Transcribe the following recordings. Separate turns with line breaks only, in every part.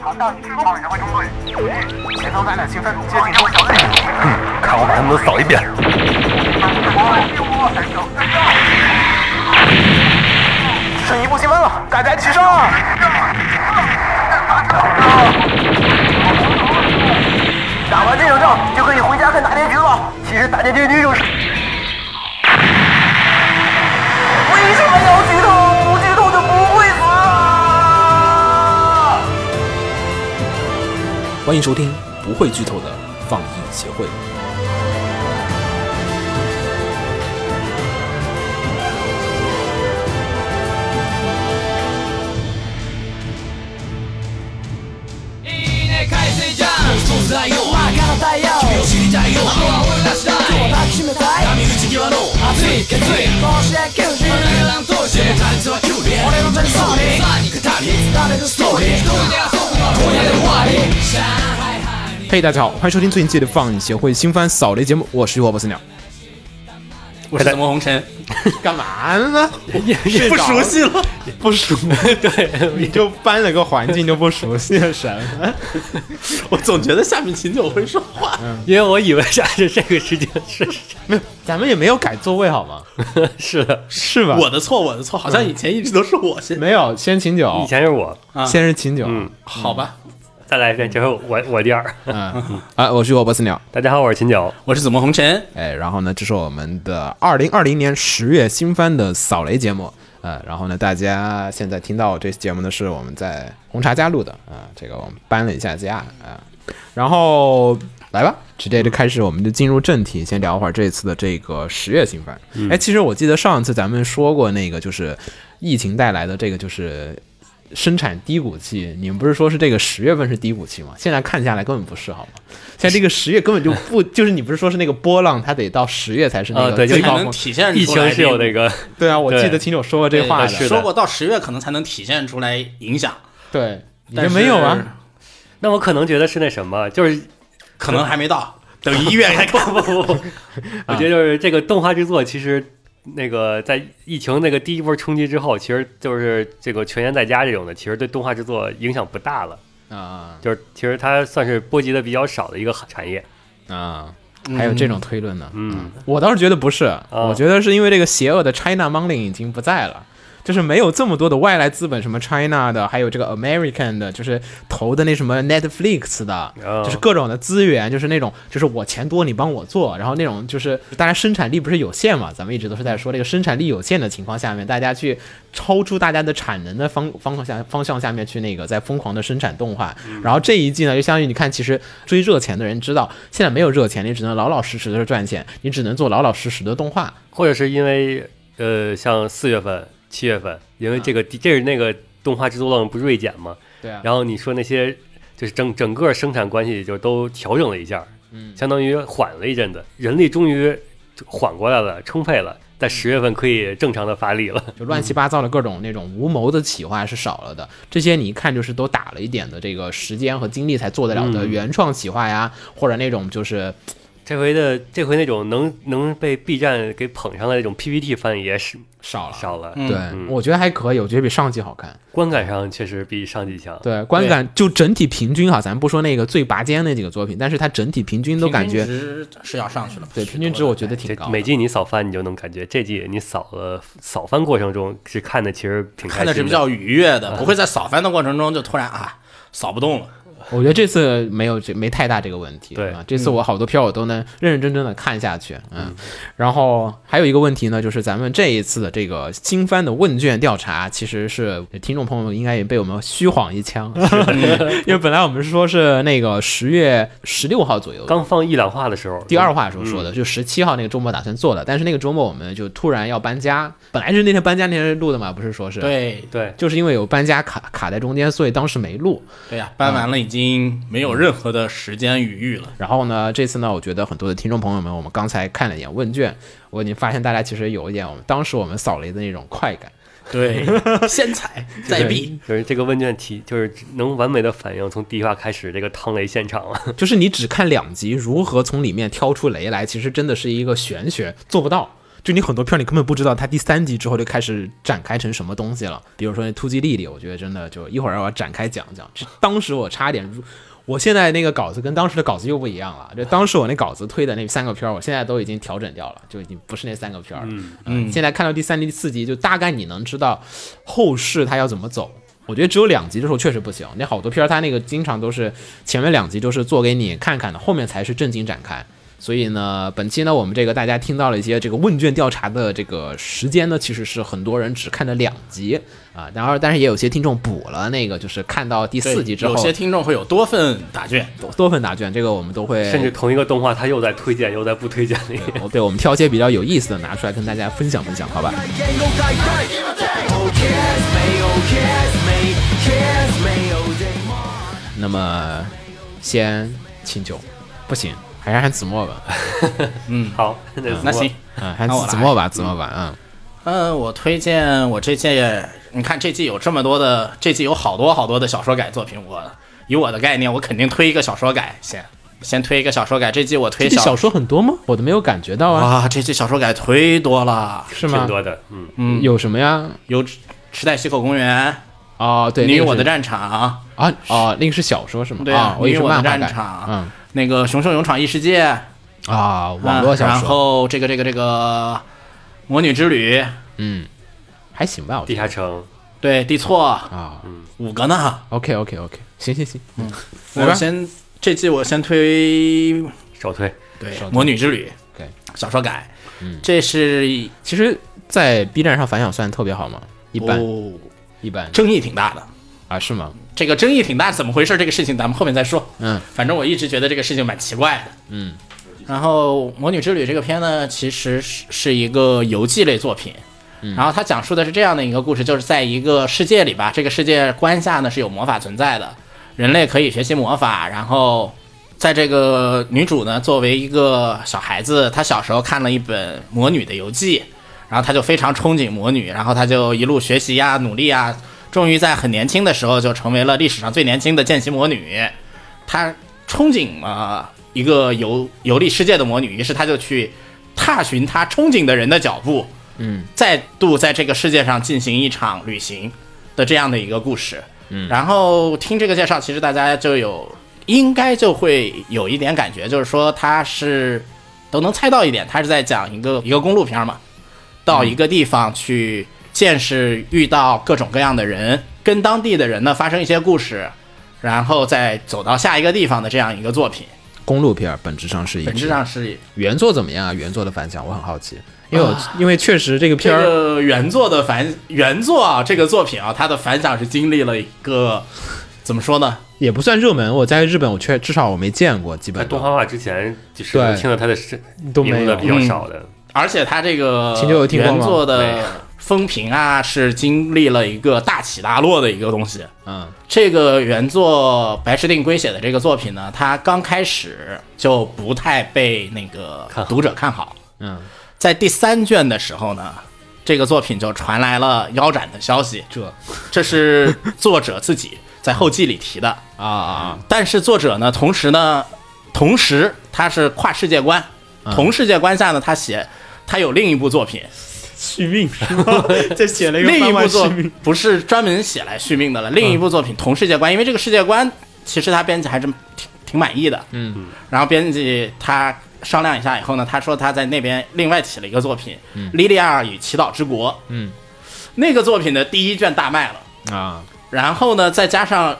强盗已经出炮，指挥中队，前方咱俩兴奋接近他们小队。
看我把他们都扫一遍。
剩一步积分了，大家齐上啊！打完这场仗就可以回家看大结局了。其实大结局就是……为什么要剧透？不剧透就不会死啊！
欢迎收听不会剧透的放映协会。嘿、大家好，欢迎收听最新季的放映协会新番扫雷节目，我是火不死鸟。
我是怎么红尘？
干嘛 呢？
不熟悉了，
不熟， 对，你就搬了个环境就不熟悉了什么？
我总觉得夏面琴酒会说话。
嗯
因为我以为是按照这个时间是
没有，咱们也没有改座位好吗？
是的，
是吧？
我的错，我的错，好像以前一直都是我先。
没有，先请酒
以，前是我，
啊
先是请酒。嗯
好吧，
再来一遍，这回我我第二。
啊，我是火不死鸟。
大家好，我是秦九，
我是怎么红尘？
哎，然后呢，这是我们的二零二零年十月新番的扫雷节目。呃，然后呢，大家现在听到这期节目呢，是我们在红茶家录的啊、这个我们搬了一下家啊、然后来吧，直接就开始，我们就进入正题，先聊会儿这次的这个十月新番。哎、其实我记得上次咱们说过那个，就是疫情带来的这个就是生产低谷期，你们不是说是这个十月份是低谷期吗？现在看下来根本不是，好吗？现在这个十月根本就不，就是你不是说是那个波浪，它得到十月才是那
啊
个
对
最
才
高
能
峰。
体现
疫
出来
情是有
这
那个
对啊，我
对
记得秦九说过这话
对是的
说过到十月可能才能体现出来影响，
对，你
但
这
是
没有啊？？
那我可能觉得是那什么，就是
可能还没到，等一月再 看。
不不不，我觉得就是这个动画制作其实。那个在疫情那个第一波冲击之后，其实就是这个全员在家这种的，其实对动画制作影响不大了。
啊
就是其实它算是波及的比较少的一个产业。
啊，还有这种推论呢？
嗯，
我倒是觉得不是，我觉得是因为这个邪恶的 China Money 已经不在了。就是没有这么多的外来资本，什么 China 的，还有这个 American 的，就是投的那什么 Netflix 的，
哦
就是各种的资源，就是那种就是我钱多你帮我做，然后那种就是大家生产力不是有限嘛，咱们一直都是在说这个生产力有限的情况下面，大家去超出大家的产能的方方向下方向下面去那个在疯狂的生产动画，然后这一季呢，就相当于你看，其实追热钱的人知道，现在没有热钱，你只能老老实实的赚钱，你只能做老老实实的动画，
或者是因为呃，像四月份、七月份，因为这个、这是那个动画制作量不锐减嘛，
啊对啊，
然后你说那些就是整整个生产关系就都调整了一下，嗯，相当于缓了一阵子，人力终于缓过来了，充沛了，
嗯
在十月份可以正常的发力了。
就乱七八糟的各种那种无谋的企划是少了的。这些你一看就是都打了一点的这个时间和精力才做得了的
嗯
原创企划呀，或者那种就是
这回的这回那种能能被 B 站给捧上的那种 PPT 翻译也是
少了。
少了，
嗯
对，我觉得还可以，我觉得比上季好看。
观感上确实比上季强。
对，观感就整体平均哈，咱不说那个最拔尖那几个作品，但是它整体平均都 感觉
平均值是要上去了。
对平均值，我觉得
这
挺高
每
的。
季你扫翻，你就能感觉这季你扫了扫翻过程中是看的其实挺开
看的
心的，
是比较愉悦的，不会在扫翻的过程中就突然啊扫不 动了。
我觉得这次没有这没太大这个问题。
对嗯
啊，这次我好多片我都能认认真真的看下去。嗯，然后还有一个问题呢，就是咱们这一次的这个新番的问卷调查，其实是听众朋友们应该也被我们虚晃一 枪，因为本来我们是说是那个十月十六号左右。
刚嗯放一两话的时候，
第二话的时候说的，就十七号那个周末打算做的，但是那个周末我们就突然要搬家，本来是那天搬家那天录的嘛，不是说是，
对
对，
就是因为有搬家卡卡在中间，所以当时没录。
对呀，搬完了已经没有任何的时间余裕了。
然后呢，这次呢，我觉得很多的听众朋友们，我们刚才看了一眼问卷，我已经发现大家其实有一点我们当时我们扫雷的那种快感。
对，先踩再避。
就是这个问卷题，就是能完美的反映从第一话开始这个汤雷现场了。
就是你只看两集，如何从里面挑出雷来，其实真的是一个玄学，做不到。就你很多片儿你根本不知道它第三集之后就开始展开成什么东西了。比如说那《突击莉莉》，我觉得真的就一会儿我要展开讲讲。这当时我差点入，我现在那个稿子跟当时的稿子又不一样了。就当时我那稿子推的那三个片儿，我现在都已经调整掉了，就已经不是那三个片儿了。
嗯
嗯，现在看到第三集、第四集，就大概你能知道后世它要怎么走。我觉得只有两集的时候确实不行，那好多片儿它那个经常都是前面两集都是做给你看看的，后面才是正经展开。所以呢，本期呢，我们这个大家听到了一些这个问卷调查的这个时间呢，其实是很多人只看了两集啊，然后但是也有些听众补了那个，就是看到第
对
四集之后
有些听众会有多份答卷，
多多份答卷，这个我们都会
甚至同一个动画，他又在推荐，又在不推荐里。
我对我们挑一些比较有意思的拿出来跟大家分享分享，好吧？那么先请酒，不行，还是喊子墨吧。
好，那
那行，
嗯，还
那我
是
来
子墨吧，子墨吧。嗯，
嗯，我推荐我这届，你看这季有这么多的，这季有好多好多的小说改作品。我以我的概念，我肯定推一个小说改先，先推一个小说改。这季我推
这小说很多吗？我都没有感觉到啊，
啊，这季小说改忒多了，
是
挺
吗？
多的，嗯，
嗯
有什么呀？
有池池袋西口公园、
哦，对，
你与
那个
我的
是
战场，
啊，哦，那个是小说是吗？
对
啊，我
你与
以为是
我的
漫画
战
改。
场，啊
嗯，
那个熊兽勇闯异世界，
啊，网络
嗯
小
然
说，
后这个这个这个魔女之旅，
嗯，还行吧，我觉
地
得
下城，
对，地错
啊
五个呢，
，OK OK OK，行行行，嗯，来吧
我先这季我先推
首推，
对
少
《
女
魔女之旅》
OK 嗯
小说改，这是
其实，在 B 站上反响算特别好吗？一
一
般，
哦、
一般
争议挺大的。
啊，是吗？
这个争议挺大，怎么回事？这个事情咱们后面再说。
嗯，
反正我一直觉得这个事情蛮奇怪的。嗯，然后《魔女之旅》这个片呢，其实是是一个游记类作品。然后它讲述的是这样的一个故事，就是在一个世界里吧，这个世界观下呢是有魔法存在的，人类可以学习魔法。然后在这个女主呢，作为一个小孩子，她小时候看了一本魔女的游记，然后她就非常憧憬魔女，然后她就一路学习呀、努力啊呀，终于在很年轻的时候就成为了历史上最年轻的见习魔女。她憧憬了一个游游历世界的魔女，于是她就去踏寻她憧憬的人的脚步，嗯，再度在这个世界上进行一场旅行的这样的一个故事。嗯，然后听这个介绍，其实大家就有应该就会有一点感觉，就是说它是都能猜到一点，它是在讲一个一个公路片嘛，到一个地方去见识、遇到各种各样的人，跟当地的人呢发生一些故事，然后再走到下一个地方的这样一个作品，
公路片儿本质上是一
本质上是
原作怎么样啊？原作的反响我很好奇，因为我、因为确实啊这个片
这
儿、
个原作的反原作啊，这个作品啊，它的反响是经历了一个怎么说呢？
也不算热门，我在日本我确至少我没见过，基
在
本
动
都
画化之前，就是
对
能听到他的声
都
名
没
字的
有嗯
比。较少的，
而且它这个
秦九有听过吗
原作
没
的风评啊，是经历了一个大起大落的一个东西。
嗯
这个原作白石定圭写的这个作品呢，它刚开始就不太被那个
看好
读者看好。
嗯，
在第三卷的时候呢，这个作品就传来了腰斩的消息，这这是作者自己在后记里提的。
啊啊
但是作者呢，同时呢，同时他是跨世界观，
嗯
同世界观下呢，他写他有另一部作品，
续命是吗？ 这写了
另一部作不是专门写来续命的了，另一部作
嗯
品同世界观，因为这个世界观其实他编辑还是挺挺满意的，
嗯，
然后编辑他商量一下以后呢，他说他在那边另外起了一个作品《莉莉亚与祈祷之国》，
嗯，
那个作品的第一卷大卖了，
啊，
然后呢，再加上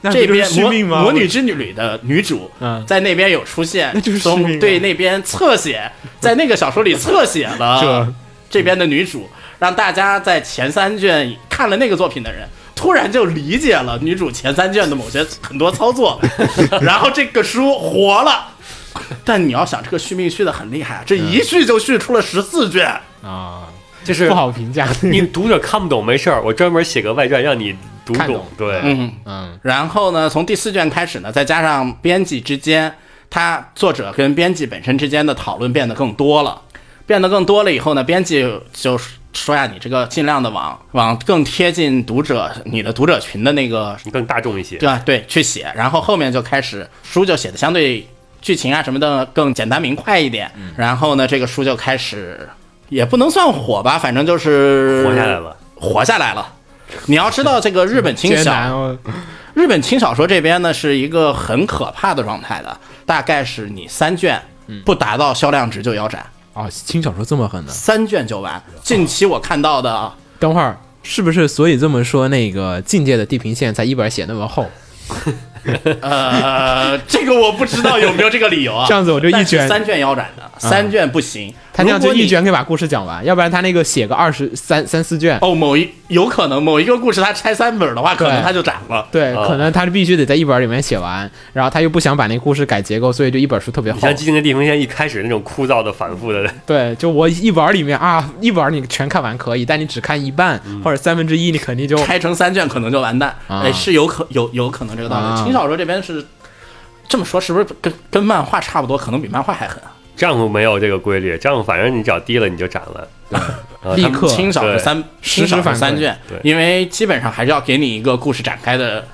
那
这边
续
魔
命吗？
魔女之女的女主
嗯
在那边有出现，
那就是续
从
命啊
对那边侧 写，在那个小说里侧写了这边的女主，让大家在前三卷看了那个作品的人。突然就理解了女主前三卷的某些很多操 作，然后这个书活了。但你要想，这个续命续的很厉害啊，这一续就续出了十四卷，
啊，
就是
不好评价。
你读者看不懂没事儿，我专门写个外传让你读
看
懂
懂。
对，
嗯，
嗯
然后呢，从第四卷开始呢，再加上编辑之间，他作者跟编辑本身之间的讨论变得更多了，变得更多了以后呢，编辑就说哎呀，你这个尽量的往往更贴近读者，你的读者群的那个
你更大众一些。
对吧？对，去写，然后后面就开始书就写的相对剧情啊什么的更简单明快一点，然后呢，这个书就开始也不能算火吧，反正就是
活下来了，
活下来了。你要知道，这个日本轻
艰
小
难哦，
日本轻小说这边呢是一个很可怕的状态的，大概是你三卷不达到销量值就腰斩，
哦，轻小说这么狠呢？
三卷就完。近期我看到的啊，
等会儿是不是？所以这么说，那个境界的地平线才一本写那么厚，
呃，这个我不知道有没有这个理由啊。
这样子我就一
但是
卷啊
三卷腰斩的，三卷不行。
他这样
如
就
果你
一卷可以把故事讲完，要不然他那个写个二十三三四卷，
哦，某一有可能某一个故事它拆三本的话，可能
对
它就斩了。
对，
哦
可能他必须得在一本里面写完，然后他又不想把那故事改结构，所以就一本书特别
你
厚
像。《寂静的地平线》一开始那种枯燥的、反复的，
对，就我一本里面啊，一本你全看完可以，但你只看一半
嗯
或者三分之一，你肯定就
拆成三卷可能就完蛋。
啊
哎，是有可有有可能这个道
啊
理。轻小说这边是这么说，是不是跟跟漫画差不多？可能比漫画还狠啊。
丈夫没有这个规律，丈夫反正你只要低了你就斩了，对，
立刻
呃清少是
对
三，
实
清
时
少
反
是三
馈
卷
对，
因为基本上还是要给你一个故事展开的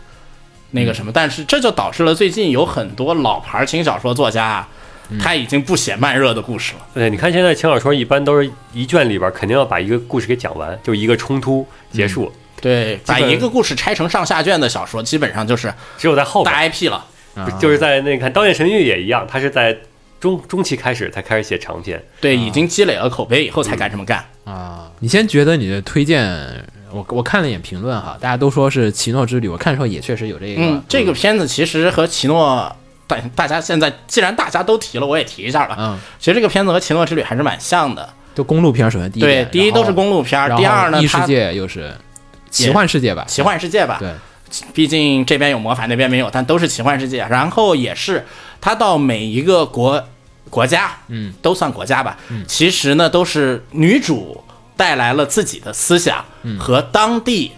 那
嗯
个什么，但是这就导致了最近有很多老牌轻小说作家啊，
嗯
他已经不写慢热的故事了。
对，你看现在轻小说一般都是一卷里边肯定要把一个故事给讲完，就一个冲突结束，
对，把
本
一个故事拆成上下卷的小说，基本上就是
只有在后边
大 IP 了。
就就是在那个看《刀剑神域》也一样，他是在中中期开始才开始写长篇，
对，
嗯
已经积累了口碑以后才敢这么干。
啊。你先觉得你的推荐，我我看了一眼评论哈，大家都说是《奇诺之旅》，我看的时候也确实有这个，
嗯，这个片子其实和奇诺。大大家现在既然大家都提了，我也提一下吧。
嗯，
其实这个片子和《奇诺之旅》还是蛮像的。
就公路片儿首先第一
对，
点，
第一
然后
都是公路片儿，
然后
第二呢，
异
它
世界又是奇幻世界吧？
奇幻世界吧。
对，
毕竟这边有魔法，那边没有，但都是奇幻世界。然后也是，它到每一个国国家，
嗯，
都算国家吧。其实呢，都是女主带来了自己的思想、
嗯
和当地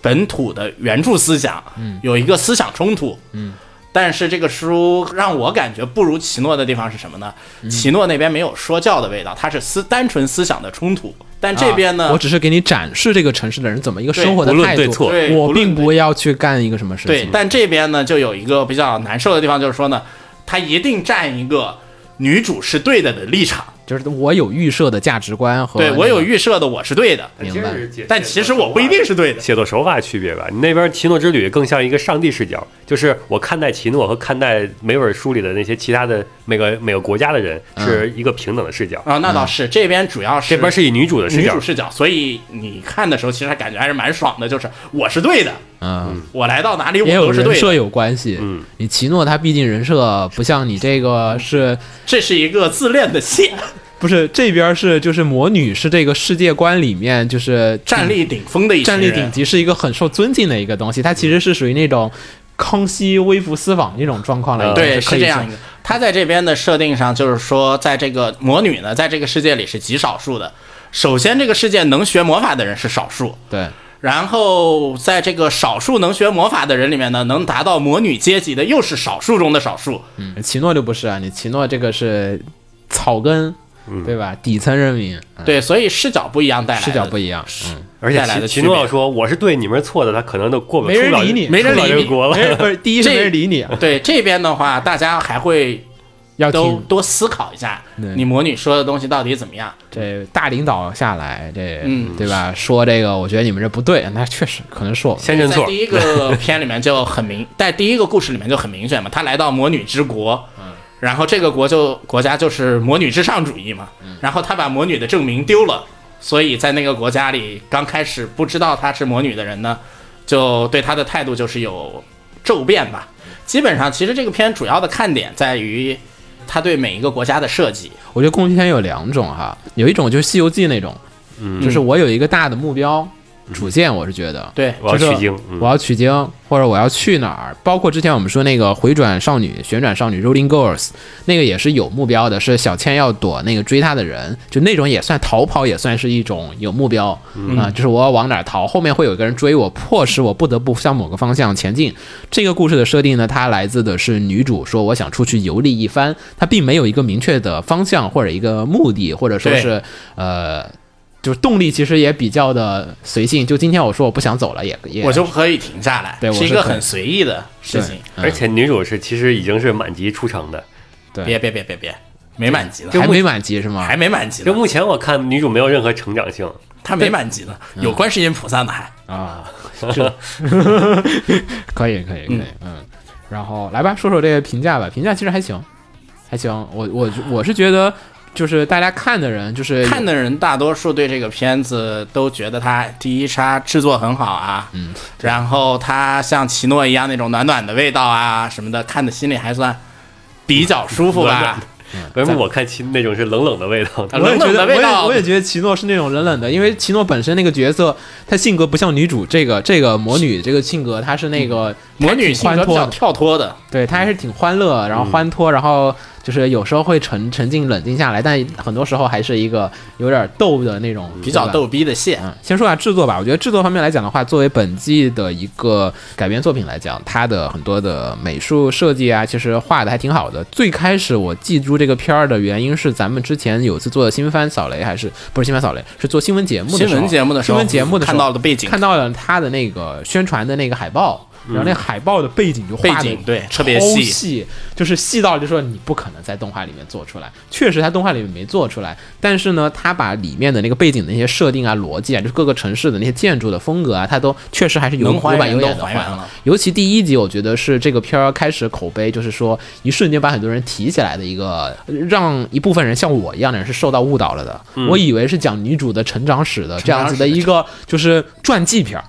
本土的原著思想，
嗯
有一个思想冲突，嗯。但是这个书让我感觉不如奇诺的地方是什么呢？
嗯
奇诺那边没有说教的味道，它是思单纯思想的冲突，但这边呢，
啊我只是给你展示这个城市的人怎么一个
对
生活的
不论
态度，
对错
对
我
不论
并
对
不要去干一个什么事
对
情，。
但这边呢，就有一个比较难受的地方，就是说呢，他一定站一个女主是对的的立场，
就是我有预设的价值观和
对我
哦那
有
个
预设的我是对的，
明白
但其实我不一定是对的。
写作手法区别吧。你那边《奇诺之旅》更像一个上帝视角，就是我看待奇诺和看待每本书里的那些其他的每个每个国家的人是一个平等的视角，
啊，那
嗯
倒是，这边主要是
嗯这边是以女主的视
女
角
主。视角，所以你看的时候其实还感觉还是蛮爽的，就是我是对的，
嗯。
我来到哪里我
也有
都是
人
对
设
的，
有关系，
嗯，
你奇诺他毕竟人设不像你这个是，
这是一个自恋的线，
不是这边是就是魔女是这个世界观里面就是
战力顶峰的一群
战力
人
顶级是一个很受尊敬的一个东西，它其实是属于那种康熙微服私访那种状况来的，
嗯对，
呃是可
是
以
这样一个。他在这边的设定上，就是说，在这个魔女呢，在这个世界里是极少数的。首先，这个世界能学魔法的人是少数，
对，
然后在这个少数能学魔法的人里面呢，能达到魔女阶级的又是少数中的少数。
嗯奇诺就不是啊，你奇诺这个是草根，
嗯
对吧？底层人民，嗯
对，所以视角不一样带来的
视角不一样，嗯，
而且
带来的
奇
区
奇
别
诺要说我是对你们是错的，他可能都过不
没人
出不了
理你
没人
出不了
理
这个
你
国
没人
了。
哎不是第一是
这
没人理你，啊
对这边的话，大家还会
要
都
听
多思考一下，
对
你魔女说的东西到底怎么样？
这大领导下来，这
嗯
对吧？说这个，我觉得你们这不对，那确实可能是我们
先认
在
错，
第一 个片里面就很明，在第一个故事里面就很明显嘛，他来到魔女之国，
嗯
然后这个国就国家就是魔女至上主义嘛，
嗯
然后他把魔女的证明丢了，所以在那个国家里，刚开始不知道她是魔女的人呢，就对她的态度就是有骤变吧。基本上，其实这个片主要的看点在于他对每一个国家的设计，
我觉得宫崎片有两种哈，有一种就是《西游记》那种，就是我有一个大的目标、主线，我是觉得，
对
我要
就是
取经，嗯
我要取经，或者我要去哪儿，包括之前我们说那个回转少女、旋转少女 （Rolling Girls），那个也是有目标的，是小千要躲那个追她的人，就那种也算逃跑，也算是一种有目标啊、
嗯
就是我要往哪儿逃，后面会有一个人追我，迫使我不得不向某个方向前进。这个故事的设定呢，它来自的是女主说我想出去游历一番，她并没有一个明确的方向或者一个目的，或者说
对
是呃。就是动力其实也比较的随性，就今天我说我不想走了，也也
我就可以停下来
对，我
是一
是
个
可以
很随意的事
对
情。
嗯
而且女主是其实已经是满级出城的，
对
别别别别别，没满级呢，
还没满级是吗？
还没满级
就
呢，
目前我看女主没有任何成长性，
他没满级呢，
嗯
有观世音菩萨呢还。
啊， 是，可以可以可以，嗯，然后来吧，说说这个评价吧，评价其实还行，还行，我我我是觉得。就是大家看的人，就是
看的人大多数对这个片子都觉得它第一它制作很好啊，嗯，然后它像奇诺一样那种暖暖的味道啊什么的，看的心里还算比较舒服
暖
吧
暖。为什么我看其那种是冷 冷的味道？
啊
我也
冷
觉
冷的味
得，我也
道
我也觉得奇诺是那种冷冷的，因为奇诺本身那个角色，他性格不像女主这个这个魔女这个性格，她是那个
嗯魔
还
女
挺
性
欢
格比
脱
较嗯
的，
跳脱的，
对她还是挺欢乐，然后欢脱，然后就是有时候会沉沉静冷静下来，但很多时候还是一个有点逗的那种，
比较
对吧
逗逼的蟹。
嗯，先说下制作吧。我觉得制作方面来讲的话，作为本季的一个改编作品来讲，它的很多的美术设计啊，其实画的还挺好的。最开始我记住这个片儿的原因是，咱们之前有一次做的新番扫雷，还是不是新番扫雷，是做新闻节目的时候
新闻节目的时候
新闻节目的时
看
候
到了背景
看到了它的那个宣传的那个海报。然后那海报的背景就画的
嗯背景对特别
超
细
细，就是细到就说你不可能在动画里面做出来。确实，它动画里面没做出来，但是呢，它把里面的那个背景的那些设定啊、逻辑啊，就是各个城市的那些建筑的风格啊，它都确实还是有
能还
有
原
板有
都
眼的
还原
了
了。
尤其第一集，我觉得是这个片儿开始口碑，就是说一瞬间把很多人提起来的一个，让一部分人像我一样的人是受到误导了的。我以为是讲女主的嗯成长史的这样子的一个就是传记片儿。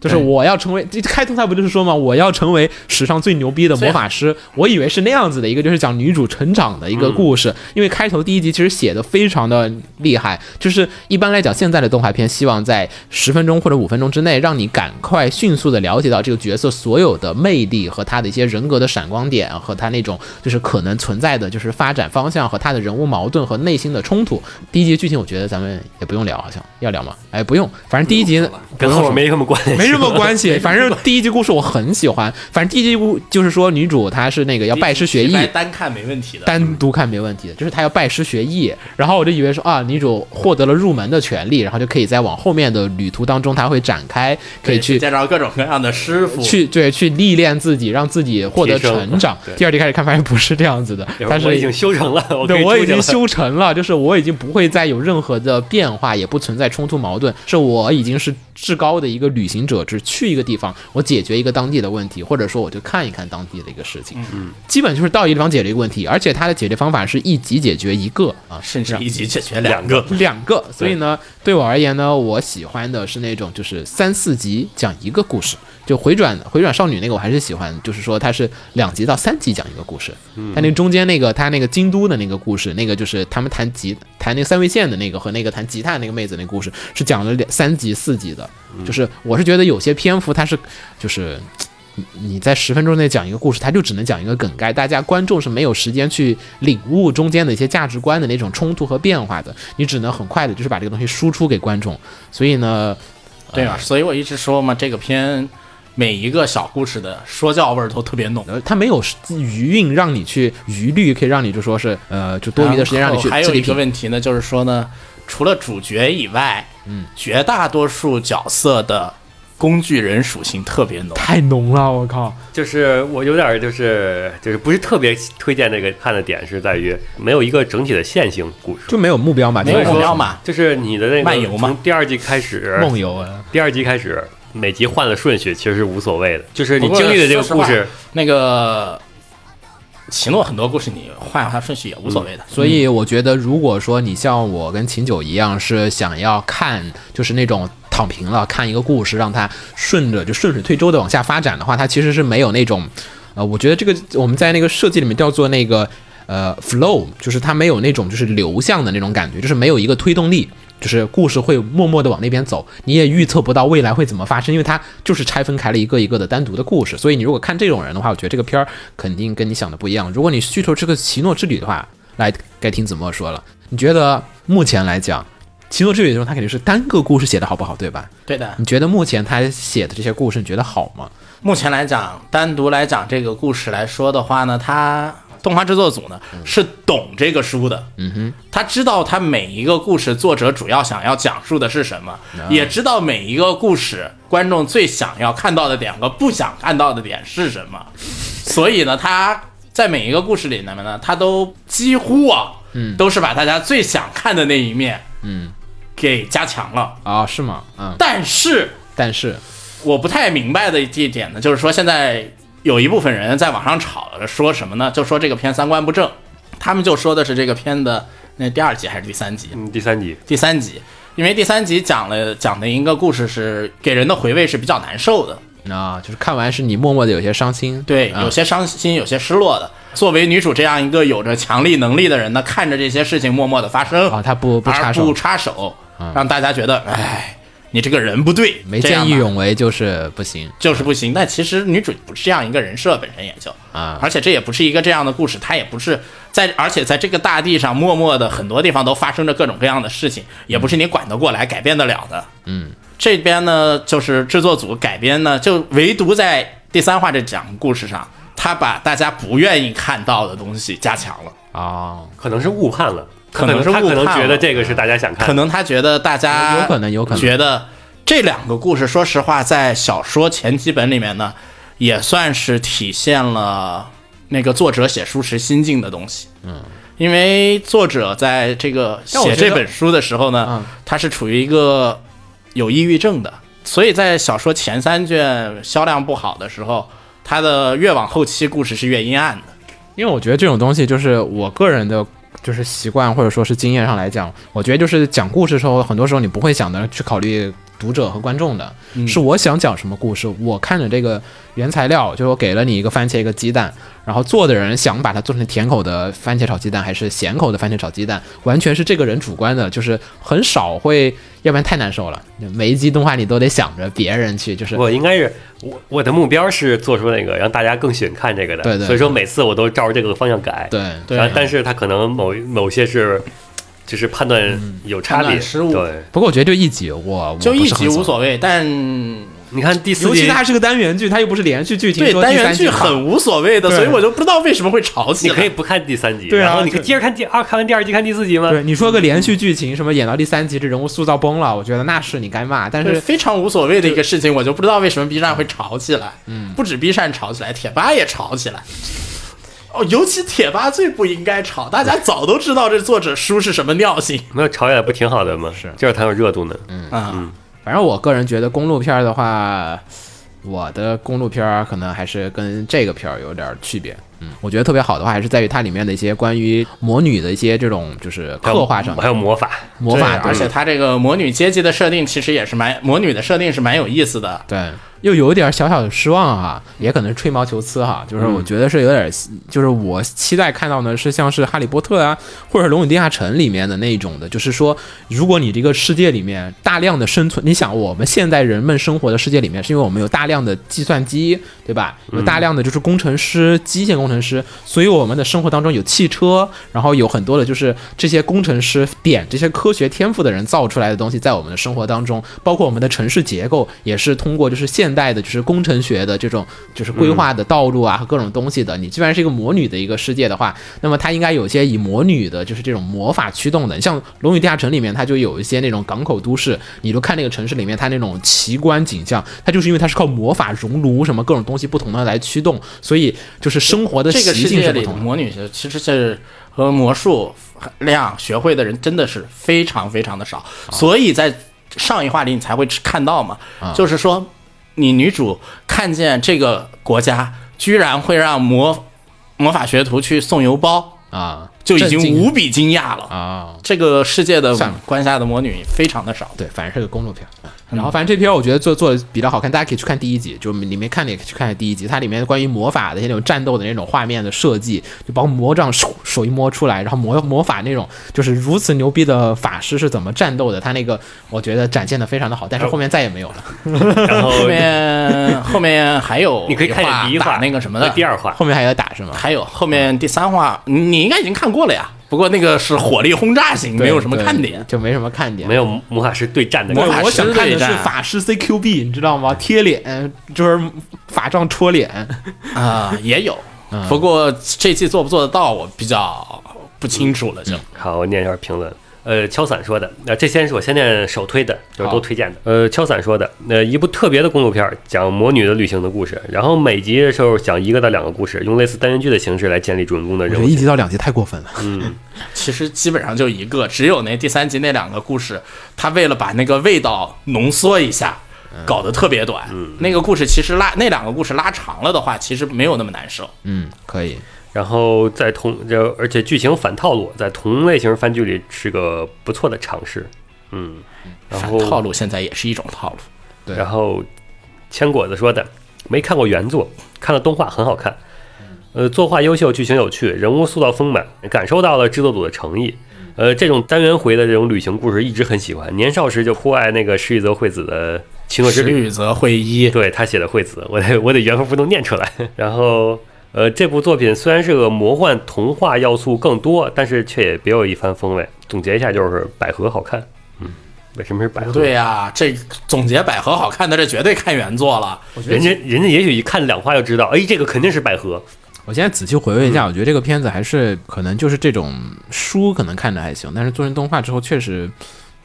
就是我要成为，这开头他不就是说嘛，我要成为史上最牛逼的魔法师。我以为是那样子的一个，就是讲女主成长的一个故事。因为开头第一集其实写的非常的厉害，就是一般来讲，现在的动画片希望在十分钟或者五分钟之内，让你赶快迅速的了解到这个角色所有的魅力和他的一些人格的闪光点，和他那种就是可能存在的就是发展方向和他的人物矛盾和内心的冲突。第一集剧情我觉得咱们也不用聊，好像要聊吗？哎，不用，反正第一集不
跟
用
后
说
面没什么关系，
没什么关系。反正第一集故事我很喜欢，反正第一集故就是说女主她是那个要拜师学艺
一。般单看没问题的。
单独看没问题的，就是她要拜师学艺，然后我就以为说啊，女主获得了入门的权利，然后就可以在往后面的旅途当中，她会展开，可以
对
去
介绍各种各样的师傅，
去对去历练自己，让自己获得
提升
成长
对。
第二集开始看，发现不是这样子的，
有
她
时候我
是
已经修成了， 我可
对，
以
我
出
已
去
经
了
修成了，就是我已经不会再有任何的变化，也不存在冲突矛盾，是我已经是至高的一个旅行者，只去一个地方，我解决一个当地的问题，或者说我就看一看当地的一个事情，嗯，基本就是到一个地方解决一个问题，而且它的解决方法是一集解决一个啊，
甚至一集解决两
两 个，
两个，所以呢，对我而言呢，我喜欢的是那种就是三四集讲一个故事，就回转回转少女那个我还是喜欢，就是说它是两集到三集讲一个故事，它那中间那个它那个京都的那个故事，那个就是他们弹吉弹那个三味线的那个和那个弹吉他那个妹子那个故事是讲了两三集四集的，就是我是觉得有些篇幅它是就是你在十分钟内讲一个故事，它就只能讲一个梗概，大家观众是没有时间去领悟中间的一些价值观的那种冲突和变化的，你只能很快的就是把这个东西输出给观众。所以呢，
对啊，所以我一直说嘛，这个片每一个小故事的说教味儿都特别浓。
呃，它没有余韵让你去余律，可以让你就说是呃，就多余的时间让你去
然后还
自
有
己
一个
品
问题呢，就是说呢，除了主角以外，嗯，绝大多数角色的工具人属性特别浓。
太浓了，我靠！
就是我有点儿就是就是不是特别推荐这个看的点是在于没有一个整体的线性故事，
就没有目标嘛，
没有
就是
目
说
标嘛，
就是你的那个
漫游嘛
从第二季开始，
梦游啊，
第二季开始每集换了顺序其实是无所谓的，就是你
不过
经历的这个
说实
故
话
事，
那个奇诺很多故事你换换顺序也无所
嗯
谓的。
所以我觉得，如果说你像我跟秦九一样，是想要看就是那种躺平了，看一个故事，让它顺着就顺水推舟的往下发展的话，它其实是没有那种，呃，我觉得这个我们在那个设计里面叫做那个呃 flow，就是它没有那种就是流向的那种感觉，就是没有一个推动力。就是故事会默默地往那边走，你也预测不到未来会怎么发生，因为它就是拆分开了一个一个的单独的故事。所以你如果看这种人的话，我觉得这个片儿肯定跟你想的不一样。如果你需求这个奇诺之旅的话，来该听子墨说了。你觉得目前来讲，奇诺之旅中它肯定是单个故事写的好不好，对吧？
对的
你，觉得目前他写的这些故事，你觉得好吗？
目前来讲，单独来讲这个故事来说的话呢，它动画制作组呢是懂这个书的，嗯哼，他知道他每一个故事作者主要想要讲述的是什么，也知道每一个故事观众最想要看到的点和不想看到的点是什么，所以呢，他在每一个故事里面呢，他都几乎啊，嗯，都是把大家最想看的那一面，
嗯，
给加强了。
啊，是吗？嗯，
但是
但是，
我不太明白的一点呢，就是说现在有一部分人在网上吵着说什么呢？就说这个片三观不正，他们就说的是这个片的那第二集还是第三集？
嗯，第三集
第三集，因为第三集讲了讲的一个故事是给人的回味是比较难受的，
啊，就是看完是你默默的有些伤心，
对，
啊
有些伤心，有些失落的。作为女主这样一个有着强力能力的人呢，看着这些事情默默的发生
啊她不不插
而
手嗯
不插手，让大家觉得，哎，你这个人不对，
没
这样
见义
吧
勇为就是不行
就是不行。但其实女主不是这样一个人设，本身也就
啊
而且这也不是一个这样的故事，它也不是在，而且在这个大地上，默默的很多地方都发生着各种各样的事情，也不是你管得过来、改变得了的。嗯，这边呢，就是制作组改编呢，就唯独在第三话这讲故事上，他把大家不愿意看到的东西加强了。
啊，
可能是误判了，
可能是
他可
误
能
判
觉得
了
这个是大家想看的，
可能他觉得大家
哎有可能有可能
觉得这两个故事，说实话，在小说前几本里面呢，也算是体现了那个作者写书时心境的东西。嗯，因为作者在这个
但我
写
觉得
这本书的时候呢，
嗯
他是处于一个有抑郁症的，所以在小说前三卷销量不好的时候，他的越往后期故事是越阴暗的。
因为我觉得这种东西就是我个人的。就是习惯或者说是经验上来讲，我觉得就是讲故事的时候，很多时候你不会想的去考虑读者和观众的，
嗯
是我想讲什么故事，我看着这个原材料，就是我给了你一个番茄一个鸡蛋，然后做的人想把它做成甜口的番茄炒鸡蛋，还是咸口的番茄炒鸡蛋，完全是这个人主观的，就是很少会，要不然太难受了。每一集动画你都得想着别人去，就是
我应该是我我的目标是做出那个让大家更喜欢看这个的，
对对
所以说每次我都照着这个方向改，
对
对
然后但是他可能某某些是就是判断有差
判
别，
断失误
对，
不过我觉得就一集，我
就一集无
谓，
所谓，但
你看第四
尤其
季，
它还是个单元剧，它又不是连续剧，听
对
说
单
第
元
三季
剧很无所谓的，
对
所以我就不知道为什么会吵起
你
来。
可以不看第三集，
对啊
然后你可以
就
接着看第二，看完第二集看第四集吗？
对啊你说个连续剧情，什么演到第三集这人物塑造崩了，我觉得那是你该骂，但
就是
是
非常无所谓的一个事情，我就不知道为什么 B 站会吵起来。嗯，不止 B 站吵起来，贴吧也吵起来。哦，尤其贴吧最不应该吵，大家早都知道这作者书是什么尿性
没有吵起来不挺好的吗？是，就是它有热度呢。嗯，
啊！
反正我个人觉得公路片儿的话，我的公路片儿可能还是跟这个片儿有点儿区别。嗯，我觉得特别好的话，还是在于它里面的一些关于魔女的一些这种就是刻画上
还
的
有魔法，
魔法
对
的，
而且他这个魔女阶级的设定其实也是蛮魔女的设定是蛮有意思的。
对，又有一点小小的失望啊，也可能是吹毛求疵哈、就是我觉得是有点，就是我期待看到的是像是《哈利波特》啊，或者《龙与地下城》里面的那一种的，就是说，如果你这个世界里面大量的生存，你想我们现在人们生活的世界里面，是因为我们有大量的计算机，对吧？有大量的就是工程师、机械工程师，所以我们的生活当中有汽车，然后有很多的就是这些工程师点这些科学天赋的人造出来的东西，在我们的生活当中，包括我们的城市结构，也是通过就是现代的就是工程学的这种就是规划的道路啊和各种东西的。你既然是一个魔女的一个世界的话，那么它应该有些以魔女的就是这种魔法驱动的。像《龙与地下城》里面，它就有一些那种港口都市，你就看那个城市里面它那种奇观景象，它就是因为它是靠魔法熔炉什么各种东西不同的来驱动，所以就是生活的
这个
习
世
性
界
是不
里的
同的。
魔女其实是和魔术量学会的人真的是非常非常的少，
啊
所以在上一话里你才会看到嘛，就是说你女主看见这个国家居然会让魔魔法学徒去送邮包，
啊，
就已
震
经
惊
无比惊讶了。
啊。
这个世界的
算了
关下的魔女非常的 少，
对，反正是个公路片儿。然后，反正这片儿我觉得做做的比较好看，大家可以去看第一集，就你没看的也可以去看第一集。它里面关于魔法的那种战斗的那种画面的设计，就包括魔杖手手一摸出来，然后魔魔法那种就是如此牛逼的法师是怎么战斗的，他那个我觉得展现的非常的好，但是后面再也没有了。
然后
后面后面还有
你可以看见
话
第一
打
话
那个什么的
和第二话，
后面还要打是吗？
还有后面第三话，你你应该已经看过了呀。不过那个是火力轰炸型，没有什么
对
看点。
就没什么看点。
没有魔法师对战的
魔
感
法
觉。
对，我想
师
看
对
的是
战
法师 CQB，你知道吗？贴脸就是法杖戳脸。
啊、也有。不过这季做不做得到，我比较不清楚了就。
好，我念一下评论。呃，敲伞说的，那、这些是我先念首推的，就是
好
都推荐的。呃，敲伞说的，那、一部特别的公路片儿，讲魔女的旅行的故事，然后每集的时候讲一个到两个故事，用类似单元剧的形式来建立主人公的
我觉
人
得
物
一。集到两集太过分了。
嗯，
其实基本上就一个，只有那第三集那两个故事，他为了把那个味道浓缩一下，搞得特别短。那个故事其实拉那两个故事拉长了的话，其实没有那么难受。
嗯，可以。
然后在同就而且剧情反套路，在同类型番剧里是个不错的尝试。嗯，然
反
后
套路现在也是一种套路。
对
然后千果子说的，没看过原作，看了动画很好看。
嗯
呃，作画优秀，剧情有趣，人物塑造丰满，感受到了制作组的诚意。
嗯
呃，这种单元回的这种旅行故事一直很喜欢，年少时就酷爱那个石玉泽惠子的《青河之
石
旅》，
玉则会一，
对他写的惠子，我得我得原封不动念出来。 然后，呃，这部作品虽然是个魔幻童话要素更多，但是却也别有一番风味。总结一下就是百合好看，嗯，为什么是百合？
对呀、这总结百合好看的，这绝对看原作了。
人家人家也许一看两话就知道，哎，这个肯定是百合。
我现在仔细回味一
嗯
下，我觉得这个片子还是可能就是这种书可能看着还行，但是做成动画之后，确实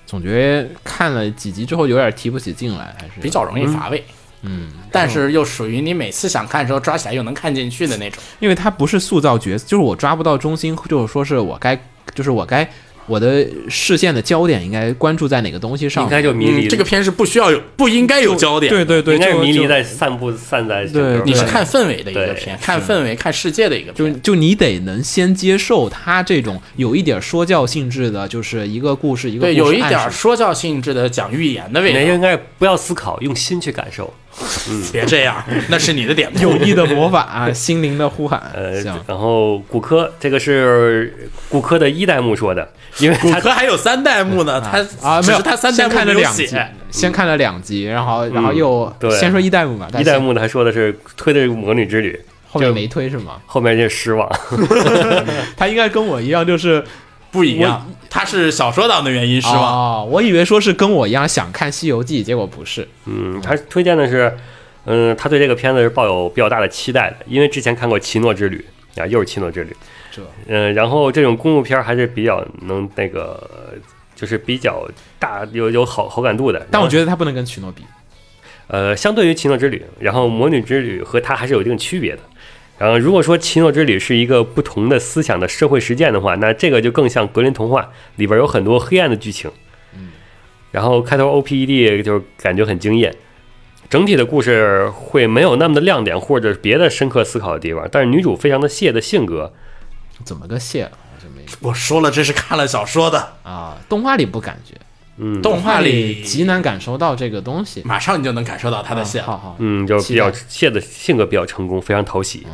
总觉得看了几集之后有点提不起劲来，还是
比较容易乏味。嗯，但是又属于你每次想看的时候抓起来又能看进去的那种。
因为它不是塑造角色，就是我抓不到中心，就是说是我该，就是我该我的视线的焦点应该关注在哪个东西上
应
面，
该就迷离，
嗯这个片是不需要有，不应该有焦点。
对对对，
应该是
就
迷离
就
在散步散在整
对
个。
你是看氛围的一个
对
片，看氛围、看世界的一个
就
片。
就你得能先接受它这种有一点说教性质的，就是一个故事一个
对，
故事
有一
暗
点儿
示
说教性质的讲预言的味
你
道，
应该不要思考，用心去感受。
别这样， 那是你的点不
有意的魔法、啊心灵的呼喊，
呃
行，。
然后骨科这个是骨科的一代目说的，因 为
骨
他
科还有三代目呢，他
啊，
只
没有，
是他三代
先
目
看
没
了
有
两集
写，，
先看了两集，然后然后又
嗯对
先说一代目吧，但
一
是
代目呢还说的是推的是魔女之旅，
后面
就
没推是吗？
后面就失望。
他应该跟我一样，就是
不一样。他是小说党的原因是吧？
哦，我以为说是跟我一样想看《西游记》，结果不是。
嗯，他推荐的是，嗯，他对这个片子是抱有比较大的期待的，因为之前看过《奇诺之旅》啊，又是《奇诺之旅》。
这
嗯，然后这种公路片儿还是比较能那个，就是比较大有有好好感度的。
但我
得，
觉得他不能跟奇诺比，
呃，相对于《奇诺之旅》，然后《魔女之旅》和它还是有一定区别的。然后，如果说《奇诺之旅》是一个不同的思想的社会实践的话，那这个就更像格林童话里边有很多黑暗的剧情。然后开头 OPED 就是感觉很惊艳，整体的故事会没有那么的亮点或者别的深刻思考的地方，但是女主非常的蟹的性格，
怎么个谢了？我就没
我说了，这是看了小说的，
啊，动画里不感觉，
嗯，
动画里
里极难感受到这个东西。
马上你就能感受到他的线
啊。好好，
嗯，就是比
期待嗯
较蟹的性格比较成功，非常讨喜。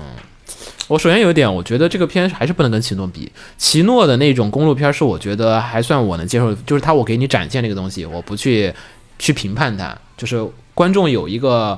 我首先有一点，我觉得这个片还是不能跟奇诺比。奇诺的那种公路片是我觉得还算我能接受，就是他我给你展现这个东西，我不去去评判它，就是观众有一个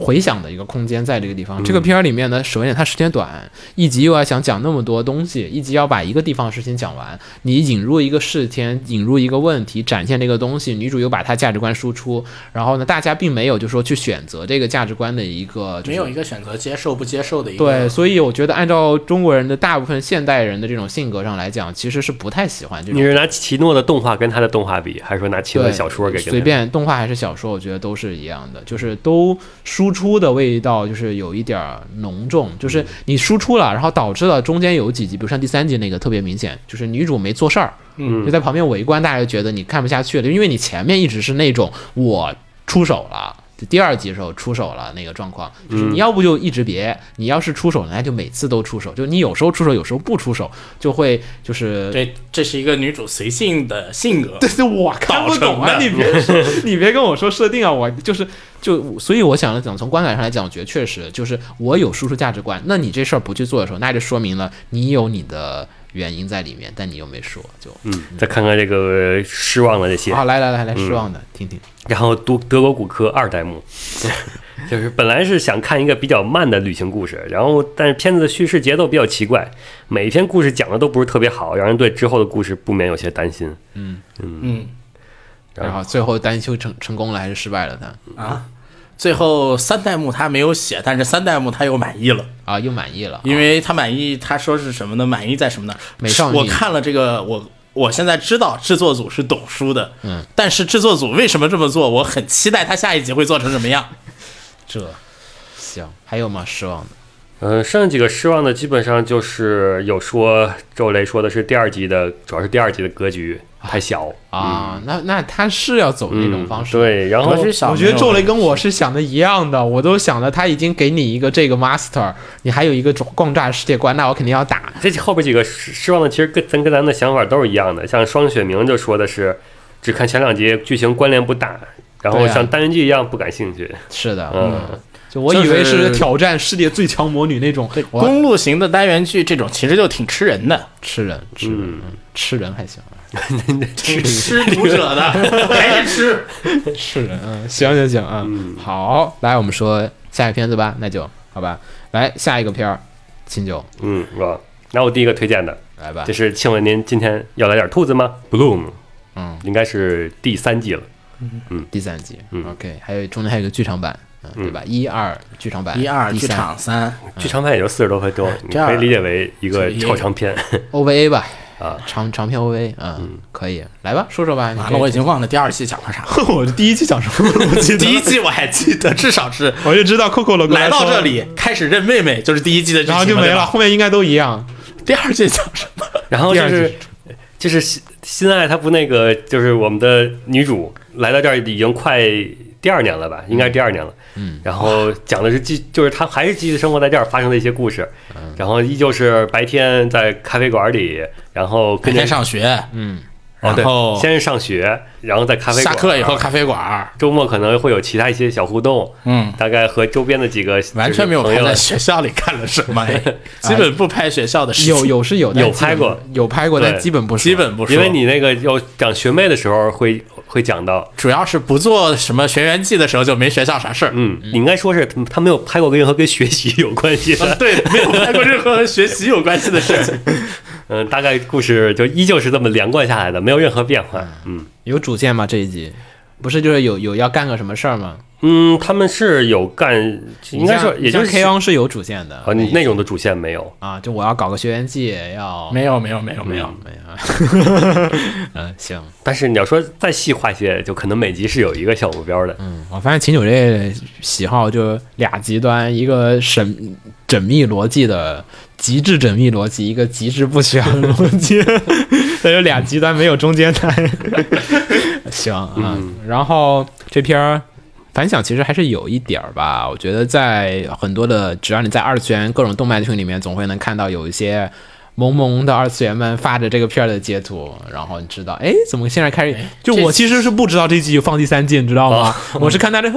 回想的一个空间在这个地
嗯
方。这个片儿里面呢，首先它时间短，一集又要想讲那么多东西，一集要把一个地方的事情讲完，你引入一个事件，引入一个问题，展现这个东西，女主又把她价值观输出，然后呢，大家并没有就说去选择这个价值观的一个，就是
没有一个选择接受不接受的一个。
对，所以我觉得按照中国人的大部分现代人的这种性格上来讲，其实是不太喜欢这
你
种。
是拿奇诺的动画跟他的动画比，还是说拿奇诺
对，
的小说给跟他
随？便动画还是小说，我觉得都是一样的，就是都输出的味道就是有一点儿浓重，
嗯
就是你输出了，然后导致了中间有几集，比如像第三集那个特别明显，就是女主没做事儿，
嗯
就在旁边围观，大家就觉得你看不下去了，因为你前面一直是那种我出手了。就第二集的时候出手了那个状况，就是
嗯
你要不就一直别，你要是出手，人家就每次都出手，就你有时候出手，有时候不出手，就会就是
这这是一个女主随性的性格。
对对，我看不懂啊！
导
你
成
别说， 你别跟我说设定啊，我就是就，所以我想讲，从观感上来讲，我觉得确实就是我有输出价值观，那你这事儿不去做的时候，那就说明了你有你的原因在里面，但你又没说，就
嗯，再看看这个失望的这些，
好，来来来
嗯
来，失望的，听听，
然后德德国骨科二代目， 就是本来是想看一个比较慢的旅行故事，然后但是片子的叙事节奏比较奇怪，每一篇故事讲的都不是特别好，让人对之后的故事不免有些担心。
嗯
然后最后单修成成功了还是失败了呢？
啊，最后三代目他没有写，但是三代目他又满意了。
啊，又满意了，
因为他满意，他说是什么呢？满意在什么呢？
美少女
我看了这个，我我现在知道制作组是懂书的，嗯，但是制作组为什么这么做，我很期待他下一集会做成什么样。这
行，还有吗？失望的，
嗯，剩几个失望的基本上就是有说周雷说的是第二集的，主要是第二集的格局太小
啊，那那他是要走那种方式，
嗯对，然后
格局小
我觉得周雷跟我是想的一样的，我都想了，他已经给你一个这个 master，你还有一个逛炸世界观，那我肯定要打。
这后边几个失失望的，其实跟咱跟咱们的想法都是一样的。像双雪明就说的是，只看前两集剧情关联不大，然后
对啊
像单元剧一样不感兴趣。
是的，
嗯，
就我以为
就是
是挑战世界最强魔女那种，我要
公路型的单元剧这种其实就挺吃人的，
吃人吃人、嗯吃人还行，
挺吃读者的，赶紧吃。
吃人嗯行行行啊、嗯，好，来我们说下一个片子吧，那就好吧，来下一个片儿，秦九
嗯，是吧？那我第一个推荐的，
来吧
这，是请问您今天要来点兔子吗？Bloom，
嗯，
应该是第三季了。
第三集、OK，还有中间还有个剧场版，嗯，对吧？一二剧场 版，
一二
第
剧
三
场三，
剧场版也就四十多分钟，你
这样
可以理解为一个
所以
超长篇。
OVA 吧，
啊，
长长篇 OVA，嗯，可以，来吧，说说吧，你
完
可
了
以
我已经忘了第二期讲了啥。
我第一期讲什么？我记得
第一季我还记得，至少是
我就知道 Coco 了，
来到这，里开始认妹妹，就是第一季的剧情，
然后就没
对
了，
吧。
后面应该都一样。
第二季讲什么？
然后就
第二
是
季
就是新新爱，她不那个就是我们的女主来到这儿已经快第二年了吧，应该是第二年了。嗯，然后讲的是继就是她还是继续生活在这儿发生的一些故事，
嗯
然后依旧是白天在咖啡馆里，然后
每
跟着
天上学，
哦对
然后
先是上学，然后在咖啡
下
馆
课以后咖啡馆，
周末可能会有其他一些小互动，
嗯
大概和周边的几个
完全没有
就是
拍
朋友
在学校里干了什么， 哎基本不拍学校的事情，
有有是有，但
有
基本
拍过
有拍过，
对
但基本不说
基本不说，
因为你那个要讲学妹的时候会会讲到，
主要是不做什么学员季的时候就没学校啥事儿。
嗯，你应该说是他他没有拍过跟任何跟学习有关系
啊
的，
对，没有拍过任何和学习有关系的事情。
嗯，大概故事就依旧是这么连贯下来的，没有任何变化，
啊
嗯
有主线吗？这一集不是就是有有要干个什么事儿吗？
嗯，他们是有干，应该说
你像
也就
你
是
像 K O 是有主线的
啊，你那种的主线没有，
啊，就我要搞个学员季，要
没有，没有，没有，没有。
没有，嗯，行，
但是你要说再细化些，就可能每集是有一个小目标的，
嗯，我发现秦九这喜好就俩极端，一个缜缜密逻辑的极致缜密逻辑，一个极致不需要的逻辑，那就俩极端，没有中间态。行啊，然后这篇儿反响其实还是有一点儿吧，我觉得在很多的，只要你在二次元各种动漫群里面，总会能看到有一些。萌萌的二次元们发着这个片儿的截图，然后你知道，哎，怎么现在开始？就
这
我其实是不知道这季有放第三季，你知道吗？我是看他这，哎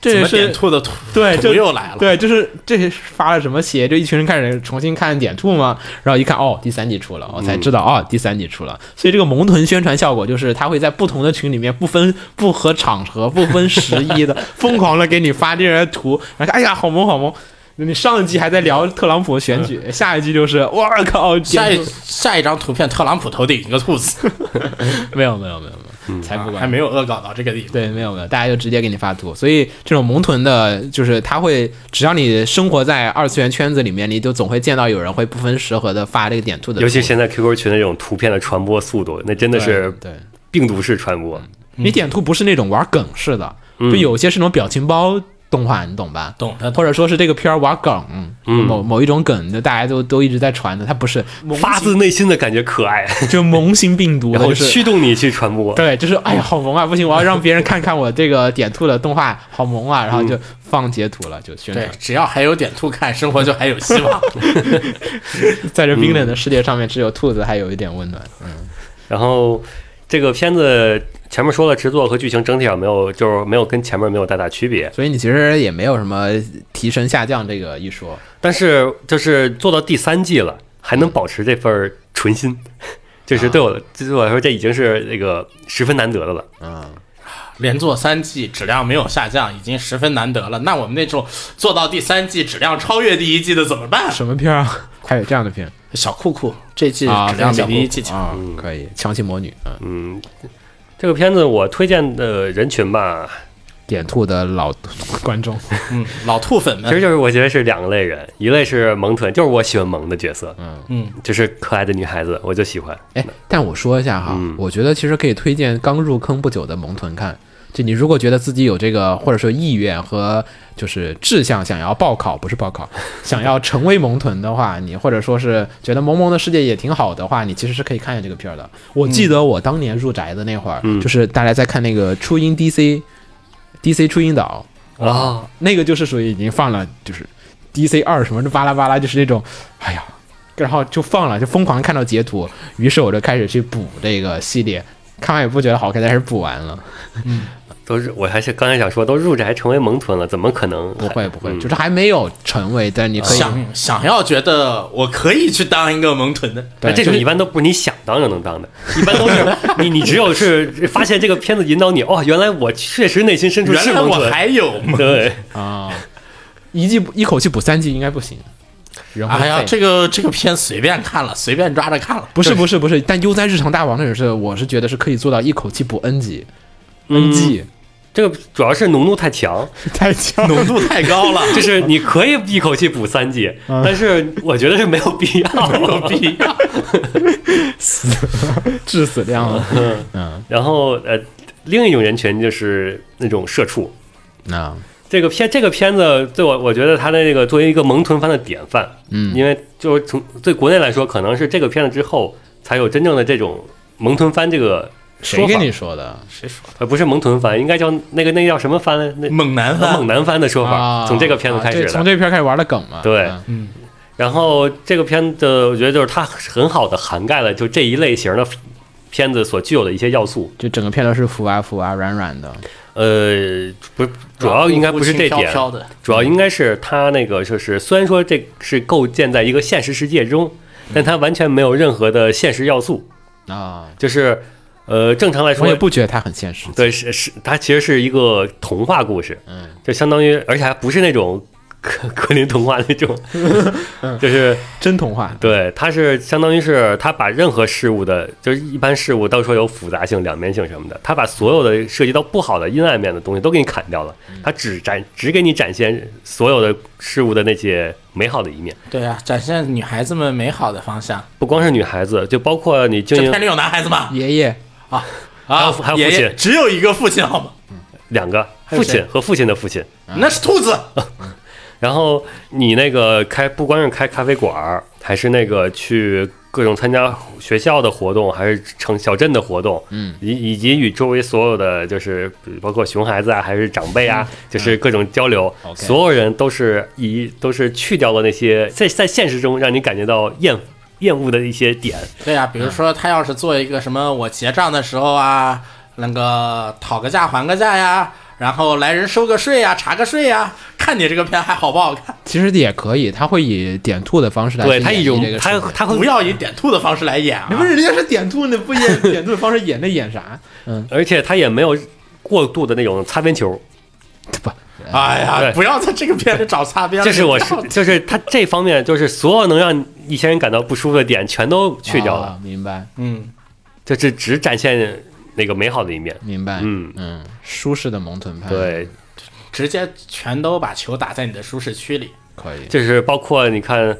这
怎
也
嗯么点
是
兔的图
对，
图
就
又来了。
对，就是这是发了什么鞋，就一群人开始重新看点兔嘛，然后一看哦，第三季出了，我才
嗯
知道、哦，第三季出了。所以这个萌臀宣传效果就是，他会在不同的群里面不分不合场合、不分时宜的 疯狂的给你发这些图，然后看哎呀好萌好萌。你上一季还在聊特朗普选举，下一季就是我靠，
嗯下
点
一
兔
下一张图片，特朗普头顶一个兔子，
没有没有没有没有，
嗯
才不管
还没有恶搞到这个地步。
对，没有没有，大家就直接给你发图。所以这种萌臀的，就是他会，只要你生活在二次元圈子里面，你就总会见到有人会不分时合的发这个点兔的图。
尤其现在 QQ 群的这种图片的传播速度，那真的是嗯
对，对嗯
病毒式传播，
你点兔不是那种玩梗式的，
嗯
就有些是那种表情包动画，你懂吧？
懂的，
或者说是这个片儿玩梗，
嗯
某某一种梗，就大家都都一直在传的，它不是
发自内心的感觉可爱，
就萌型病毒，
然
它就
后
是
驱动你去传播。
对，就是哎呀，好萌啊！不行，我要让别人看看我这个点兔的动画，好萌啊！然后
嗯
就放截图了，就宣传
对，。只要还有点兔看，生活就还有希望。
在这冰冷的世界上面，只有兔子还有一点温暖。
然后这个片子前面说了，制作和剧情整体上没有，就是没有跟前面没有太大区别。
所以你其实也没有什么提升下降这个一说。
但是就是做到第三季了，还能保持这份儿纯心， 就是对我对我来说，这已经是那个十分难得的了。
连做三季质量没有下降，已经十分难得了。那我们那种做到第三季质量超越第一季的怎么办？
什么片啊？还有这样的片
小酷酷这季
啊？
质量比
小
第一季强。
啊，可以强袭魔女啊，嗯
这个片子我推荐的人群吧，
点兔的老观众，
嗯，老兔粉
其实
们，
就是我觉得是两类人，一类是萌臀，就是我喜欢萌的角色，嗯
嗯，
就是可爱的女孩子，我就喜欢。
哎，但我说一下哈，我觉得其实可以推荐刚入坑不久的萌豚看。就你如果觉得自己有这个，或者说意愿和就是志向，想要报考不是报考，想要成为萌豚的话，你或者说是觉得萌萌的世界也挺好的话，你其实是可以看一下这个片儿的。我记得我当年入宅的那会儿，就是大家在看那个初音 DC DC 初音岛，
啊，
那个就是属于已经放了，就是 DC 二什么的巴拉巴拉，就是那种，哎呀，然后就放了，就疯狂看到截图，于是我就开始去补这个系列，看完也不觉得好看，但是补完了，
都是我还是刚才想说，都入宅成为萌臀了，怎么可能？
不会不
嗯
会，就是还没有成为，但你可以，
想想要觉得我可以去当一个萌臀的，
那
对，
哎这
就
种
是
一般都不是你想当就能当的，一般都是你你只有是发现这个片子引导你，哦，原来我确实内心深处是
原来
萌
我
臀，
还有萌。
对，
啊，一季一口气补三季应该不行，人会
哎 呀，
废
这个这个片随便看了，随便抓着看了。
不是不是不是，但悠哉日常大王那种是，我是觉得是可以做到一口气补 N 级，N
嗯
季
这个主要是浓度太强，
太强 了，
浓度太高 了，
就是你可以一口气补三季，
嗯
但是我觉得是没有必要，没有必要。
致死量了，
嗯然后呃，另一种人群就是那种社畜，
啊，
这个片这个片子对我，我觉得它的这个作为一个萌臀番的典范，嗯，因为就是从对国内来说，可能是这个片子之后才有真正的这种萌臀番这个
谁
说法
跟，你说的？
谁说的？
呃，不是萌臀番，应该叫那个那个叫什么番来？那
猛男番，
猛男番的说法，
啊，
从这个片子开
啊
始
对从
的。
这个片儿开始玩的梗嘛。
对
嗯
然后这个片子，我觉得就是它很好的涵盖了就这一类型的片子所具有的一些要素。
就整个片都是浮啊浮啊软软的，
呃，不，主
啊
要应该不是这
轻
点，
飘飘的，
主要应该是它那个就是，虽然说这是构建在一个现实世界中，
嗯
但它完全没有任何的现实要素，
啊，
就是呃，正常来
我
说
也不觉得它很现实。
对是是，它其实是一个童话故事，嗯，就相当于，而且还不是那种 格格林童话 那种，就是
真童话，
对，它是相当于是它把任何事物的，就是一般事物都说有复杂性、两面性什么的，它把所有的涉及到不好的阴暗面的东西都给你砍掉了，
嗯
它只展只给你展现所有的事物的那些美好的一面，
对啊，展现女孩子们美好的方向。
不光是女孩子，就包括你经
这
营
片里有男孩子吗？
爷爷
啊
还
啊
有还有，父
爷
亲
爷只有一个父亲好吗？
两个
还有
父
谁
亲和父亲的父亲，
那是兔子，
然后你那个开不光是开咖啡馆儿，还是那个去各种参加学校的活动，还是城小镇的活动，嗯，以以及与周围所有的就是包括熊孩子啊，还是长辈啊，就是各种交流，
嗯 OK
所有人都是以都是去掉了那些在在现实中让你感觉到厌厌恶的一些点，
对啊，比如说他要是做一个什么，我结账的时候啊，那个讨个价还个价呀，然后来人收个税呀，查个税呀，看你这个片还好不好看，
其实也可以，他会以点兔的方式来
对
去
他
演
一
绎
种
这个
他
世界
他会
不要以点兔的方式来演啊
哦你。们人家是点兔呢，不 演点兔的方式演那演啥？嗯，
而且他也没有过度的那种擦边球，
不，
哎呀
对，
不要在这个片里找擦边。
这是我
不
是
要
就是他这方面就是所有能让一些人感到不舒服的点全都去掉了，
啊，明白
嗯，
就是只展现那个美好的一面。
明白，
嗯
嗯，舒适的萌臀派，，
对，
直接全都把球打在你的舒适区里。
可以，
就是包括你看，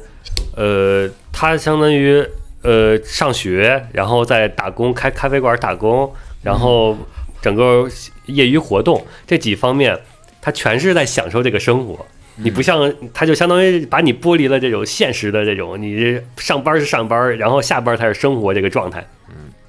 呃，他相当于呃上学，然后在打工开咖啡馆打工，然后整个业余活动这几方面，他全是在享受这个生活。你不像，他就相当于把你剥离了这种现实的这种，你上班是上班，然后下班才是生活这个状态。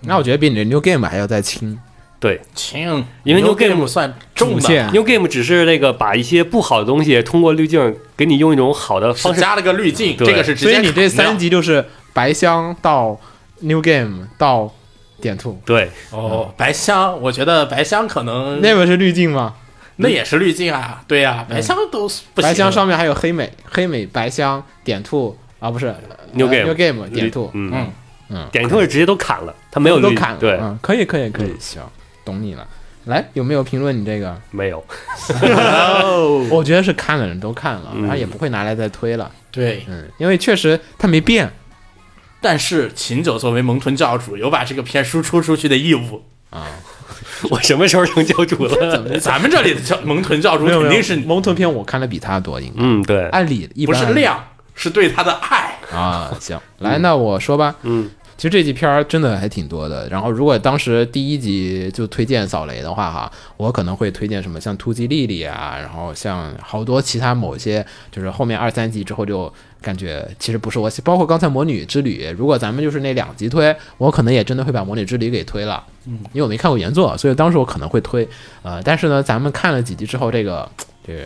那我觉得比你的 New Game 还要再轻，
对，
亲，
因为
New
New Game
算重
主
的，
线
New Game 只是那个把一些不好的东西通过滤镜给你用一种好的
是
方式，
加了个滤镜，
对
这个是直
所
接
以
砍
你
掉。
这三集就是白箱到 New Game 到点兔，
对，
哦，白香，我觉得白香可能
那个是滤镜吗？
那也是滤镜啊，对呀、白香都不行。
白箱上面还有黑美，黑美白箱点兔啊，不是呃
New Game
New Game 点兔，
嗯
嗯
嗯，
点兔是直接都砍了，他没有
都
滤
砍了，
对，
嗯，可以可以可以，行，懂你了。来，有没有评论你这个？
没有，
我觉得是看的人都看了，
嗯
然后也不会拿来再推了，
对，
嗯，因为确实它没变
但是秦九作为萌豚教主，有把这个片输出出去的义务。
我什么时候成教主了？
咱们这里的教蒙豚教主
没有
肯
没有
定是你
蒙豚篇，我看的比他多，应该。
嗯，对，
按理一
不
般
是量，是对他的爱。
啊，行，来，那我说吧，
嗯，
其实这几片儿真的还挺多的。然后，如果当时第一集就推荐扫雷的话，哈，我可能会推荐什么像突击莉莉啊，然后像好多其他某些，就是后面二三集之后就感觉其实不是我喜，包括刚才魔女之旅，如果咱们就是那两集推，我可能也真的会把魔女之旅给推了，嗯，因为我没看过原作，所以当时我可能会推，呃，但是呢，咱们看了几集之后，这个呃这个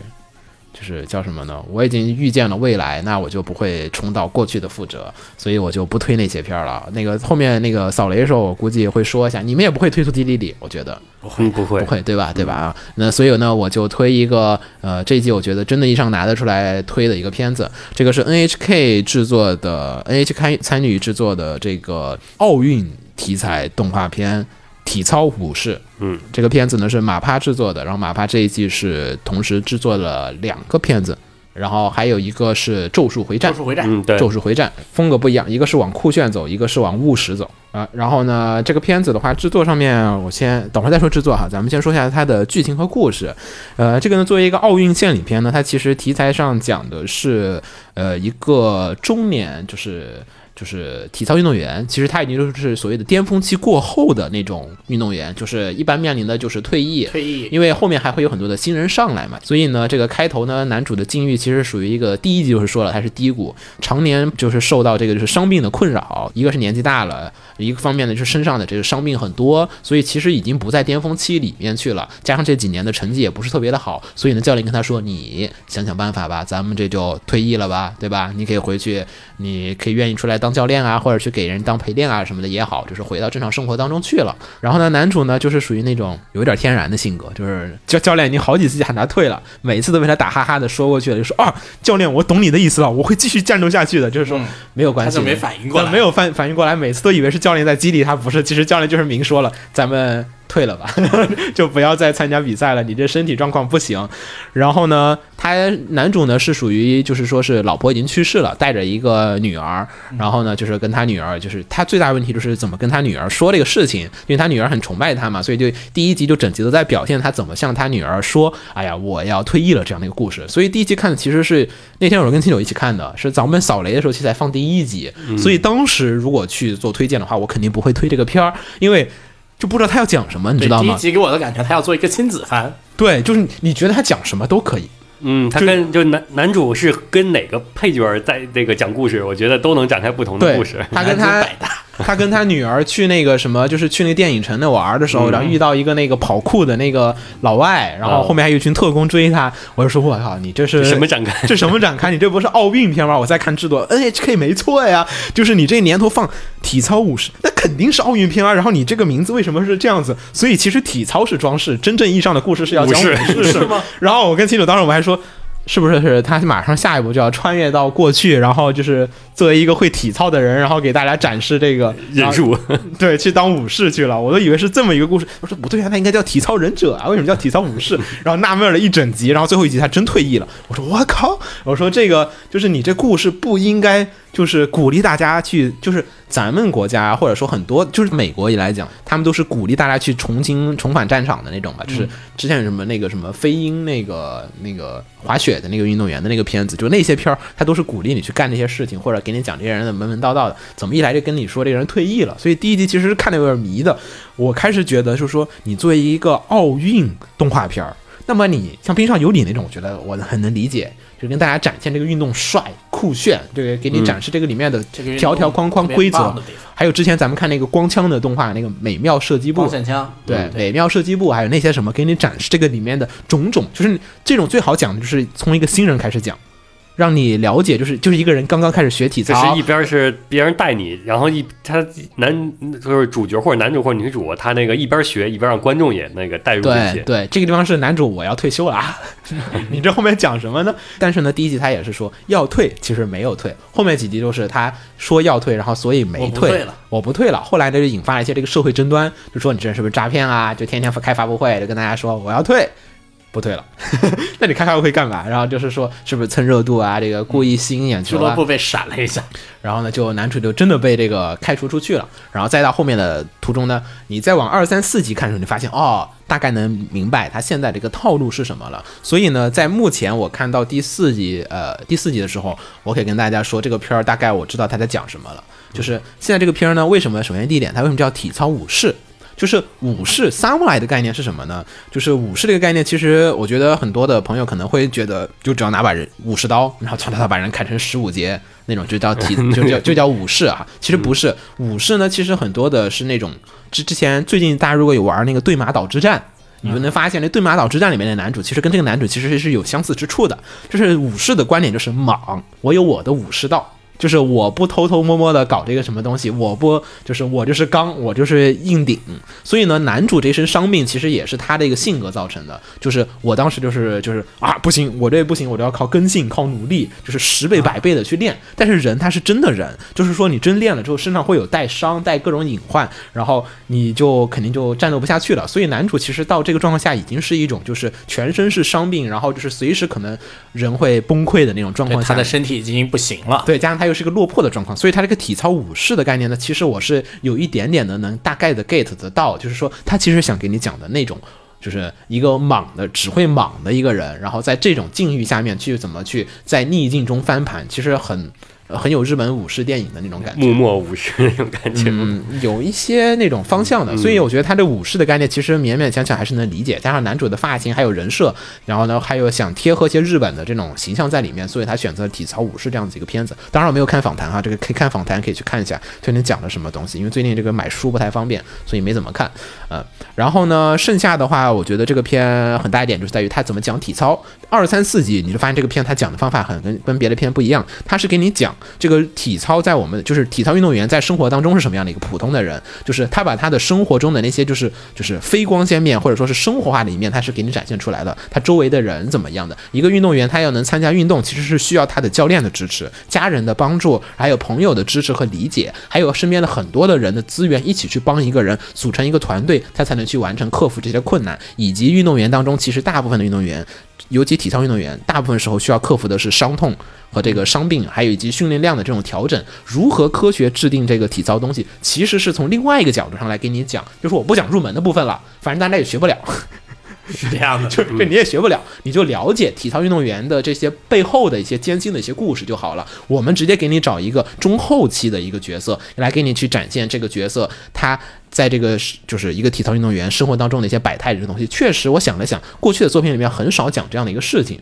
就是叫什么呢？我已经预见了未来，那我就不会重蹈过去的覆辙，所以我就不推那些片儿了。那个后面那个扫雷的时候，我估计也会说一下，你们也不会推出《迪丽里》，我觉得
嗯，不会
不，会，对吧？对吧？啊，那所以呢，我就推一个呃，这一季我觉得真的意义上拿得出来推的一个片子，这个是 NHK 制作的，NHK 参与制作的这个奥运题材动画片《体操武士》。
嗯，
这个片子呢是马趴制作的，然后马趴这一季是同时制作了两个片子，然后还有一个是《咒术回战
咒》。术回战，
嗯，对，
咒术回战风格不一样，一个是往酷炫走，一个是往务实走啊、然后呢，这个片子的话，制作上面我先等会儿再说制作哈，咱们先说一下它的剧情和故事。呃，这个呢，作为一个奥运献礼片呢，它其实题材上讲的是呃一个中年，就是就是体操运动员，其实他已经就是所谓的巅峰期过后的那种运动员，就是一般面临的就是退役，
退役
因为后面还会有很多的新人上来嘛，所以呢，这个开头呢，男主的境遇其实属于一个第一集就是说了，他是低谷，常年就是受到这个就是伤病的困扰，一个是年纪大了，一个方面呢就是身上的这个伤病很多，所以其实已经不在巅峰期里面去了，加上这几年的成绩也不是特别的好，所以呢，教练跟他说，你想想办法吧，咱们这就退役了吧，对吧？你可以回去，你可以愿意出来当教练啊，或者去给人当陪练啊什么的也好，就是回到正常生活当中去了。然后呢，男主呢就是属于那种有一点天然的性格，就是教教练已经好几次喊他退了，每次都被他打哈哈的说过去了，就说啊，教练，我懂你的意思了，我会继续战斗下去的，就是说、
嗯
没有关
他
系，
就没反应过来
没有反反应过来，每次都以为是教练在激励他，不是，其实教练就是明说了，咱们退了吧， 就不要再参加比赛了，你这身体状况不行。然后呢，他男主呢是属于就是说是老婆已经去世了，带着一个女儿，然后呢就是跟他女儿，就是他最大问题就是怎么跟他女儿说这个事情，因为他女儿很崇拜他嘛，所以就第一集就整集都在表现他怎么向他女儿说，哎呀我要退役了这样的一个故事。所以第一集看的其实是那天我是跟亲友一起看的，是咱们扫雷的时候其实才放第一集，
嗯
所以当时如果去做推荐的话，我肯定不会推这个片儿，因为。就不知道他要讲什么，你知
对
道
第一
吗？
集给我的感觉，他要做一个亲子番，
对，就是你你觉得他讲什么都可以，
嗯，他
就
跟就男男主是跟哪个配角儿在那个讲故事，我觉得都能展开不同的
对，
故事。
他跟他
男主百搭
他跟他女儿去那个什么，就是去那电影城那玩儿的时候，
嗯
然后遇到一个那个跑酷的那个老外，然后后面还有一群特工追他，我就说我靠，你这是
什么展开
这什么展开？你这不是奥运片吗？我在看制作，NHK 没错呀，就是你这年头放体操五十，那肯定是奥运片啊。然后你这个名字为什么是这样子？所以其实体操是装饰，真正意义上的故事是要讲
武士
武士是吗？然后我跟秦主当时我们还说。是不是是他马上下一步就要穿越到过去，然后就是作为一个会体操的人，然后给大家展示这个啊
忍术，
对，去当武士去了，我都以为是这么一个故事。我说不对啊，那应该叫体操忍者啊，为什么叫体操武士？然后纳闷了一整集，然后最后一集他真退役了。我说我靠，我说这个就是你这故事不应该就是鼓励大家去，就是咱们国家或者说很多就是美国也来讲，他们都是鼓励大家去重新重返战场的那种吧，就是之前有什么那个什么飞鹰那个那个滑雪的那个运动员的那个片子，就那些片儿，他都是鼓励你去干这些事情，或者给你讲这些人的门门道道的，怎么一来就跟你说这个人退役了，所以第一集其实看的有点迷的，我开始觉得就是说你作为一个奥运动画片儿。那么你像《冰上有你》那种，我觉得我很能理解，就跟大家展现这个运动帅酷炫，这个给你展示这个里面的
这个运动
条条框框
特别
规则
棒的地方，
还有之前咱们看那个光枪的动画，那个美妙射击部
光，线枪，
对，美妙射击部，还有那些什么，给你展示这个里面的种种，就是这种最好讲的就是从一个新人开始讲，让你了解，就是就是一个人刚刚开始学体
就
操
是一，边是别人带你，然后一他男就是主角或者男主或者女主，他那个一边学一边让观众也那个带入进
对
去。
对，这个地方是男主我要退休了啊， 你这后面讲什么呢？但是呢，第一集他也是说要退，其实没有退，后面几集都是他说要退，然后所以
我
没
不
退
退了
我不退了。后来呢，就引发了一些这个社会争端，就说你这人是不是诈骗啊？就天天开发布会，就跟大家说我要退。不退了。 那你开发布会干嘛？然后就是说是不是蹭热度啊？这个故意吸引眼
俱
球
乐
啊
部？被闪了一下，
然后呢，就男主就真的被这个开除出去了。然后再到后面的途中呢，你再往二三四集看的时候，你发现哦，大概能明白他现在这个套路是什么了。所以呢，在目前我看到第四集，呃，第四集的时候，我可以跟大家说，这个片儿大概我知道他在讲什么了。就是现在这个片儿呢，为什么？首先第一点，它为什么叫体操武士？就是武士 samurai 的概念是什么呢？就是武士这个概念，其实我觉得很多的朋友可能会觉得，就只要拿把人武士刀，然后从他把人砍成十五节那种，就叫体，就叫就叫武士啊。其实不是，武士呢，其实很多的是那种之之前最近大家如果有玩那个对马岛之战。你就能发现，那《对马岛之战》里面的男主其实跟这个男主其实是有相似之处的，就是武士的观点就是莽，我有我的武士道，就是我不偷偷摸摸的搞这个什么东西，我不就是我就是刚，我就是硬顶。所以呢，男主这身伤病其实也是他的一个性格造成的。就是我当时就是就是啊，不行，我这不行，我这要靠根性，靠努力，就是十倍百倍的去练。但是人他是真的人，就是说你真练了之后，身上会有带伤、带各种隐患，然后你就肯定就战斗不下去了。所以男主其实到这个状况下，已经是一种就是全身是伤病，然后就是随时可能人会崩溃的那种状
对
况
他
下
的。身体已经不行了。
对，加上他又是个落魄的状况，所以他这个体操武士的概念呢，其实我是有一点点的能大概的 get 得到，就是说他其实想给你讲的那种。就是一个莽的，只会莽的一个人，然后在这种境遇下面去怎么去在逆境中翻盘，其实很呃很有日本武士电影的那种感觉。
默默无视那种感觉。
嗯，有一些那种方向的，所以我觉得他对武士的概念其实勉勉强强还是能理解，加上男主的发型还有人设，然后呢还有想贴合一些日本的这种形象在里面，所以他选择了体操武士这样子一个片子。当然我没有看访谈哈，这个可以看访谈可以去看一下，就能讲了什么东西，因为最近这个买书不太方便，所以没怎么看。呃，然后呢，剩下的话，我觉得这个片很大一点就是在于他怎么讲体操。二三四集你就发现这个片他讲的方法很跟跟别的片不一样，他是给你讲这个体操在我们就是体操运动员在生活当中是什么样的一个普通的人，就是他把他的生活中的那些就是就是非光鲜面或者说是生活化的一面，他是给你展现出来的。他周围的人怎么样的？一个运动员他要能参加运动，其实是需要他的教练的支持、家人的帮助，还有朋友的支持和理解，还有身边的很多的人的资源一起去帮一个人组成一个团队，他才能去完成克服这些困难。以及运动员当中，其实大部分的运动员，尤其体操运动员，大部分时候需要克服的是伤痛和这个伤病，还有以及训练量的这种调整。如何科学制定这个体操东西，其实是从另外一个角度上来给你讲，就是我不讲入门的部分了，反正大家也学不了。
是这样的，
就这
嗯
你也学不了，你就了解体操运动员的这些背后的一些艰辛的一些故事就好了。我们直接给你找一个中后期的一个角色来给你去展现这个角色他。在这个是就是一个体操运动员生活当中的一些百态这些东西，确实我想了想，过去的作品里面很少讲这样的一个事情，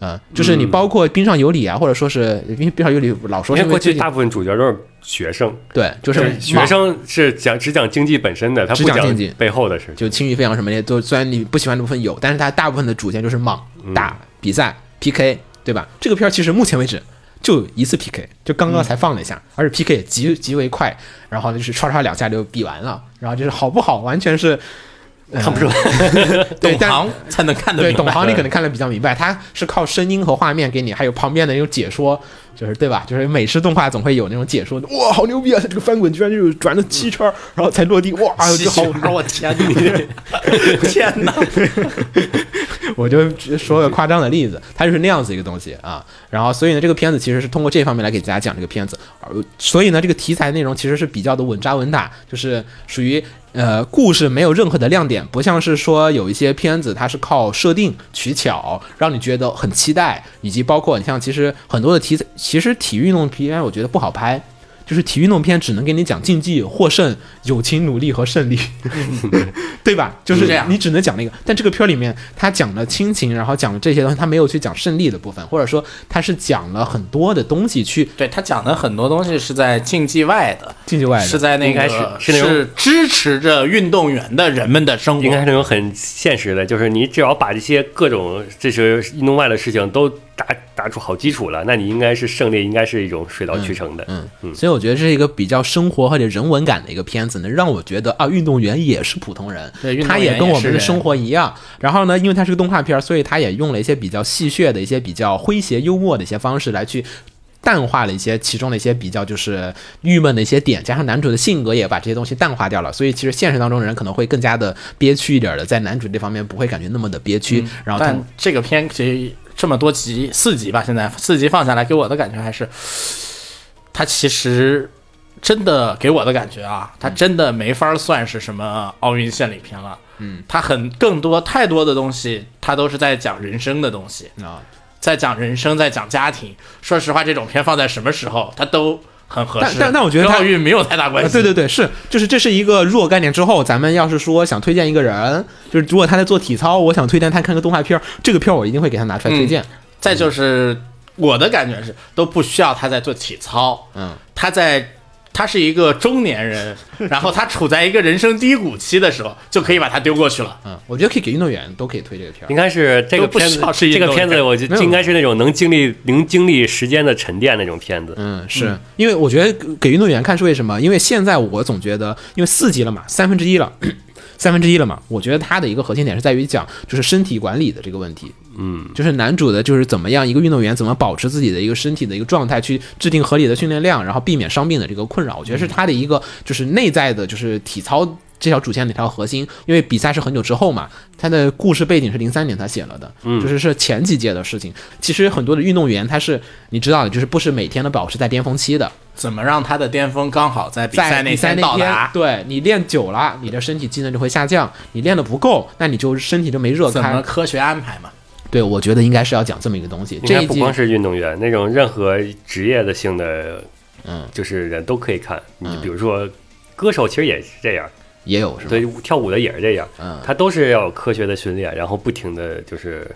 呃，就是
嗯
你包括《冰上有理》啊，或者说是《冰冰上有理》，老说是
因为
因
过
为
去
最近
大部分主角都是学生，
对，就是
学生是讲只讲经济本身的，他
只
不
讲
讲
经济
背后的事情。
就轻于飞扬什么的，都虽然你不喜欢的部分有，但是它大部分的主线就是莽
嗯
打比赛 PK，对吧？这个片儿其实目前为止就一次 PK，就刚刚才放了一下，而且 PK 也极极为快，然后呢就是唰唰两下就比完了，然后就是好不好完全是
看不出来，
对，
懂
但
行才能看得
对
明白。
懂行你可能看得比较明白，它是靠声音和画面给你，还有旁边的那种解说，就是对吧？就是美式动画总会有那种解说，哇，好牛逼啊！他这个翻滚居然就转了七圈儿，然后才落地，哇，
吸
就好
血儿我天哪！天 哪！
我就只说个夸张的例子，它就是那样子一个东西啊。然后，所以呢，这个片子其实是通过这方面来给大家讲这个片子，而所以呢，这个题材内容其实是比较的稳扎稳打，就是属于呃故事没有任何的亮点，不像是说有一些片子它是靠设定取巧，让你觉得很期待，以及包括你像其实很多的题材，其实体育运动片我觉得不好拍。就是体育运动片只能给你讲竞技、获胜、友情、努力和胜利， 对吧？就是
是这样
你只能讲那个，但这个片儿里面他讲了亲情，然后讲了这些东西，他没有去讲胜利的部分，或者说他是讲了很多的东西去
对他讲的很多东西是在竞技外的，
竞技外
是
的。
在那
应该
个
是是那种
支持着运动员的人们的生活
应。该是那种很现实的，就是你只要把这些各种这些运动外的事情都打打出好基础了，那你应该是胜利，应该是一种水到渠成的。嗯，
所以我觉得这是一个比较生活或者人文感的一个片子，能让我觉得啊，运动员也是普通人
对运，动
他
员
跟
也
我
是
们的
人
生活一样。然后呢，因为它是个动画片儿，所以他也用了一些比较戏谑的一些比较诙谐幽默的一些方式来去。淡化了一些其中的一些比较就是郁闷的一些点，加上男主的性格也把这些东西淡化掉了，所以其实现实当中人可能会更加的憋屈一点儿的，在男主这方面不会感觉那么的憋屈，然后
嗯啊但
通
这个片其实这么多集，四集吧，现在四集放下来，给我的感觉还是，它其实真的给我的感觉啊，它真的没法算是什么奥运献礼片了。嗯，它很更多太多的东西，它都是在讲人生的东西，
啊
在讲人生，在讲家庭。说实话，这种片放在什么时候，它都很合适。
但但但我觉得
跟
它
奥运没有太大关
呃
系。
对对对，是，就是这是一个若概念之后，咱们要是说想推荐一个人，就是如果他在做体操，我想推荐他看个动画片儿，这个片儿我一定会给他拿出来推荐。
再就是我的感觉是都不需要他在做体操，
嗯，
他在他是一个中年人，然后他处在一个人生低谷期的时候，就可以把他丢过去了。
嗯我觉得可以给运动员都可以推这个片儿。
应该是这个
都不
片
需
子
要，是运
这个
动
片子
员
我觉
没
得
有
应该是那种能经历能经历时间的沉淀那种片子。
嗯，是因为我觉得给运动员看是为什么？因为现在我总觉得，因为四级了嘛，三分之一了， 三分之一了嘛，我觉得它的一个核心点是在于讲就是身体管理的这个问题。
嗯，
就是男主的，就是怎么样一个运动员怎么保持自己的一个身体的一个状态，去制定合理的训练量，然后避免伤病的这个困扰。我觉得是他的一个就是内在的，就是体操这条主线的一条核心。因为比赛是很久之后嘛，他的故事背景是零三年他写了的，
嗯
就是是前几届的事情。其实很多的运动员他是你知道的，就是不是每天都保持在巅峰期的，
怎么让他的巅峰刚好在比
在
赛
比
那
赛
天
那
到
天
达？
对你练久了，你的身体机能就会下降，你练的不够，那你就身体就没热
怎么
开。
科学安排嘛？
对，我觉得应该是要讲这么一个东西。
应
这
该
一
不
季
光是运动员，那种任何职业的性的，
嗯，
就是人都可以看。你
嗯
比如说，歌手其实也是这样，
也有是吗？
对，跳舞的也是这样，
嗯
他都是要有科学的训练，然后不停的就是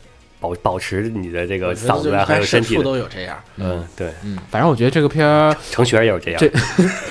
保保持你的这个嗓子啊，还有身体
处
的，
都有这样，
嗯，对，
嗯，反正我觉得这个片儿，
程序员也有这样
这，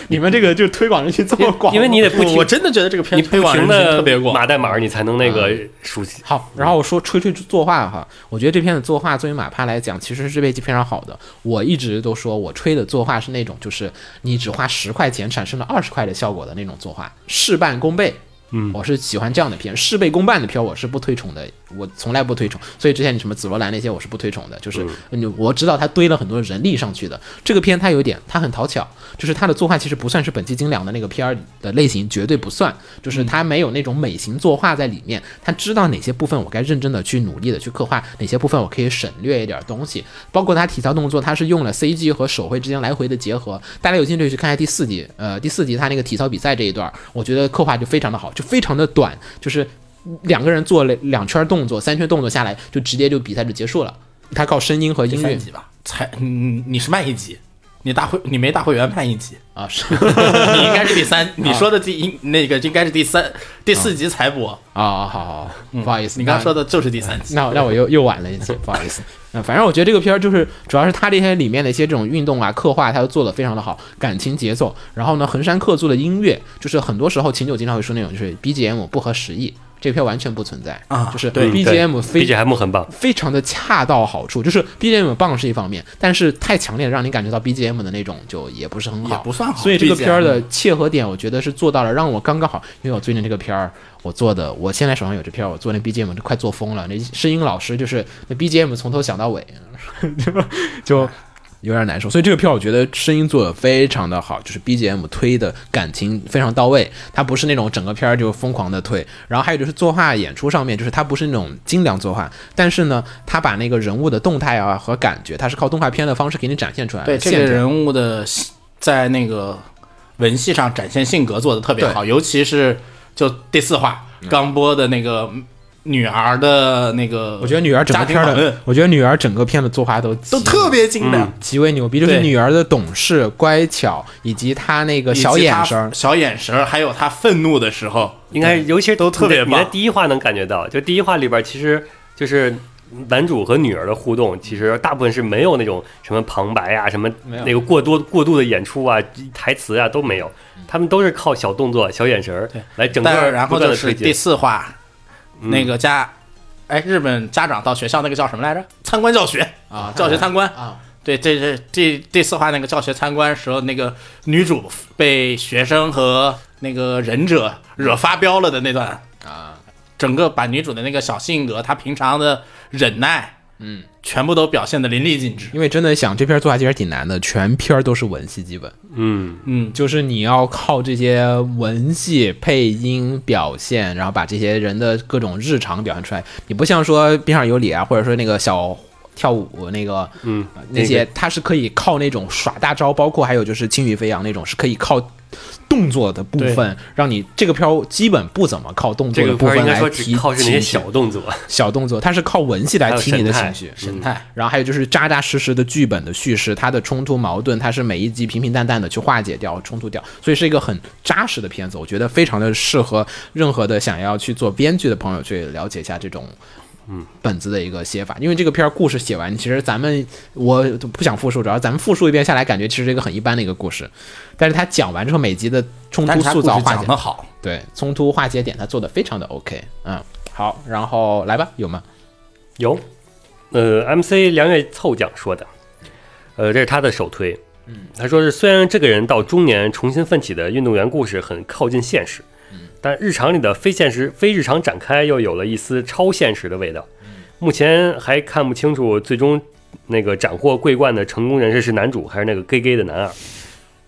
你们这个就是推广人群这么广
因为你得不
我我
停，
真的觉得这个片
你
推
不
广人
停
群特
的
别广。
码代码，你才能那个
嗯
熟悉。
好，然后我说吹吹作画哈，我觉得这片的作画作为马帕来讲，其实是被非常好的。我一直都说我吹的作画是那种，就是你只花十块钱产生了二十块的效果的那种作画，事半功倍。
嗯
我是喜欢这样的片，事倍功半的片我是不推崇的，我从来不推崇。所以之前你什么紫罗兰那些我是不推崇的，就是你我知道他堆了很多人力上去的。这个片它有一点，它很讨巧，就是它的作画其实不算是本季精良的那个片儿的类型，绝对不算，就是它没有那种美型作画在里面，它知道哪些部分我该认真的去努力的去刻画，哪些部分我可以省略一点东西，包括它体操动作，它是用了 CG 和手绘之间来回的结合。大家有兴趣去看一下第四集，呃，第四集它那个体操比赛这一段儿，我觉得刻画就非常的好，就非常的短，就是两个人做了两圈动作、三圈动作下来，就直接就比赛就结束了。它靠声音和
第
音乐
三集吧，才你你是慢一集，你大会你没大会员慢一 集。
啊，是
你应该是第三，你说的第一那个应该是第三、第四集才播。
啊，好好，好不好意思，
嗯你刚
那
刚说的就是第三集。
那那 我又又晚了一次，不好意思。嗯，反正我觉得这个片儿就是，主要是它这些里面的一些这种运动啊、刻画，它都做得非常的好，感情节奏。然后呢，横山克做的音乐，就是很多时候秦九经常会说那种就是 BGM 不合时宜，这片完全不存在
啊
就是
对
嗯对
BGM 非
BGM 很棒，
非常的恰到好处，就是 BGM 棒是一方面，但是太强烈让你感觉到 BGM 的那种就也不是很好，嗯
也不算好啊
所以这个
BGM
片儿的切合点，我觉得是做到了，让我刚刚好。因为我最近这个片儿，我做的，我现在手上有这片儿，我做那 BGM 都快做疯了。那声音老师就是那 BGM 从头想到尾， 就就有点难受。所以这个片儿我觉得声音做的非常的好，就是 BGM 推的感情非常到位，它不是那种整个片儿就疯狂的推。然后还有就是作画演出上面，就是它不是那种精良作画，但是呢，它把那个人物的动态啊和感觉，它是靠动画片的方式给你展现出来的。
对这
现
个
场
人物的在那个文戏上展现性格做的特别好，尤其是就第四话
嗯
刚播的那个女儿的那个，
我觉得女儿整个片儿
家庭嗯访问
的，我觉得女儿整个片的作画都
都
都
特别精良。
极为牛逼，就是
对
女儿的懂事、乖巧，以及她那个
以及
小眼
她
神儿。
小眼神儿，还有她愤怒的时候，
应该尤其是
都特别
你在
棒
你在第一话能感觉到，就第一话里边其实就是男主和女儿的互动，其实大部分是没有那种什么旁白啊，什么那个过多过度的演出啊、台词啊都没有，他们都是靠小动作、小眼神儿来整个
但然
不
后
断
就
的
是
推
第
进。嗯
四话，那个家，哎，日本家长到学校那个叫什么来着？参观教学
啊
教学参观
啊。
对，这是第第四话那个教学参观时候，那个女主被学生和那个忍者惹发飙了的那段啊，整个把女主的那个小性格，她平常的忍耐，嗯，全部都表现的淋漓尽致。
因为真的想这篇做下去还是挺难的，全篇都是文戏基本，
嗯，
嗯，
就是你要靠这些文戏配音表现，然后把这些人的各种日常表现出来。你不像说《边上有理》啊，或者说那个小跳舞那个，嗯，那些他是可以靠那种耍大招，包括还有就是《轻羽飞扬》那种是可以靠。动作的部分，让你这个片儿基本不怎么靠动作
这
的
个
部
片儿
分
应该
来
说
提
只靠是那些
情绪
小动作，
小动作，它是靠文戏来
还有
提你的
神态
情绪，嗯
神态，
然后还有就是扎扎实实的剧本的叙事，它的冲突矛盾，它是每一集平平淡淡的去化解掉、冲突掉，所以是一个很扎实的片子，我觉得非常的适合任何的想要去做编剧的朋友去了解一下这种。嗯，本子的一个写法，因为这个片儿故事写完，其实咱们我都不想复述，主要咱们复述一遍下来，感觉其实是一个很一般的一个故事，但是他讲完之后，每集的冲
但
突
是他
塑
故
造
事
化解
讲的好，
对冲突化解点，他做的非常的 OK，嗯，好，然后来吧，有吗？
有，呃，MC 梁月凑奖说的，呃，这是他的首推。嗯，他说是虽然这个人到中年重新奋起的运动员故事很靠近现实，但日常里的非现实、非日常展开又有了一丝超现实的味道。目前还看不清楚最终那个斩获桂冠的成功人士是男主还是那个 gay gay 的男二。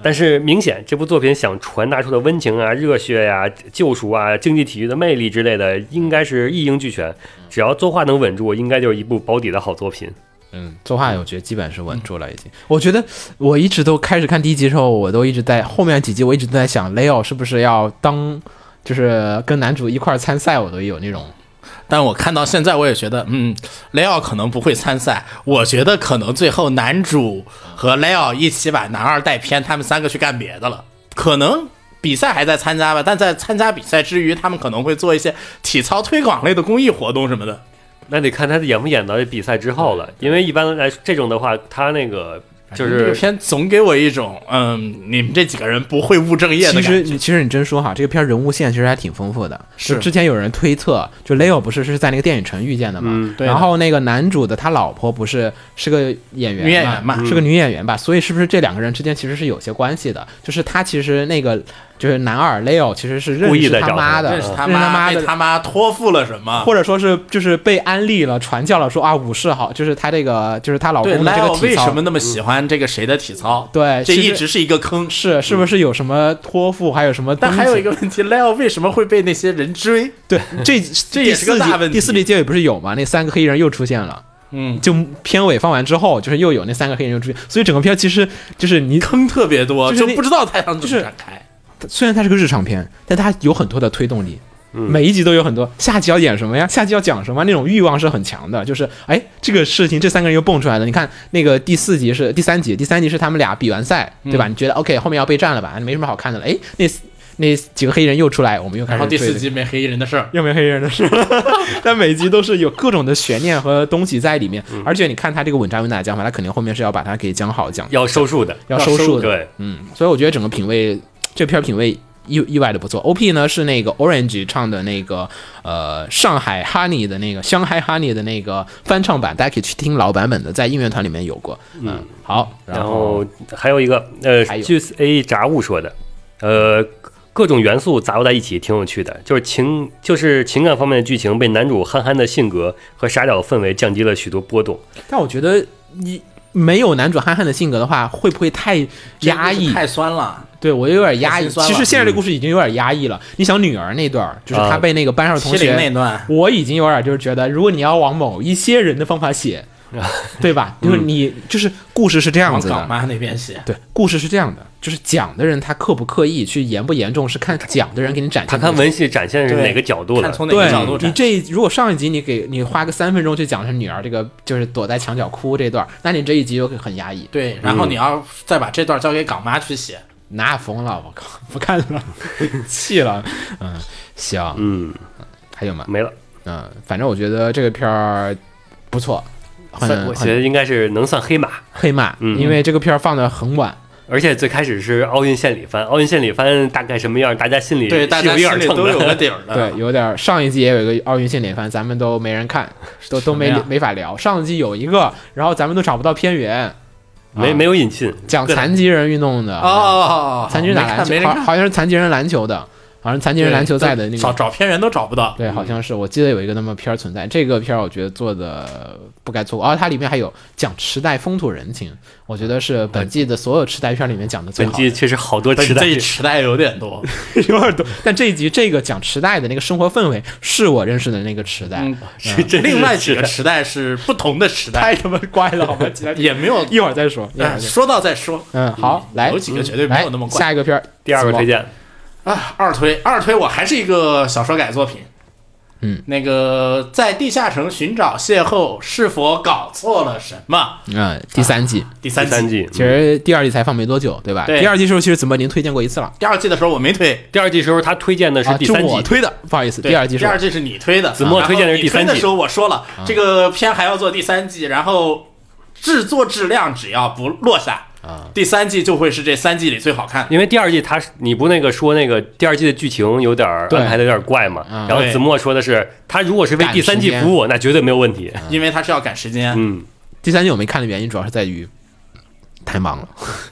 但是明显，这部作品想传达出的温情啊、热血呀、救赎啊、竞技体育的魅力之类的，应该是一应俱全。只要作画能稳住，应该就是一部保底的好作品。
嗯，作画我觉得基本是稳住了，已经。我觉得我一直都开始看第一集的时候，我都一直在后面几集，我一直都在想，Leo 是不是要当，就是跟男主一块儿参赛，我都有那种。
但我看到现在，我也觉得，嗯，雷奥可能不会参赛。我觉得可能最后男主和雷奥一起把男二带偏，他们三个去干别的了。可能比赛还在参加吧，但在参加比赛之余，他们可能会做一些体操推广类的公益活动什么的。
那得看他演不演到比赛之后了，因为一般来说这种的话，他那个就
这个
是
片总给我一种，嗯，你们这几个人不会务正业的
其
感觉。
实你其实你真说哈，这个片儿人物线其实还挺丰富的。
是
就之前有人推测，就 Leo 不是是在那个电影城遇见的嘛，
嗯对的
然后那个男主的他老婆不是是个演员，
女演员嘛
是个女演员吧，所以是不是这两个人之间其实是有些关系的？就是他其实那个就是男二 Leo 其实是认
故意
识
在
他
找
妈
他
的，
认识他
认识他
妈
妈
被
的
他妈托付了什么？
或者说是就是被安利了、传教了，说啊武士好，就是他这个就是她老
对，
公的
莱
这个
奥为
体
什
操
么那么喜欢这个谁的体操？
对
这
其实
一直是一个坑。
是是不是有什么托付，还有什么东
但
西？
还有一个问题，莱奥为什么会被那些人追？
对，这这
也是个大问题
第四季结尾不是有吗？那三个黑衣人又出现了。
嗯，
就片尾放完之后，就是又有那三个黑衣人又出现，所以整个片其实就是你
坑特别多，
就
就是
那
不知道太阳怎么
就是
展开。
虽然它是个日常片，但它有很多的推动力，
嗯
每一集都有很多下集要演什么呀，下集要讲什么，那种欲望是很强的。就是哎，这个事情这三个人又蹦出来了。你看那个第四集是第三集，第三集是他们俩比完赛，对
嗯
吧？你觉得 OK 后面要备战了吧？没什么好看的了。哎，那那几个黑衣人又出来，我们又开
然
始
后第
追
四
了
集没黑衣人的事儿，
又没黑人的事，但每集都是有各种的悬念和东西在里面，而且你看他这个稳扎稳打的讲法，他肯定后面是要把它给讲好讲，
要收束的。
要收束的，
对，
嗯，所以我觉得整个品味，这片儿品味意意外的不错。O P 呢是那个 Orange 唱的那个呃上海 Honey 的那个香海 Honey 的那个翻唱版，大家可以去听老版本的，在应援团里面有过，嗯，好，
然
然
后还有一个，呃
还有
据 A 杂物说的，呃，各种元素杂糅在一起，挺有趣的。就是情，就是情感方面的剧情被男主憨憨的性格和傻屌的氛围降低了许多波动。
但我觉得你。没有男主憨憨的性格的话，会不会太压抑？
太酸了。
对我有点压抑。
太
嗯
心酸了
其实现在这故事已经有点压抑了。你想女儿那段儿，就是她
啊
被那个班上的同
欺凌
学
那段，
我已经有点就是觉得，如果你要往某一些人的方法写，对吧？就是你就是故事是这样
啊嗯往
子
港
的，
妈那边写，
对，故事是这样的，就是讲的人他刻不刻意去严不严重，是看讲的人给你展现
他
出来。
看文戏展现是
对
哪个角度
看
了？
从哪个角度
对，
展。
你这一如果上一集你给你花个三分钟去讲是女儿这个就是躲在墙角哭这段儿，那你这一集就很压抑。
对，然后你嗯要再把这段交给港妈去写，
那疯了，我靠， 不看了，气了。嗯，行，
嗯，
还有吗？
没了。
嗯，反正我觉得这个片儿不错，
算
很
我觉
很
得应该是能算黑马。
黑马，
嗯
因为这个片儿放的很晚，
而且最开始是奥运献礼番，奥运献礼番大概什么样，大家心里
对，大
是
家
有一点
心里
秤
都有个
的。
底儿的。
对，，有点儿上一季也有一个奥运献礼番，咱们都没 人看，都都没
什么呀
没法聊。上一季有一个，然后咱们都找不到片源，啊
没没有引进，
讲残疾人运动的，
哦，
残疾人打篮
没人
球，好
看，
好像是残疾人篮球的。好像残疾人篮球赛的那
找
个，
找片人都找不到。
对，好像是我记得有一个那么片儿存在。这个片儿我觉得做的不该错过，而它里面还有讲池袋风土人情，我觉得是本季的所有池袋片儿里面讲的最
本
好的。
季确实好多
但
池
是
袋
这，一时代有点多，
有点多，但这一集这个讲池袋的那个生活氛围，是我认识的那个池袋。
是真是
另外几
池袋
嗯个时代是不同的时 代，
太他妈怪了， 好吧，其他
也没有。
一会儿再说，一会儿再
哎
说。
说到再说
嗯，好，来，
有几个绝对没有那么
来
怪
下一个片儿，
第二个
子墨
推，荐，
啊！二推二推，我还是一个小说改作品。
嗯，
那个在地下城寻找邂逅，是否搞错了什么？
嗯，第三季，
第
第
三
三季，嗯
其实第二季才放没多久，对吧？
对
第二季时候其实子墨已经推荐过一次了，
第二季的时候我没推，
第二季时候他推荐的是
啊，
第
就
三季
我，推的，不好意思，
对
第二季是
第二季是你推的，啊
子墨推荐的是第三季
然后你推的时候我说了，
啊
这个片还要做第三季，然后制作质量只要不落下，
啊
第三季就会是这三季里最好看。
因为第二季他是你不那个说那个第二季的剧情有点儿
对
安排的有点怪嘛，
嗯
然后
对
子墨说的是他如果是为第三季
赶时间
服务，那绝对没有问 题。
因为它是要赶时间，
嗯，
第三季我没看的原因主要是在于太忙了，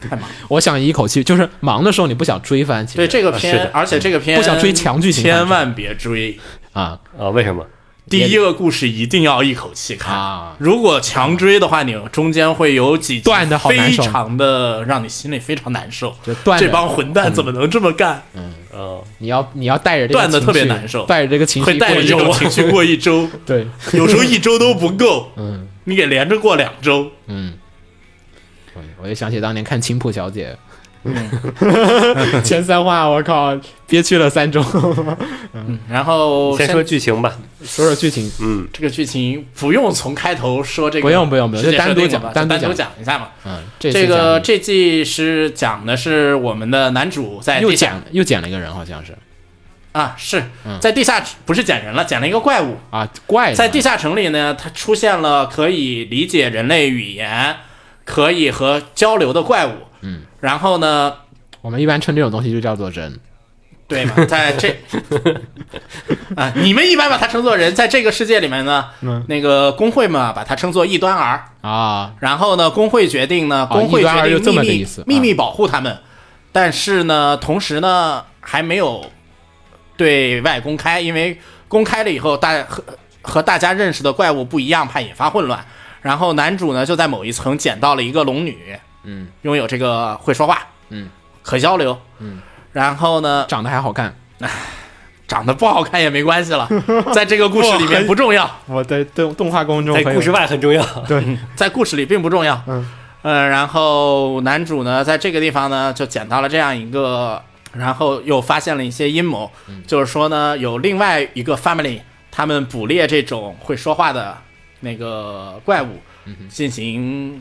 太忙。 我想一口气，就是忙的时候你不想追番，其实
对这个
是
片
的，
而且这个片
嗯不想追强剧情
千万别追。
啊，
啊，为什么？
第一个故事一定要一口气看
啊
如果强追的话，你中间会有几集
断得好难
非
受
常的让你心里非常难受。
就断着
这帮混蛋怎么能这么干？
嗯，
你要你要带着这个
断得
情
特别
绪
难受
带着这个情绪
会带着
过
这种
一 周
情绪过一周，
对，
有时候一周都不够。嗯，你给连着过两周，
嗯，我我就想起当年看《青浦小姐》嗯 前三话我靠憋屈了三周。
然后
先说剧情吧。
说说剧情，
嗯，
这个剧情，不用从开头说这个，
不用不用不用
直接
就单独
设定
讲
了吧
单
就单
独
独
讲
讲一下嘛。
嗯，这
这个
这
这季是讲的是我们的男主在
又嗯
地下
捡又捡了一个人，好像是
啊，是在地下不是捡人了，捡了一个怪物。
啊，怪
在地下城里呢，它出现了可以理解人类语言、可以和交流的怪物。嗯，然后呢，
我们一般称这种东西就叫做人，
对嘛，在这啊，你们一般把它称作人，在这个世界里面呢，那个工会嘛，把它称作异端儿。
啊，
然后呢，工会决定呢，工会
异端儿
决
就这
定
么
秘
个
密、
意思啊
秘密保护他们，但是呢，同时呢，还没有对外公开，因为公开了以后，大和和大家认识的怪物不一样，怕引发混乱。然后男主呢，就在某一层捡到了一个龙女，
嗯，
拥有这个会说话，
嗯，
可交流，嗯，然后呢，
长得还好看。
长得不好看也没关 系了，在这个故事里面不重要，
我在动动画宫中
在故事外很重要。
在故事里并不重要。嗯，呃，然后男主呢，在这个地方呢，就捡到了这样一个，然后又发现了一些阴谋，就是说呢，有另外一个 family，他们捕猎这种会说话的那个怪物，进行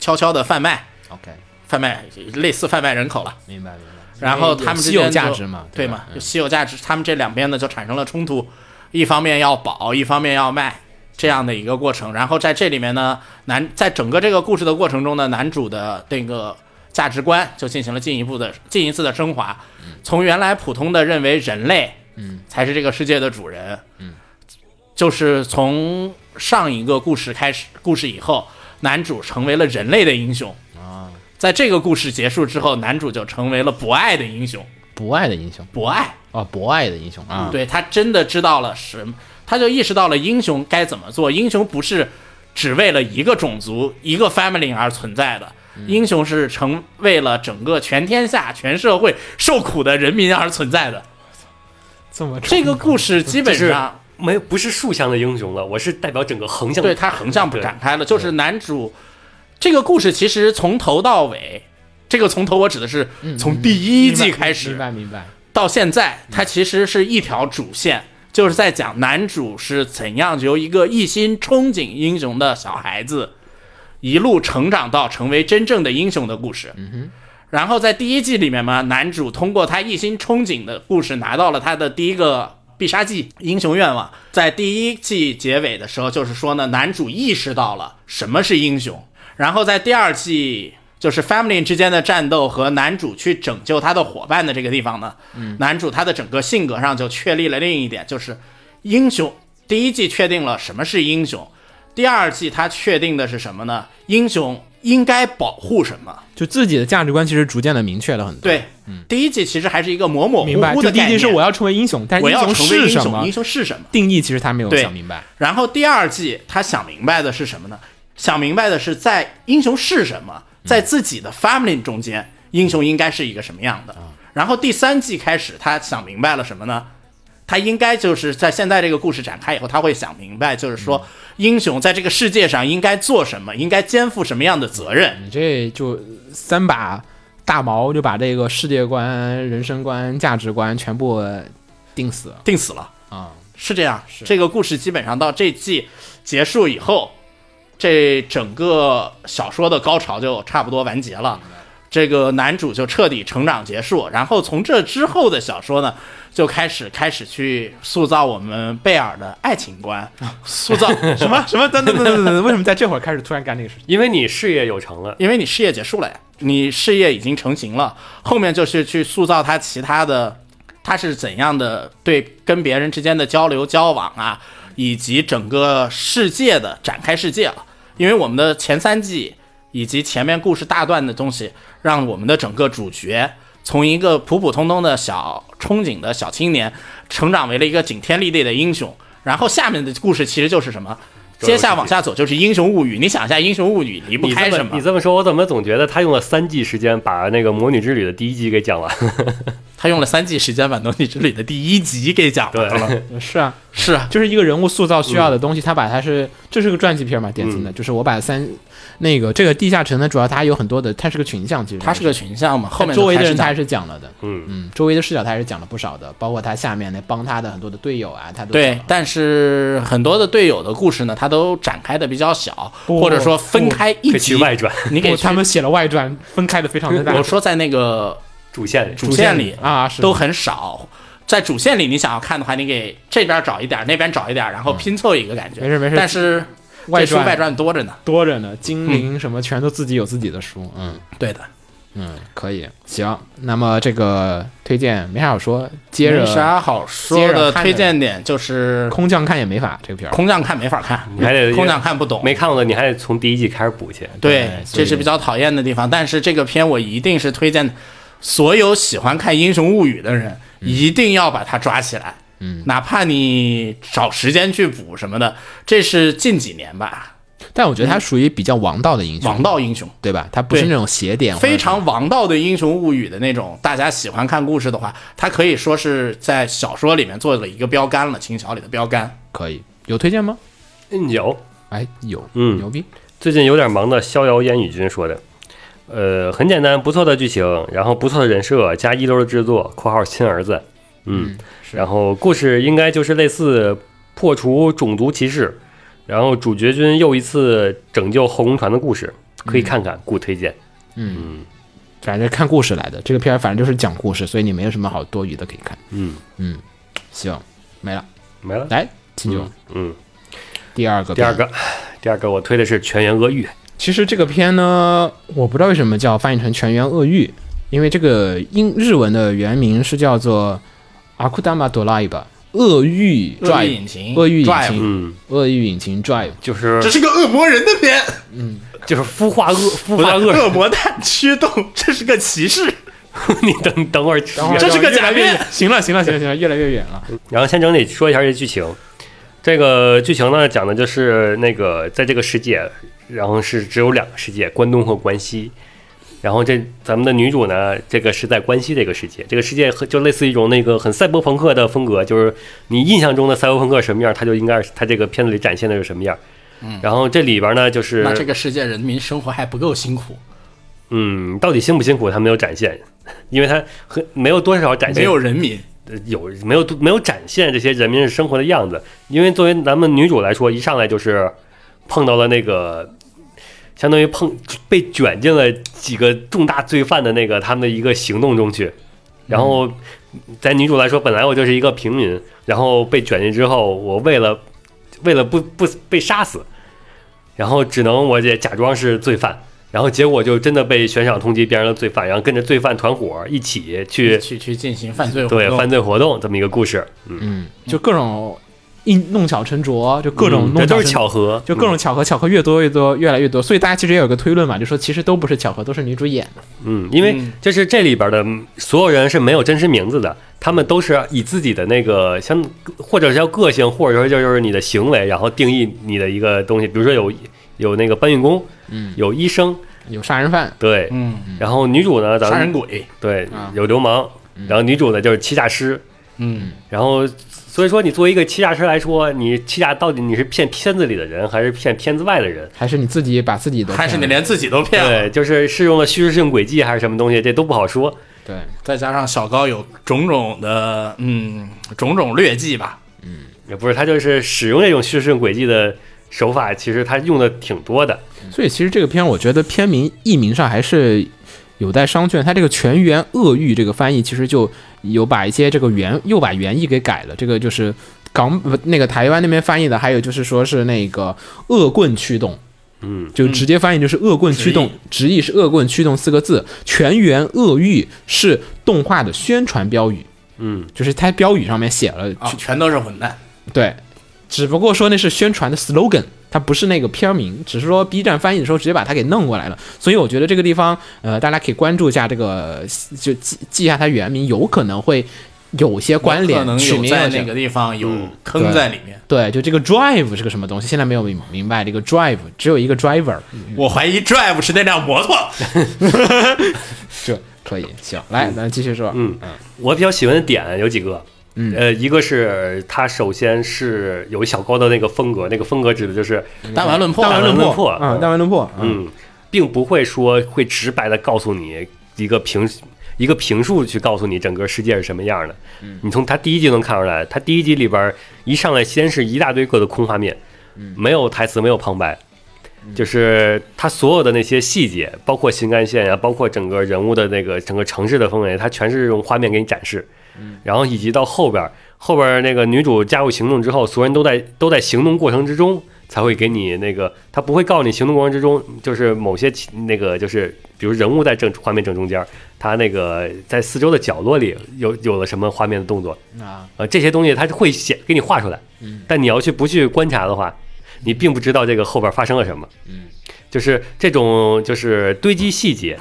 悄悄的贩卖，
OK，
贩卖类似贩卖人口了。
明白明白。
然后他们之
稀
间
有
就
价值嘛，
对
吧
嘛？，
嗯
就稀有价值，他们这两边呢就产生了冲突，一方面要保，一方面要卖，这样的一个过程。然后在这里面呢，男在整个这个故事的过程中呢，男主的那个价值观就进行了进一步的进一次的升华，从原来普通的认为人类，嗯，才是这个世界的主人，嗯，就是从上一个故事开始，故事以后，男主成为了人类的英雄啊。在这个故事结束之后，男主就成为了博爱的英雄。
博爱的英雄
博爱，
哦，博爱的英雄啊，
对他真的知道了什么，他就意识到了英雄该怎么做。英雄不是只为了一个种族、一个 family 而存在的，
嗯
英雄是成为了整个全天下、全社会受苦的人民而存在的。
这么重
这个故事基本
就是
上
没有不是竖向的英雄了，我是代表整个横向。
对他横向不
对
展开了，就是男主这个故事其实从头到尾。这个从头，我指的是从第一季开始，
嗯明白明白。
到现在，它其实是一条主线，就是在讲男主是怎样由一个一心憧憬英雄的小孩子，一路成长到成为真正的英雄的故事。然后在第一季里面嘛，男主通过他一心憧憬的故事，拿到了他的第一个必杀技——英雄愿望。在第一季结尾的时候，就是说呢，男主意识到了什么是英雄。然后在第二季，就是 family 之间的战斗和男主去拯救他的伙伴的这个地方呢，男主他的整个性格上就确立了另一点，就是英雄。第一季确定了什么是英雄，第二季他确定的是什么呢？英雄应该保护什么。
就自己的价值观其实逐渐的明确了很多。，
对，第一季其实还是一个模模糊
明白。
糊
就
的
第一
概
季
念，
是我要成为英雄，但是
我要
雄
成为
是
英
什
雄，
么
英？雄是什么？
定义其实他没有
对
想明白。
然后第二季他想明白的是什么呢？想明白的是在英雄是什么，在自己的 family 中间，英雄应该是一个什么样的。然后第三季开始，他想明白了什么呢？他应该就是在现在这个故事展开以后，他会想明白，就是说英雄在这个世界上应该做什么，应该肩负什么样的责任。
你这就三把大矛就把这个世界观、人生观、价值观全部定死了
定死了，
啊、
是这样。这个故事基本上到这季结束以后，这整个小说的高潮就差不多完结了。这个男主就彻底成长结束，然后从这之后的小说呢，就开始开始去塑造我们贝尔的爱情观，塑造什么什么等等等等等等，
为什么在这会儿开始突然干这个事情？
因为你事业有成了，
因为你事业结束了呀，你事业已经成型了，后面就是去塑造他其他的，他是怎样的对跟别人之间的交流交往啊，以及整个世界的展开世界了。因为我们的前三季以及前面故事大段的东西，让我们的整个主角从一个普普通通的小憧憬的小青年，成长为了一个顶天立地的英雄。然后下面的故事其实就是什么？接下往下走就是《英雄物语》，你想一下，《英雄物语》离不
你
开
这
什
么
么？
你这么说，我怎么总觉得他用了三季时间把那个《魔女之旅》的第一季给讲完？
他用了三季时间把《东西之旅》的第一集给讲
对
完了。
是啊，
是啊，
就是一个人物塑造需要的东西，他把它是这是个传记片嘛，典型
嗯
的、就是我把三那个这个地下城呢，主要它有很多的，它是个群像，其实
他是个群像嘛，后面
周围的人他
才
还是讲了的，
嗯，
嗯，周围的视角他还是讲了不少的，包括他下面那帮他的很多的队友啊，他都讲
对
了，
但是很多的队友的故事呢，他都展开的比较小，或者说分开一
可
集
去。外传
你给
不他们写了外传，分开的非常的大
我，说在那个
主线里，
主线里
啊是
都很少。在主线里，你想要看的话，你给这边找一点，那边找一点，然后拼凑一个感觉。
没事没事
但是
外
这书
传
外传多着呢。
多着呢，精
嗯
灵什么全都自己有自己的书，嗯
对的，
嗯，可以行，那么这个推荐没啥好说，接
没
着
啥好
接
说
着
的
看着
推荐嗯点就是
空降看也没法这个片儿，
空降看没法看，
你还得
空降看不懂，
没看过的你还得从第一季开始补去。
对
对，所
这
以
是比较讨厌的地方。但是这个片我一定是推荐所有喜欢看《英雄物语》的人，一定要把它抓起来。嗯，哪怕你找时间去补什么的，这是近几年吧，
但我觉得他属于比较王道的英雄，
王道英雄。
对吧？他不是
对
那种邪典，
非常王道的《英雄物语》的那种，大家喜欢看故事的话，它可以说是在小说里面做了一个标杆了，轻小里的标杆。
可以有推荐吗？
嗯，有
哎，有，
嗯
牛逼，
最近有点忙的逍遥烟雨君说的，呃，很简单，不错的剧情，然后不错的人设，加一流的制作（括号亲儿子），嗯，然后故事应该就是类似破除种族歧视，然后主角军又一次拯救后宫团的故事，可以看看，故推荐。
嗯，反正看故事来的，这个片儿反正就是讲故事，所以你没有什么好多余的可以看。
嗯，
行，没了，
没了。
来，秦九，
嗯，
第二个，
第二。个，第二个我推的是《全员恶欲》，
其实这个片呢，我不知道为什么叫翻译成《全员恶欲》，因为这个英日文的原名是叫做《阿库达玛多拉伊巴》恶欲
恶意
Drive，
引擎，
恶欲引
Drive
擎，
嗯，
恶欲引擎 Drive。
就是
这是个恶魔人的片，
就是孵化恶孵
不是
化恶，
恶魔蛋驱动，这是个骑士。
你等等会儿吃
等会儿
这是个假
越来越
面
行了，行了，行了，行了，越来越远了。
然后先整体说一下这剧情。这个剧情呢，讲的就是那个在这个世界，然后是只有两个世界，关东和关西。然后这咱们的女主呢，这个是在关西这个世界，这个世界和就类似一种那个很赛博朋克的风格，就是你印象中的赛博朋克什么样，它就应该是它这个片子里展现的是什么样。然后这里边呢，就是
嗯那这个世界人民生活还不够辛苦，
嗯，到底辛不辛苦，它没有展现，因为它很没有多少展现，
没有人民，
呃有没有没有展现这些人民生活的样子？因为作为咱们女主来说，一上来就是碰到了那个，相当于碰被卷进了几个重大罪犯的那个他们的一个行动中去。然后，在女主来说，本来我就是一个平民，然后被卷进之后，我为了为了不不被杀死，然后只能我也假装是罪犯，然后结果就真的被悬赏通缉变成了罪犯，然后跟着罪犯团伙一起去
去去进行犯罪活
对
动。嗯
犯罪活动这么一个故事。
嗯，就各种一弄巧成拙，就各种
这
弄巧
嗯都是
成
巧嗯合，
就各种巧合，巧合越多越多，越来越多。所以大家其实也有个推论嘛，就说其实都不是巧合，都是女主演的。
嗯，因为就是这里边的嗯所有人是没有真实名字的，他们都是以自己的那个相，或者叫个性，或者说就是你的行为，然后定义你的一个东西。比如说有有那个搬运工，嗯，有医生，
有杀人犯，
对，
嗯，
然后女主呢，咱
杀人
们
鬼，啊
对有流氓，然后女主呢就是欺诈师，
嗯，
然后所以说你作为一个欺诈师来说，你欺诈到底你是骗片子里的人，还是骗片子外的人？
还是你自己把自己的，
还是你连自己都骗了，
对，就是是用了叙事性轨迹还是什么东西，这都不好说。
对
再加上小高有种种的嗯种种劣迹吧，
也不是，他就是使用这种叙事性轨迹的手法，其实他用的挺多的。
所以其实这个片我觉得片名译名上还是有待商榷。它这个“全员恶欲”这个翻译其实就有把一些这个原又把原意给改了。这个就是港不那个台湾那边翻译的，还有就是说是那个呃恶棍驱动。
嗯，
就直接翻译就是“恶棍驱动”，直译是“恶棍驱动”四个字。全员恶欲是动画的宣传标语，
嗯，
就是它标语上面写了
啊，全都是混蛋，
对，只不过说那是宣传的 slogan，它不是那个片名，只是说 B 站翻译的时候直接把它给弄过来了。所以我觉得这个地方，呃，大家可以关注一下这个，就记记一下它原名，有可能会有些关
可
联。
能
取
有
名
在
要这
那
样
个地方有
对
坑在里面，
对，就这个 drive 是个什么东西，现在没有明明白。这个 drive 只有一个 driver，
我怀疑 Drive 是那辆摩 托，
这可以行。来，咱继续说。
嗯我比较喜欢的点有几个，
嗯
呃，一个是他首先是有小高的那个风格，那个风格指的就是，
弹丸论破，
弹丸论破
嗯，弹丸论破，嗯，
嗯，并不会说会直白的告诉你一个评一个评述去告诉你整个世界是什么样的。你从他第一集能看出来，他第一集里边一上来先是一大堆各的空画面，没有台词，没有旁白。就是他所有的那些细节，包括新干线呀、啊包括整个人物的那个整个城市的氛围，他全是用画面给你展示。然后以及到后边儿，后边儿那个女主加入行动之后，所有人都在都在行动过程之中才会给你那个，他不会告诉你行动过程之中就是某些其那个就是，比如人物在正画面正中间儿，他那个在四周的角落里有有了什么画面的动作
啊，
呃，这些东西他会写给你画出来，但你要去不去观察的话，你并不知道这个后边儿发生了什么，嗯，就是这种就是堆积细节，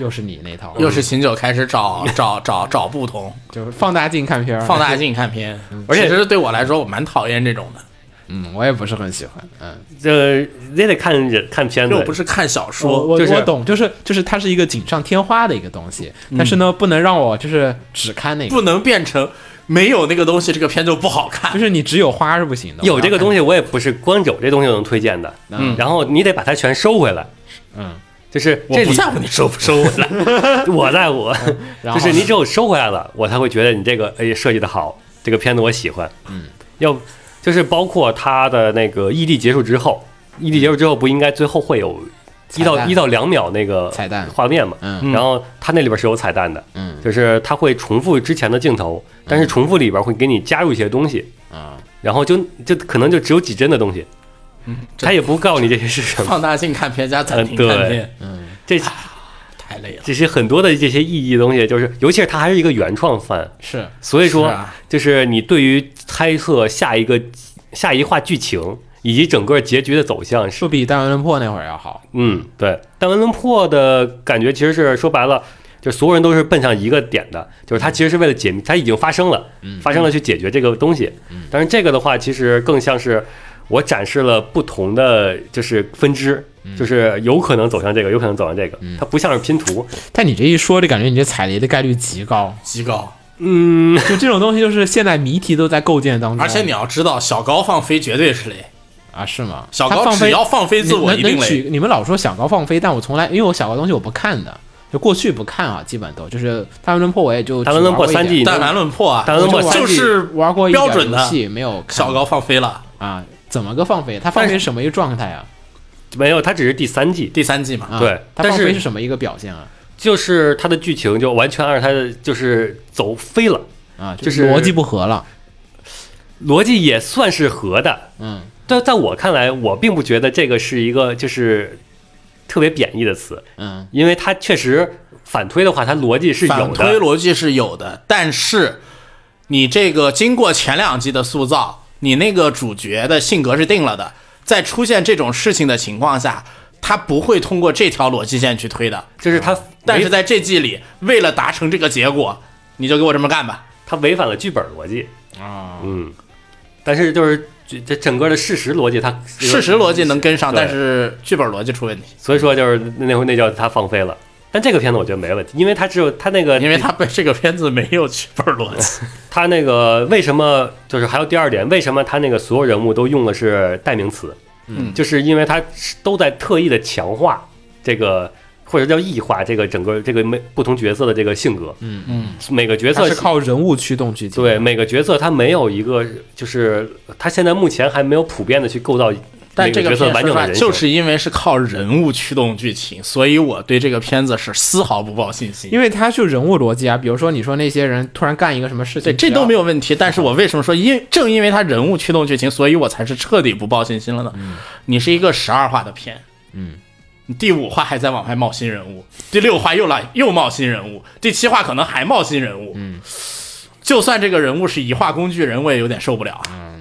又是你那套，
又是秦九开始找找找找不 同，
就是放大镜看片儿，
放大镜看片，
而且
其实对我来说，我蛮讨厌这种的。
嗯，我也不是很喜欢，嗯。
这也得看人看片子，
又不是看小
我
说，
我、
就是
我懂，就是就是它是一个锦上添花的一个东西，但是呢，不能让我就是只看那个，
嗯不能变成没有那个东西，这个片就不好
就
看。
是你只有花是不行的。
有这个东
西，
西，我也不是光有这东西能推荐的。
嗯
然后你得把它全收回来，
嗯，
就是
我
这
不
里
在乎你收不收回来，
我在乎，
然
就
后
是你只有收回来了，我才会觉得你这个哎设计的好，这个片子我喜欢。嗯，要就是包括它的那个异地结束之后，异地结束之后不应该最后会有一
彩
到
蛋
一到两秒那个
彩蛋
画面嘛？
嗯
然后它那里边是有彩蛋的，
嗯
就是它会重复之前的镜头，但是重复里边会给你加入一些东西。
啊，
然后就就可能就只有几帧的东西，他也不告诉你这些 是什 么，
放大镜看片加暂停
嗯对
看片，
这
太累了。
这些很多的这些意义的东西，就是尤其是它还是一个原创番，
是
所以
是
说
啊
就是你对于猜测下一个下一话剧情以及整个结局的走向是
不比《弹丸论破》那会儿要好。
嗯，对，但文伦破的感觉其实是说白了，就所有人都是奔向一个点的，就是他其实是为了解密，他已经发生了，发生了去解决这个东西。但是这个的话，其实更像是我展示了不同的就是分支，就是有可能走向这个，有可能走向这个，它不像是拼图。
但你这一说，就感觉你这踩雷的概率极高。
极高，
嗯，
就这种东西，就是现在谜题都在构建当中。
而且你要知道，小高放飞绝对是雷。
啊，是吗？
小
他
高
放
只
飞
要放飞自我，
你
一
能
定
能
雷。
举你们老说小高放飞，但我从来因为我小高东西我不看的，就过去不看啊，基本都就是《弹丸论破》我也就
弹丸论破
只玩
三
过一
D，
点
弹丸论破啊，
弹丸论破三
就
D
是
玩过一点
标准的
游戏，没有看
小高放飞了，
啊，怎么个放飞？他放飞是什么一个状态啊？
没有，它只是第三季，
第三季嘛，
啊
对
他
但
放飞
是
是什么一个表现啊？
就是它的剧情就完全按照它的就是走飞了，
啊，就
就是
逻辑不合了。
逻辑也算是合的，
嗯，
但在我看来，我并不觉得这个是一个就是特别贬义的词，
嗯，
因为它确实反推的话，它逻辑是
反
有
推
的。
逻辑是有的，但是你这个经过前两季的塑造，你那个主角的性格是定了的，在出现这种事情的情况下，他不会通过这条逻辑线去推的。
就是他违，
啊但是在这季里，为了达成这个结果，你就给我这么干吧。
他违反了剧本逻辑啊，嗯，但是就是这这整个的事实逻辑，他
事实逻辑能跟上，
对
但是剧本逻辑出问题，
所以说就是那回那叫他放飞了。但这个片子我觉得没问题，因为他只有他那个，
因为他被这个片子没有剧本逻辑。
他那个为什么就是还有第二点，为什么他那个所有人物都用的是代名词？
嗯
就是因为他都在特意的强化这个或者叫异化这个整个这个每不同角色的这个性格。嗯
嗯，
每个角
它
色
是靠人物驱动剧情。
对，每个角色他没有一个，就是他现在目前还没有普遍的去构造每
但这
角
片
色
子
完整的人设
就是因为是靠人物驱动剧情，所以我对这个片子是丝毫不抱信心。
因为它是人物逻辑啊，比如说你说那些人突然干一个什么事情，
对，这都没
有。
有问题。但是我为什么说因正因为他人物驱动剧情，所以我才是彻底不抱信心了呢？
嗯
你是一个十二话的片，嗯，你第五话还在往外冒新人物，第六话又来又冒新人物，第七话可能还冒新人物，嗯，就算这个人物是一画工具人，我也有点受不了。
嗯
啊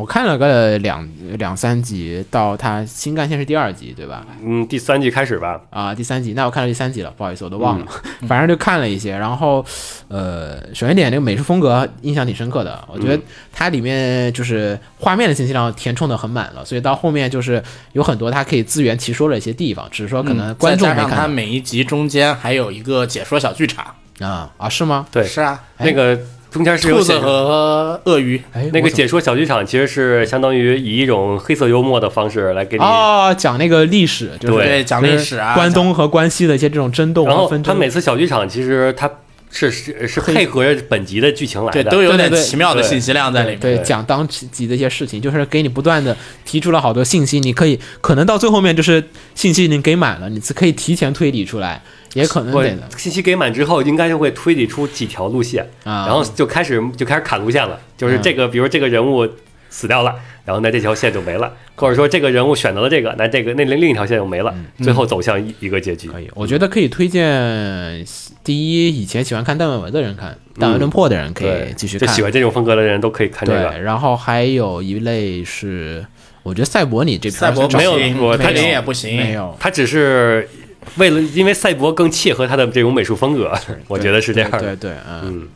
我看了个两两三集，到它新干线是第二集对吧？
嗯，第三季开始吧，
啊、第三集，那我看到第三集了，不好意思，我都忘了，反正就看了一些。然后，呃，首先一点，那个美术风格印象挺深刻的，我觉得它里面就是画面的信息量填充的很满了，所以到后面就是有很多它可以自圆其说的一些地方，只是说可能观众
再
没
加上他
看
每一集中间还有一个解说小剧场，
到啊啊是吗？
对，
是啊，
那个中间是有
兔子
写
和鳄鱼，
哎，我怎
那个
么
解说小剧场其实是相当于以一种黑色幽默的方式来给你，
哦，讲那个历史，就是
对
对，讲历史啊，
关东和关西的一些这种争斗
然
和
后
纷
他
争。
每次小剧场其实他是是是配合着本集的剧情来
对
的，
都有点
对对对
奇妙的信息量在里面。
对，讲当集的一些事情，就是给你不断的提出了好多信息，你可以可能到最后面就是信息已经给满了，你是可以提前推理出来，也可能
我
得的
信息给满之后，应该就会推理出几条路线，
啊
然后就开始就开始砍路线了。就是这个，比如这个人物死掉了，然后那这条线就没了，或者说这个人物选择了这个，那这个那另另一条线就没了，最后走向一一个结局。
可以。我觉得可以推荐第一，以前喜欢看淡文文的人看，淡文论破的人可以
对，
继续
就
看。
喜欢这种风格的人都可以看这
对，
个。
然后还有一类是，我觉得赛博你这片
赛
儿
博
是
没有
不行
我
佩
太
林
少
也不行，
没有
他只是为了，因为赛博更切合他的这种美术风格，我觉得是这样
对
的。
对对，嗯，
嗯，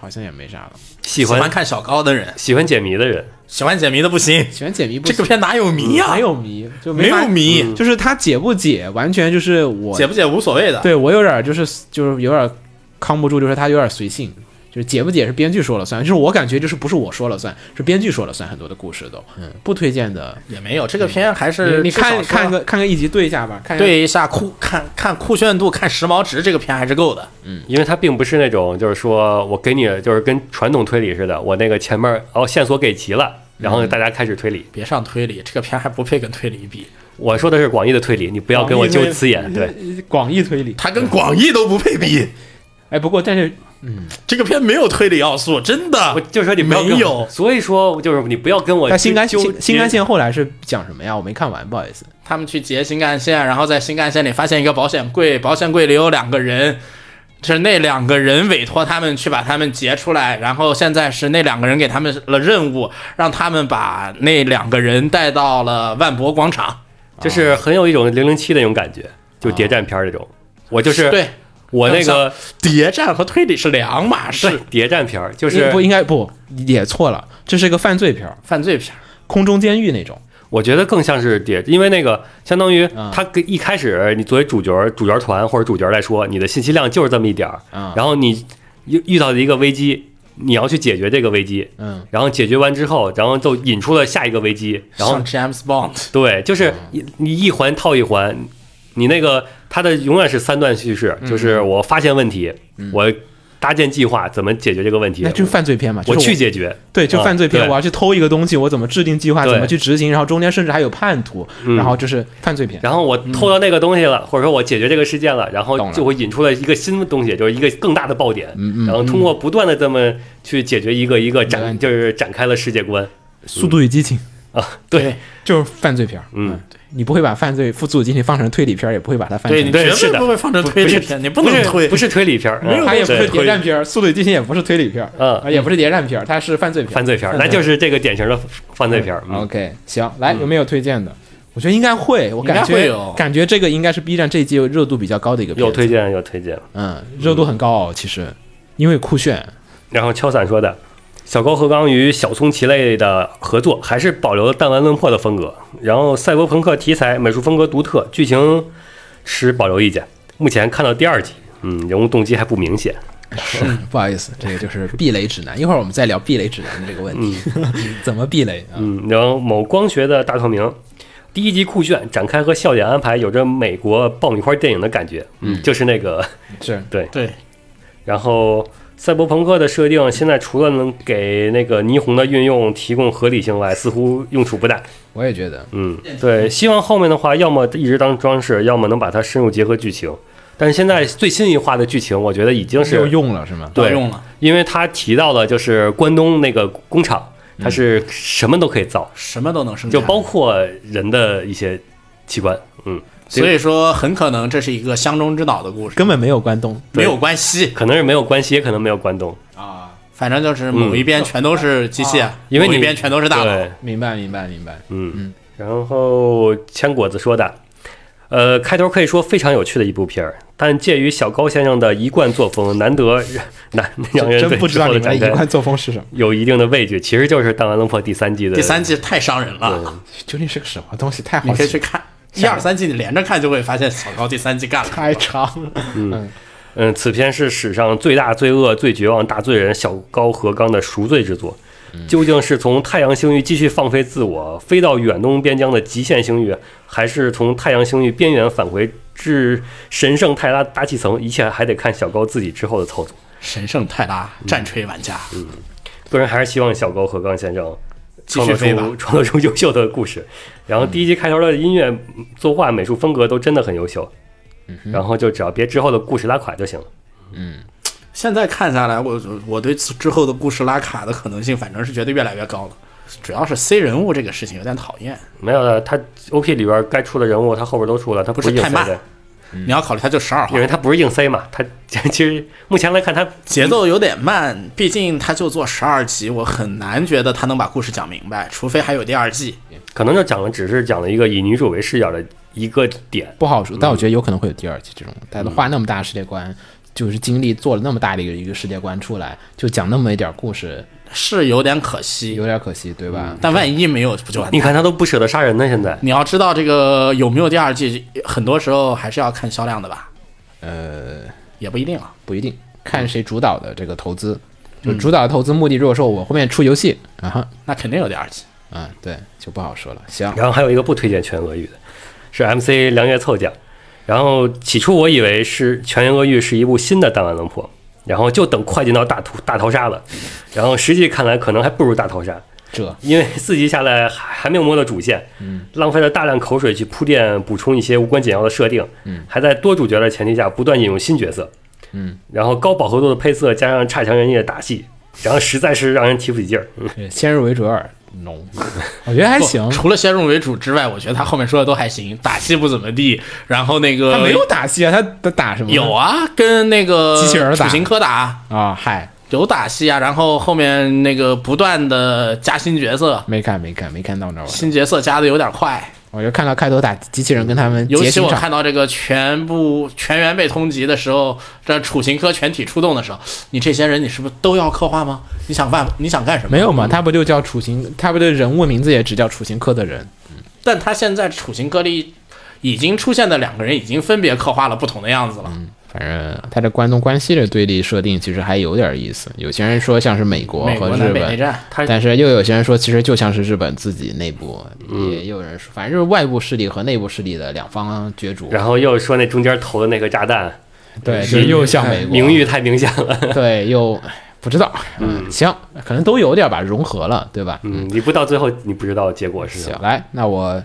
好像也没啥了。
喜
喜欢
欢
看小高的人，
喜欢解谜的人，
喜欢解谜的不行，
喜欢解谜不
这
行
个片哪有谜呀、
哪有谜就
没
法
有谜，
就是他解不解，完全就是我
解不解无所谓的。
对我有点儿就是就是有点儿扛不住，就是他有点儿随性，就是解不解是编剧说了算，就是我感觉就是不是我说了算，是编剧说了算，很多的故事都，嗯，不推荐的。
也没有这个片还
你
是
你
至
看
少说
看个看个一集对一下吧，看一下
对一下酷看看酷炫度，看时髦值，这个片还是够的。
因为它并不是那种就是说我给你就是跟传统推理似的，我那个前面儿哦线索给齐了，然
嗯
后大家开始推理。
别上推理，这个片还不配跟推理比，
我说的是广义的推理，你不要跟我揪词
嗯
眼。对，
广义推理。
它跟广义都不配比。
哎，不过但是
这个片没有推理要素，真的
我。就说你不要跟我
没有
所以说就是你不要跟我
他新干
揪
新新干。线后来是讲什么呀？我没看完，不好意思。
他们去劫新干线，然后在新干线里发现一个保险柜，保险柜里有两个人，是那两个人委托他们去把他们劫出来，然后现在是那两个人给他们了任务，让他们把那两个人带到了万博广场。
就是很有一种零零七那种感觉，就谍战片儿那种。我就是
对，
我那个
谍战和推理是两码
对
事，
谍战片儿，就
不
是
不应该不也错了，这是一个犯罪片儿，
犯罪片。
空中监狱那种。
我觉得更像是谍，因为那个相当于他跟一开始你作为主角、主角团或者主角来说，你的信息量就是这么一点儿
嗯，
然后你遇遇到一个危机，你要去解决这个危机，
嗯，
然后解决完之后，然后就引出了下一个危机，然后
像 James Bond，
对，就是你你一环套一环，你那个它的永远是三段叙事，就是我发现问题，我搭建计划怎么解决这个问题
那，就是犯罪片嘛。
我
就是
去解决，
对，就
啊
犯罪片，
对
我要去偷一个东西，我怎么制定计划，
对嗯
怎么去执行，然后中间甚至还有叛徒，然后就是犯罪片。
然后我偷到那个东西了，或者说我解决这个事件了，然后
懂了
就会引出了一个新的东西，就是一个更大的爆点。然后通过不断的这么去解决一个一个
没问
展，
题
就是展开了世界观。
速度与激情》
啊，对，
就是犯罪片儿。
嗯，
你不会把犯罪《复速精神》放成推理片儿，也不会把它放
对你
成。
对
绝
是的
对不会放成推理片，你
不
能
是
推，
不是推理片儿，嗯没
它也不是谍战
片，
片儿，《速度与激情》也不是推理片儿，
嗯
啊也不是谍战片儿，它是犯罪片儿。
犯罪片儿，那就是这个典型的犯罪片儿。嗯
OK，行，来有没有推荐的？我觉得应该会，我
应该
感
会
觉
有
感觉这个应该是 B 站这一季热度比较高的一个片
有
子，
推荐有推荐，
嗯，热度很高哦，其实因为酷炫，
然后敲伞说的，小高和刚与小松崎类的合作还是保留了弹丸论破的风格，然后赛博朋克题材，美术风格独特，剧情持保留意见。目前看到第二集，嗯，人物动机还不明显。
不好意思，这个就是 避雷指南。一会儿我们再聊避雷指南的这个问题，
嗯
怎么避雷啊？
嗯，然后某光学的大透明，第一集酷炫，展开和笑点安排有着美国爆米花电影的感觉，嗯，就是那个
是
对，
然后赛博朋克的设定，现在除了能给那个霓虹的运用提供合理性外，似乎用处不大。
我也觉得，
嗯，对，希望后面的话，要么一直当装饰，要么能把它深入结合剧情。但是现在最新一话的剧情，我觉得已经
又
是
用了是吗？
对
都用了，
因为他提到了就是关东那个工厂，
嗯
它是什么都可以造，
什么都能生
就
产，
包括人的一些器官。嗯，
所以说很可能这是一个乡中之岛的故事，
根本没有关东
没有关系，
可能是没有关西，也可能没有关东，
啊，
反正就是某一边全都是机械，
嗯啊因为
某
你
一边全都是大佬
对，
明白明白明白，
嗯，然后千果子说的，呃，开头可以说非常有趣的一部片儿，但介于小高先生的一贯作风，难得难让人
真
对
不知
之
道
后
你
的
们的
展
一
开
贯作风是什么，
有一定的畏惧，其实就是《弹丸论破》第三季的
第三季太伤人了，
究竟是个什么东西？太
你
好
可以
奇
去
了，
看一二三季，你连着看就会发现小高第三季干了什么
太长了。
嗯，此片是史上最大、最恶、最绝望大罪人小高和刚的赎罪之作。
嗯
究竟是从太阳星域继续放飞自我，飞到远东边疆的极限星域，还是从太阳星域边缘返回至神圣泰拉大气层？一切还得看小高自己之后的操作。
神圣泰拉战锤玩家，
个人还是希望小高和刚先生
继
创
续
作
飞吧
出 创作出优秀的故事。然后第一集开头的音乐、作画、美术风格都真的很优秀。
嗯
然后就只要别之后的故事拉垮就行了。
现在看下来，我我对此之后的故事拉卡的可能性，反正是觉得越来越高了。主要是 C 人物这个事情有点讨厌，
没有的，他 OP 里边该出的人物他后边都出了，他不
不是
硬
太
塞
慢
的，
你要考虑它就十二号
因为，他不是硬塞嘛。他 其实目前来看他
节奏有点慢，毕竟它就做十二集，我很难觉得它能把故事讲明白，除非还有第二季。
可能就讲了，只是讲了一个以女主为视角的一个点。
不好说，
嗯
但我觉得有可能会有第二季这种，大家都画那么大世界观，就是经历做了那么大的一个一个世界观出来，就讲那么一点故事，
是有点可惜，
有点可惜，对吧？
但万一没有不就完
你
蛋？
看他都不舍得杀人呢，现在
你要知道这个有没有第二季，很多时候还是要看销量的吧，
呃，
也不一定啊。
不一定，看谁主导的这个投资，就
嗯
主导的投资目的，如果说我后面出游戏，啊哈，
那肯定有第二季，
嗯，对，就不好说了。行，
然后还有一个不推荐全俄语的，是 MC 梁月凑讲。然后起初我以为是全俄语是一部新的《弹丸论破》，然后就等快进到大屠大逃杀了。然后实际看来可能还不如大逃杀，
这
因为四集下来还还没有摸到主线，浪费了大量口水去铺垫补充一些无关紧要的设定，还在多主角的前提下不断引用新角色，嗯，然后高饱和度的配色加上差强人意的打戏，然后实在是让人提不起劲儿，嗯，
呃先入为主有点浓，我觉得还
不
行，
除了先入为主之外，我觉得他后面说的都还行，打戏不怎么地，然后那
他
个
没有打戏啊，他他打什么？
有啊，跟那个
机器人儿打
楚行科打
啊，嗨，
有打戏啊，然后后面那个不断的加新角色，
没看没看没看到那儿，
新角色加的有点快，
我就看到开头打机器人跟他们
尤
结
其
清
我
场，
看到这个全部全员被通缉的时候，这楚行科全体出动的时候，你这些人你是不是都要刻画吗？你想办你想干什么？
没有嘛？他不就叫楚行，他不就人物名字也只叫楚行科的人，
但他现在楚行科里已经出现的两个人已经分别刻画了不同的样子了。
反正他的关东关西的对立设定其实还有点意思。有些人说像是美国
美
和
国
日
南北内
本，
战，
他
但是又有些人说其实就像是日本自己内部，也有人说，反正就是外部势力和内部势力的两方角逐。
然后又说那中间投的那个炸弹
对，就是又像美国
名誉太明显了，
对，又不知道，嗯，行，可能都有点吧，融合了，对吧？
嗯， 你不到最后你不知道结果是什啊
行
么，，
来，那我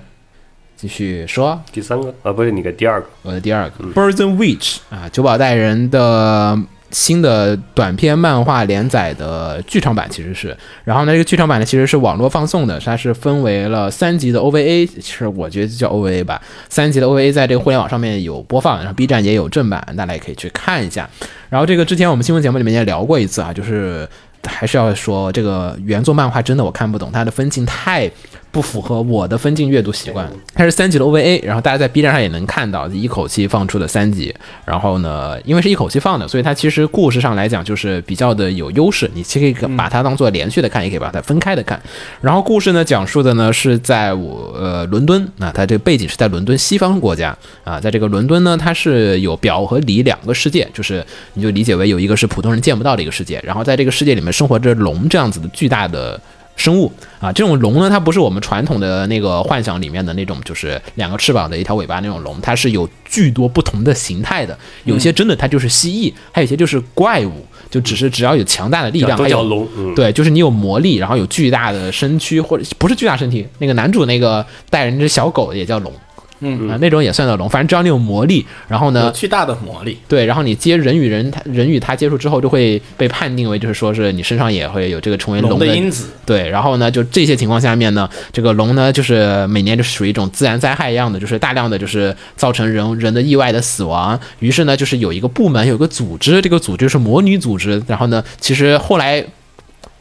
继续说
呃第三个啊不是你个第二个，
我的第二个 Burden Witch 啊，九保带人的新的短篇漫画连载的剧场版，其实是，然后呢，这个剧场版呢其实是网络放送的，它是分为了三集的 OVA，其实我觉得叫 OVA 吧，三集的 OVA 在这个互联网上面有播放，然后 B 站也有正版，大家也可以去看一下。然后这个之前我们新闻节目里面也聊过一次啊，就是还是要说这个原作漫画真的我看不懂，它的分镜太不符合我的分镜阅读习惯。它是三集的 OVA，然后大家在 B 站上也能看到一口气放出的三集。然后呢，因为是一口气放的，所以它其实故事上来讲就是比较的有优势。你其实可以把它当做连续的看，也可以把它分开的看。然后故事呢讲述的呢是在我呃伦敦，啊，它这个背景是在伦敦西方国家啊，在这个伦敦呢，它是有表和里两个世界，就是你就理解为有一个是普通人见不到的一个世界，然后在这个世界里面生活着龙这样子的巨大的。生物啊，这种龙呢，它不是我们传统的那个幻想里面的那种，就是两个翅膀的一条尾巴那种龙，它是有巨多不同的形态的，有些真的它就是蜥蜴，还有一些就是怪物，就只是只要有强大的力量，
都
还
叫
有
龙嗯
哎对，就是你有魔力，然后有巨大的身躯，或者不是巨大身体，那个男主那个带着那只小狗的也叫龙，嗯啊、那种也算叫龙，反正只要你有魔力，然后呢
有，巨大的魔力，
对，然后你接人与人，他人与他接触之后，就会被判定为就是说是你身上也会有这个成为
龙
的
的因子。
对，然后呢，就这些情况下面呢，这个龙呢，就是每年就是属于一种自然灾害一样的，就是大量的就是造成人人的意外的死亡。于是呢，就是有一个部门，有一个组织，这个组织是魔女组织。然后呢，其实后来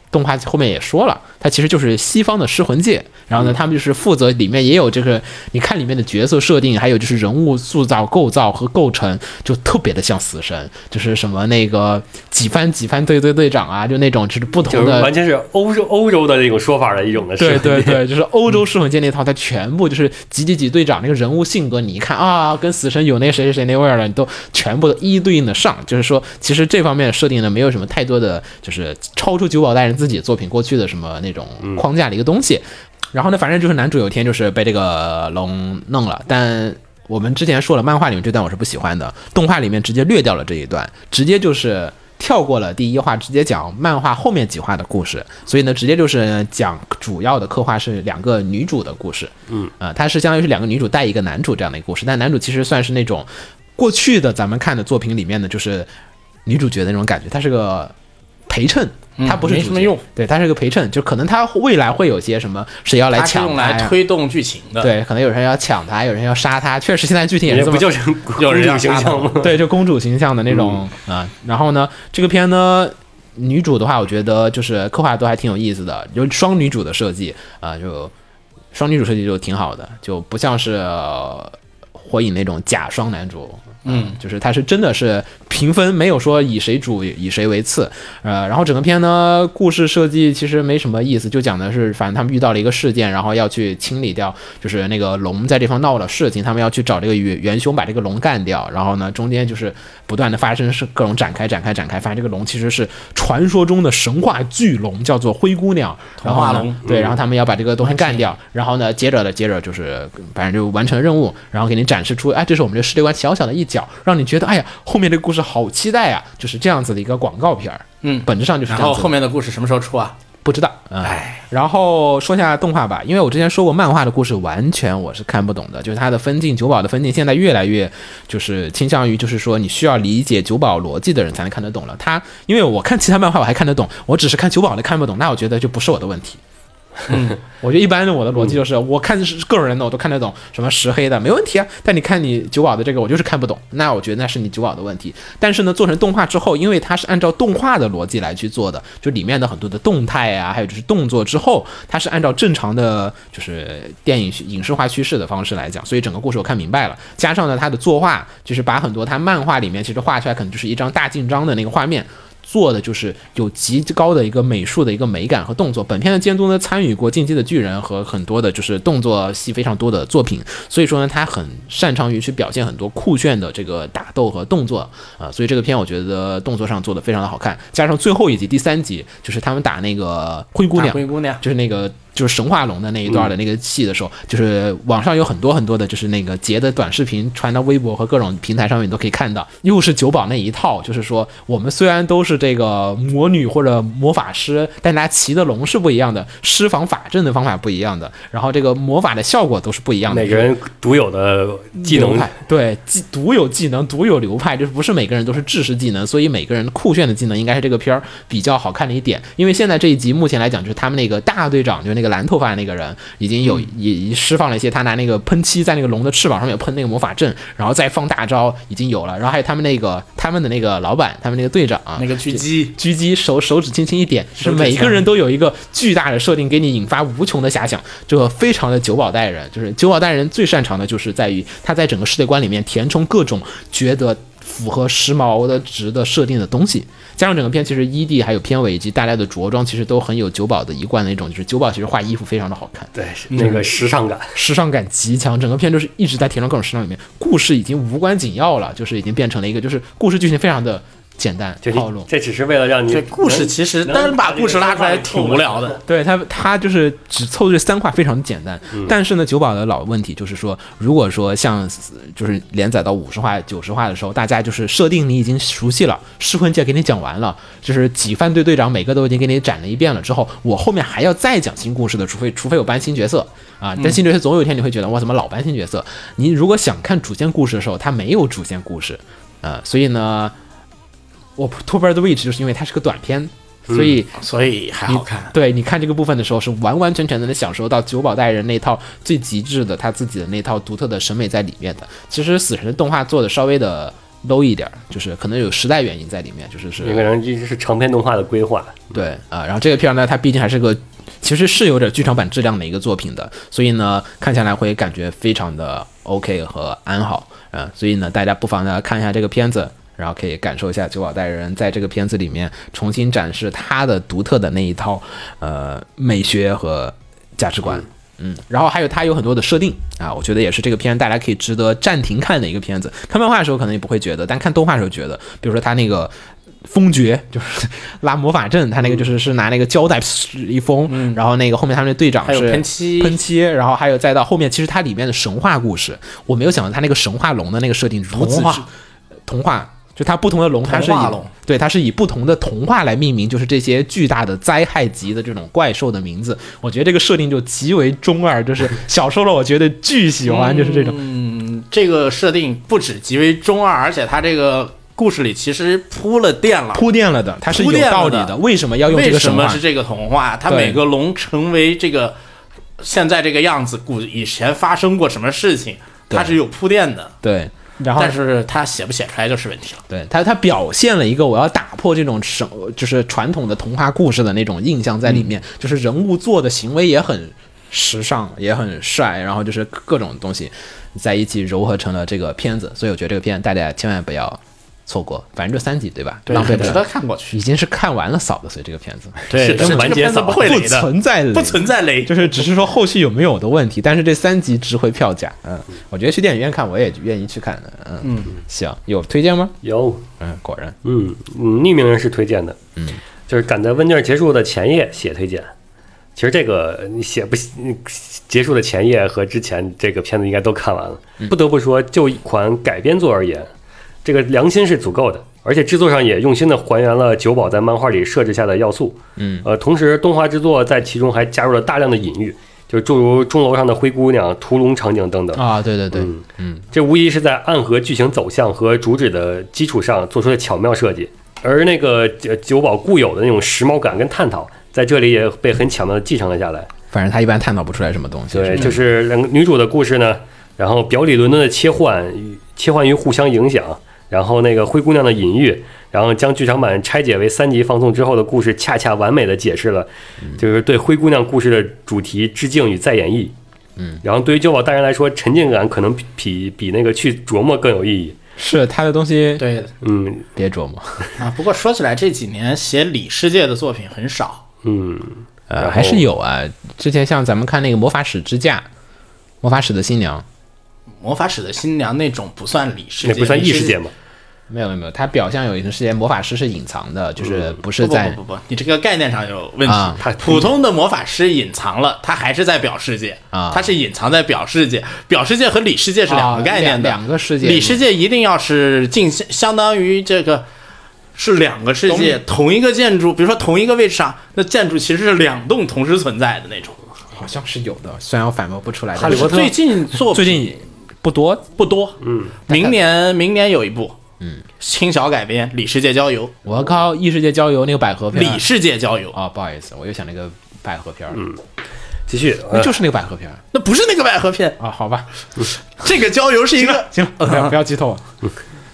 动画后面也说了，它其实就是西方的噬魂界。然后呢，他们就是负责里面也有这个，你看里面的角色设定，还有就是人物塑造、构造和构成，就特别的像死神，就是什么那个几番几番队队队长啊，就那种就是不
就
同
是
的
完全是欧洲欧洲的那种说法的一种的，是
对
吧
对对，就是欧洲噬魂界那套，它全部就是几几几队长那个人物性格，你一看啊，跟死神有那谁谁谁那味儿了，你都全部都一一对应的上。就是说，其实这方面的设定呢，没有什么太多的，就是超出九保大人自己作品过去的什么那种框架的一个东西。然后呢，反正就是男主有一天就是被这个龙弄了，但我们之前说了，漫画里面这段我是不喜欢的，动画里面直接略掉了这一段，直接就是跳过了第一话，直接讲漫画后面几话的故事，所以呢，直接就是讲主要的刻画是两个女主的故事，嗯，啊、它是相当于是两个女主带一个男主这样的一个故事，但男主其实算是那种过去的咱们看的作品里面的，就是女主角的那种感觉，她是个陪衬。她不是
没
主
什么
角
用，
对，她是个陪衬，就可能她未来会有些什么谁要来
它是
抢
用
她呀
来推动剧情的，，
对，可能有人要抢她，有人要杀她。确实，现在剧情也
人
是这
家不
么
就是
有人
公
要
主形
杀
象
他
吗？
对，就公主形象的那种
嗯
啊、然后呢，这个片呢，女主的话，我觉得就是刻画都还挺有意思的，有双女主的设计啊、就双女主设计就挺好的，就不像是、呃火影那种假双男主。嗯，就是它是真的是平分，没有说以谁主以谁为次，呃，然后整个片呢，故事设计其实没什么意思，就讲的是反正他们遇到了一个事件，然后要去清理掉，就是那个龙在这方闹了事情，他们要去找这个元元凶把这个龙干掉，然后呢，中间就是不断的发生是各种展开展开展开，发现这个龙其实是传说中的神话巨龙，叫做灰姑娘，然后
童话
呢
龙嗯
对，然后他们要把这个东西干掉，然后呢，接着的接着就是，反正就完成任务，然后给你展示出，哎，这是我们这世界观小小的一角，让你觉得，哎呀，后面这个故事好期待啊，就是这样子的一个广告片儿。
嗯
本质上就是
然
这样
后
子的。
后面的故事什么时候出啊？
不知道，嗯，然后说下动画吧，因为我之前说过，漫画的故事完全我是看不懂的，就是它的分镜，九保的分镜现在越来越就是倾向于就是说你需要理解九保逻辑的人才能看得懂了。它因为我看其他漫画我还看得懂，我只是看九保的看不懂，那我觉得就不是我的问题。我觉得一般的我的逻辑就是，我看是各种人的我都看得懂，什么石黑的没问题啊，但你看你九保的这个，我就是看不懂，那我觉得那是你九保的问题。但是呢，做成动画之后，因为它是按照动画的逻辑来去做的，就里面的很多的动态啊，还有就是动作之后，它是按照正常的就是电影影视化叙事的方式来讲，所以整个故事我看明白了。加上呢，它的作画就是把很多它漫画里面其实画出来可能就是一张大进章的那个画面，做的就是有极高的一个美术的一个美感和动作。本片的监督呢参与过《进击的巨人》和很多的就是动作戏非常多的作品，所以说呢他很擅长于去表现很多酷炫的这个打斗和动作啊、所以这个片我觉得动作上做的非常的好看，加上最后一集第三集就是他们打那个灰姑
大
娘，
灰姑娘，
就是那个就是神话龙的那一段的那个戏的时候，就是网上有很多很多的，就是那个截的短视频传到微博和各种平台上面，你都可以看到，又是九保那一套，就是说我们虽然都是这个魔女或者魔法师，但大家骑的龙是不一样的，施防法阵的方法不一样的，然后这个魔法的效果都是不一样的，
每个人独有的技
流
能，
派对技独有技能、独有流派，就是不是每个人都是制式技能，所以每个人酷炫的技能应该是这个片儿比较好看的一点。因为现在这一集目前来讲，就是他们那个大队长，就是那个蓝头发的那个人，已经有也已释放了一些，他拿那个喷漆在那个龙的翅膀上面喷那个魔法阵，然后再放大招已经有了。然后还有他们那个他们的那个老板，他们那个队长啊
那个狙击，
狙击手手指轻轻一点，就是
手指
每一个
轻
人都有一个巨大的设定，给你引发无穷的遐想，这非常的九保代人。就是九保代人最擅长的就是在于他在整个世界观里面填充各种觉得符合时髦的值的设定的东西，加上整个片其实一 D 还有片尾以及大家的着装其实都很有九保的一贯的一种，就是九保其实画衣服非常的好看。
对那
嗯
个时尚感，
时尚感极强，整个片就是一直在填充各种时尚里面，故事已经无关紧要了，就是已经变成了一个就是故事剧情非常的简单
就
套
你
路。
这只是为了让你
这故事其实
能
单把故事拉出来挺无聊的。
对他，他就是只凑这三块非常简单。但是呢，九保的老问题就是说，如果说像就是连载到五十话、九十话的时候，大家就是设定你已经熟悉了，噬魂界给你讲完了，就是几番队队长每个都已经给你展了一遍了之后，我后面还要再讲新故事的，除非除非我搬新角色啊。但新角色总有一天你会觉得，我怎么老搬新角色？你如果想看主线故事的时候，它没有主线故事，呃，所以呢，我 t o b e r the Witch 就是因为它是个短片。所以，
所以还
你
好看。
对，你看这个部分的时候，是完完全全的能享受到九保代人那套最极致的他自己的那套独特的审美在里面的。其实死神的动画做的稍微的 low 一点儿，就是可能有时代原因在里面，就是是
那个人这是长篇动画的规划，
对啊、然后这个片儿呢，它毕竟还是个其实是有点剧场版质量的一个作品的，所以呢，看下来会感觉非常的 OK 和安好啊、呃所以呢，大家不妨呢看一下这个片子。然后可以感受一下九保代人在这个片子里面重新展示他的独特的那一套呃美学和价值观。嗯，然后还有它有很多的设定啊，我觉得也是这个片大家可以值得暂停看的一个片子。看漫画的时候可能也不会觉得，但看动画的时候觉得，比如说它那个封爵，就是 拉魔法阵，它那个就是是拿那个胶带噗一封，然后那个后面他们的队长
还有
是
喷漆
喷漆，然后还有再到后面，其实它里面的神话故事，我没有想到它那个神话龙的那个设定如此
童话
之童话，就它不同的龙，它是以
童话龙
对，它是以不同的童话来命名，就是这些巨大的灾害级的这种怪兽的名字。我觉得这个设定就极为中二，就是小时候了，我觉得巨喜欢，就是这种。
嗯，这个设定不止极为中二，而且它这个故事里其实铺了垫了。
铺垫了的，它是有
铺垫了
道理
的
的。为什么要用这
为
个
什
神话
么？是这个童话？它
对
每个龙成为这个现在这个样子，古以前发生过什么事情，它
对
是有铺垫的。
对，然后
但是它写不写出来就是问题了。
对他，他表现了一个我要打破这种神，就是传统的童话故事的那种印象在里面，就是人物做的行为也很时尚，也很帅，然后就是各种东西在一起糅合成了这个片子，所以我觉得这个片大家千万不要错过，反正就三集对吧？浪费不
值
了
得，看过去。
已经是看完了扫的，所以这个片子
对
是
是
这
完
个
结
片子
扫
不会
不
雷的，
存在
不 存在雷。
就是只是说后续有没有的问题，但是这三集值回票价。嗯，我觉得去电影院看我也愿意去看的。嗯嗯，行，有推荐吗？
有
嗯，果然。
嗯，嗯匿名人士推荐的，嗯，就是赶在问卷结束的前夜写推荐。其实这个你写不你结束的前夜和之前这个片子应该都看完了。不得不说，就一款改编作而言，这个良心是足够的，而且制作上也用心的还原了九保在漫画里设置下的要素。嗯，呃，同时动画制作在其中还加入了大量的隐喻，就诸如钟楼上的灰姑娘、屠龙场景等等。
啊，对对对，
这无疑是在暗合剧情走向和主旨的基础上做出的巧妙设计，而那个呃九保固有的那种时髦感跟探讨，在这里也被很巧妙的继承了下来。
反正他一般探讨不出来什么东西。
对，
是吧
就是两个女主的故事呢，然后表里伦敦的切换，切换于互相影响，然后那个灰姑娘的隐喻，然后将剧场版拆解为三集放送之后的故事，恰恰完美的解释了，就是对灰姑娘故事的主题致敬与再演绎。嗯，然后对于九保大人来说，沉浸感可能比比比那个去琢磨更有意义。
是他的东西，
对
嗯
别琢磨，
啊，不过说起来，这几年写里世界的作品很少。
嗯，然
呃，
后
还是有啊。之前像咱们看那个《魔法使之架》，《魔法使的新娘》，
魔法使的新娘那种不算里世
那
界，
不算异
里
世界吗？
没有没有没有，它表象有一个世界魔法师是隐藏的，就是嗯不是
不不
在
不不不，你这个概念上有问题
啊。
他
普通的魔法师隐藏了，他还是在表世界
啊
他是隐藏在表世界，表世界和里世界是两个概念的，
啊两两个世界
里世界一定要是进相当于这个。是两个世界，同一个建筑，比如说同一个位置上，那建筑其实是两栋同时存在的那种。
好像是有的，虽然我反驳不出来。
哈利波特
最近作
最
品
近不多，
不多，嗯，明年明年有一部，嗯，轻小改编《里世界郊游》，
我靠，异世界郊游那个百合片儿，
里世界郊游，
哦，不好意思，我又想那个百合片儿，
继续，呃
那就是那个百合片儿
那不是那个百合片，
啊，好吧，
这个郊游是一个
行 了，不要不要剧透了，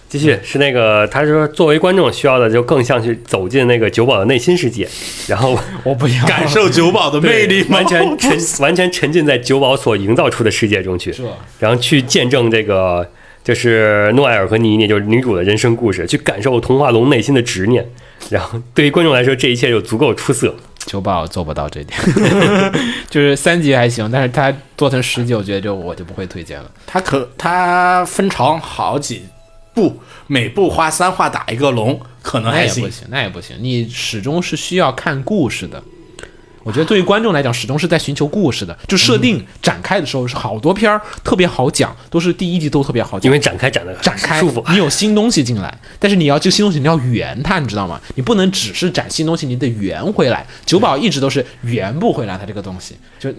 继续是那个，他说作为观众需要的就更像去走进那个酒保的内心世界，然后
我不要
感受酒保的魅力吗？
完 全沉完全沉浸在酒保所营造出的世界中去，然后去见证这个就是诺艾尔和妮妮就是女主的人生故事，去感受童话龙内心的执念，然后对于观众来说这一切就足够出色。
九宝做不到这一点， 就是三级还行，但是他做成十级，我觉得就我就不会推荐了。
他可他分成好几步，每步花三画打一个龙，可能
那
还
也不
行。
行，那也不行，你始终是需要看故事的。我觉得对于观众来讲，始终是在寻求故事的。就设
嗯
定展开的时候，是好多片儿特别好讲，都是第一集都特别好讲
因，为展开展的
展开
舒服，
你有新东西进来，但是你要这个新东西你要圆它，你知道吗？你不能只是展新东西，你得圆回来。九宝一直都是圆不回来它这个东西，就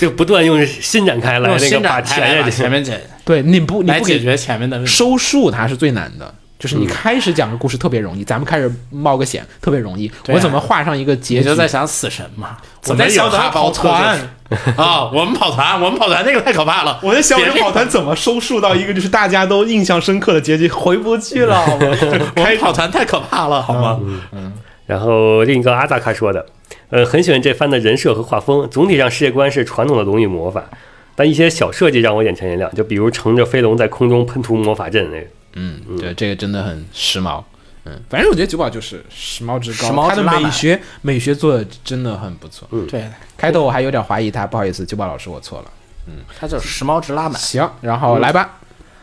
就不断用新展开来那个
先
把
展开来
前
把
面
前面解
对你不你
来
不给
解决前面的问题。嗯
收束它是最难的。就是你开始讲个故事特别容易，咱们开始冒个险特别容易。
啊
我怎么画上一个结
你
局？
就在想死神嘛？
我在想
怎么有哈
他跑
包特
团
这啊！我们跑团，我们跑团那个太可怕了。
我在想
别
我跑团怎么收束到一个就是大家都印象深刻的结局，回不去了。我
我们跑团太可怕了，好吗？
然后另一个阿达卡说的，呃，很喜欢这番的人设和画风，总体上世界观是传统的龙与魔法，但一些小设计让我眼前一亮，就比如乘着飞龙在空中喷出魔法阵那个。
嗯，对，这个真的很时髦。嗯，反正我觉得九宝就是时髦之
时
高，
髦
它
之
的
拉
美
满
学美学做的真的很不错。
对，
开头我还有点怀疑他，不好意思，九宝老师，我错了。
他就是时髦直拉满。
行，然后来吧，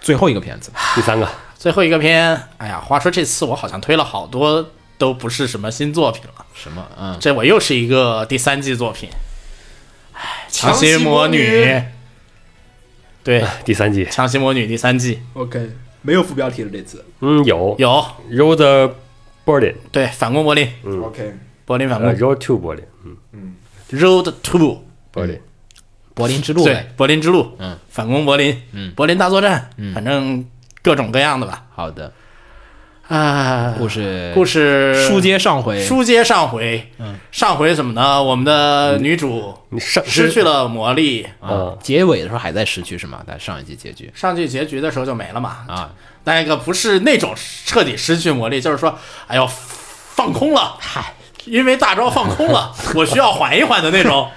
最后一个片子，
第三个，
最后一个片，哎呀，话说这次我好像推了好多都不是什么新作品了，
什么？嗯，
这我又是一个第三季作品，哎，强袭魔
强袭魔
女，对，
第三季，
强袭魔女第三季
OK，没有副标题了这次。
嗯，有
有
Road Berlin，
对反攻柏林，
OK，
柏林反
呃
攻
，Road to Berlin，嗯
Road to
，Berlin，
柏林之路
对
呗。
柏林之路，
嗯，
反攻柏林，嗯，柏林大作战，嗯，反正各种各样的吧，
好的，
啊，
故事
故事
书接上回，
书接上回，嗯，上回什么呢？我们的女主
你上
失去了魔力。
啊
啊，
结尾的时候还在失去是吗？但上一集结局
上去结局的时候就没了嘛。
啊，
那个不是那种彻底失去魔力，就是说，哎呦，放空了，嗨，因为大招放空 了，我需要缓一缓的那种，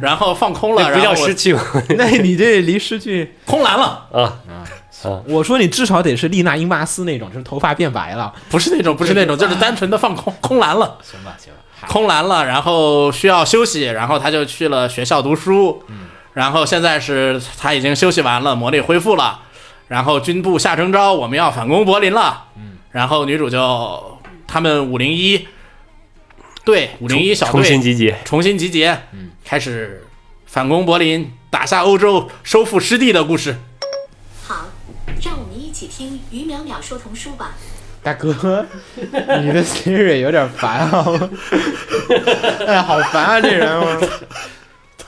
然后放空了，
那不
然
叫
后我
失去吗
那你这离失去，
空蓝了，
啊，
我说你至少得是丽娜英巴斯那种，就是头发变白了。
不是那种，不是那种，就是单纯的放 空，空蓝了，
行吧，行吧，
空蓝了，然后需要休息，然后他就去了学校读书，
嗯
然后现在是他已经休息完了，魔力恢复了，然后军部下征召，我们要反攻柏林了，
嗯
然后女主就他们五零一对五零一小
重新
队
集结，
重新集结，
嗯
开始反攻柏林，打下欧洲，收复失地的故事。
好，让我们一起听于淼淼说童书吧。
大哥，你的 Siri 有点烦啊！哎呀，好烦啊，这人！我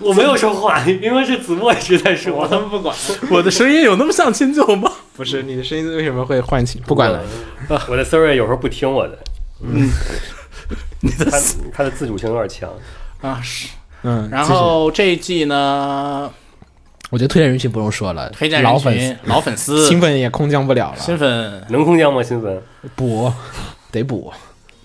我没有说话，因为是子墨一直在说，
他们不管我的声音有那么像秦九吗？
不是你的声音为什么会唤起？不管了，
我的 Siri 有时候不听我的， 嗯，他他的自主性有点强，
啊，是。
嗯，
然后这一季呢，
我觉得推荐人群不用说了，
推荐人
老粉丝
群老粉丝
新粉也空降不了了，
新粉，
能空降吗？新芬，
补得补，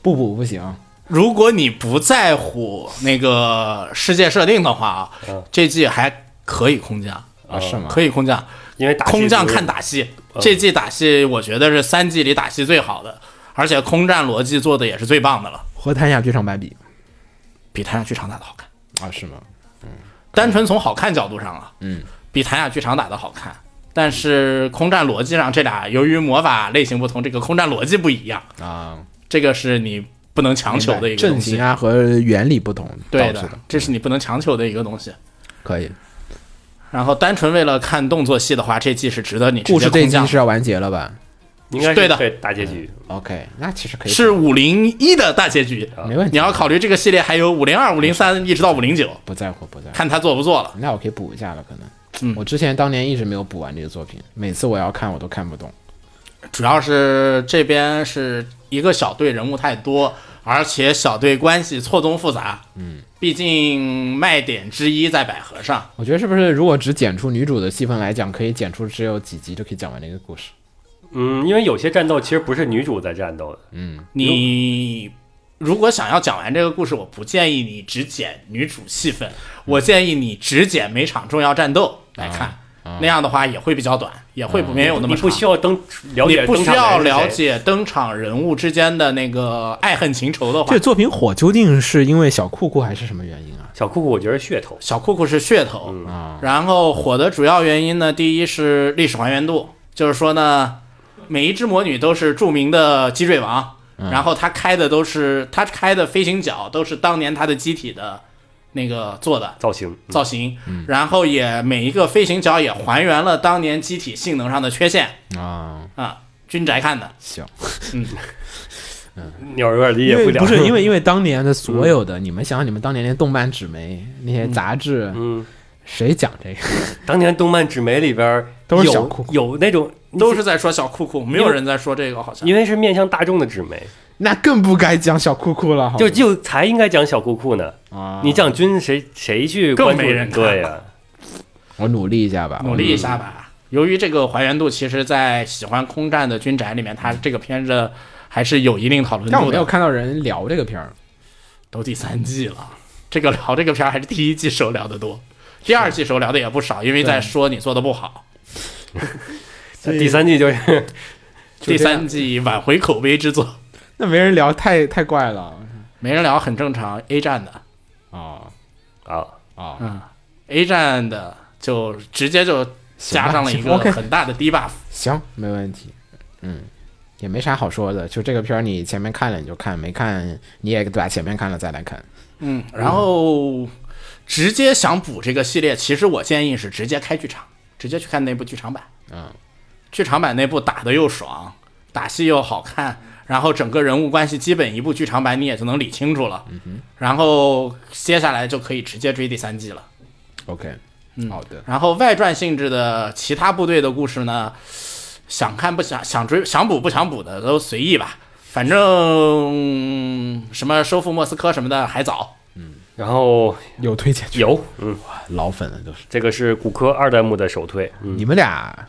不补不行。
如果你不在乎那个世界设定的话啊，
嗯
这季还可以空降，
啊，是吗？
可以空降，
因为打
空降看
打。
打戏。
嗯
这季打戏我觉得是三季里打戏最好的，而且空战逻辑做的也是最棒的了，
和谭雅剧场版比
比谭雅剧场打的好看。
啊，是吗？
单纯从好看角度上啊，
嗯，
比谭雅剧场打的好看。但是空战逻辑上，这俩由于魔法类型不同，这个空战逻辑不一样，
啊，
这个是你不能强求的一个
阵
东西
型。啊和原理不同，
对
导致
的
啊的，，
这是你不能强求的一个东西。
可以。
然后单纯为了看动作戏的话，这季是值得你直
故
接
事这一
空
季
降。
是要完结了吧
应该是
对的
对大结局。
？OK，那其实可以，
是五零一的大结局，
没问题
你要考虑这个系列还有五零二、五零三一直到五零九，
不在乎不在乎。
看他做不做了。
那我可以补一下了，可能。
嗯
我之前当年一直没有补完这个作品，每次我要看我都看不懂。
主要是这边是一个小队人物太多，而且小队关系错综复杂。嗯，毕竟卖点之一在百合上，
我觉得是不是如果只剪出女主的戏份来讲，可以剪出只有几集就可以讲完这个故事？
嗯，因为有些战斗其实不是女主在战斗的，
你如果想要讲完这个故事，我不建议你只剪女主戏份，我建议你只剪每场重要战斗来看，那样的话也会比较短，也啊嗯会不没有那么
你
长。
不需要登了
你
解，
不需要了。解登场人物之间的那个爱恨情仇的话
这，作品火究竟是因为小酷酷还是什么原因啊？
小酷酷，我觉得是噱头，
小酷酷是噱头。然后火的主要原因呢，第一是历史还原度，就是说呢，每一只魔女都是著名的脊椎王，然后她开的都是她开的飞行脚都是当年她的机体的那个做的。
造型
造型，然后也每一个飞行脚也还原了当年机体性能上的缺陷
啊，
啊，军宅看的，
行，
嗯鸟儿有点理
因
解
为
了，
不 嗯是因为因为当年的所有的，你们想想，你们当年连动漫纸媒那些杂志，
嗯，
谁讲这个？
当年动漫纸媒里边儿
都是
有
小酷酷
有那种
都是在说小酷酷，没有人在说这个好像。
因为是面向大众的纸媒，
那更不该讲小酷酷了，好吗
就就才应该讲小酷酷呢。
啊，
你讲军谁谁去
更
关注
没人看
对啊呀，
我努力一下吧，
努力一下吧。由于这个还原度，其实，在喜欢空战的军宅里面，它这个片子还是有一定讨论
但我
度
没有
的。
看到人聊这个片儿。
都第三季了，这个聊这个片儿还是第一季时候聊的多，第二
啊
季时候聊的也不少，因为在说你做的不好。
第三季就是
第三季挽回口碑之作，
那没人聊太太怪了
没人聊很正常。A 站的
啊
啊，
啊！
A 站的就直接就加上了一
行吧
个
行，OK
很大的低 buff，
行，没问题，嗯，也没啥好说的，就这个片儿你前面看了你就看，没看你也把前面看了再来看。
嗯，然后直接想补这个系列，其实我建议是直接开剧场，直接去看那部剧场版。
嗯，
剧场版那部打的又爽，打戏又好看，然后整个人物关系基本一部剧场版你也就能理清楚了。嗯、然后接下来就可以直接追第三季了。
OK，好的，
然后外传性质的其他部队的故事呢，想看不想想追想补不想补的都随意吧，反正嗯什么收复莫斯科什么的还早。
然后
有推荐剧，
有嗯，
老粉了都是。
这个是骨科二代目的首推，嗯，
你们俩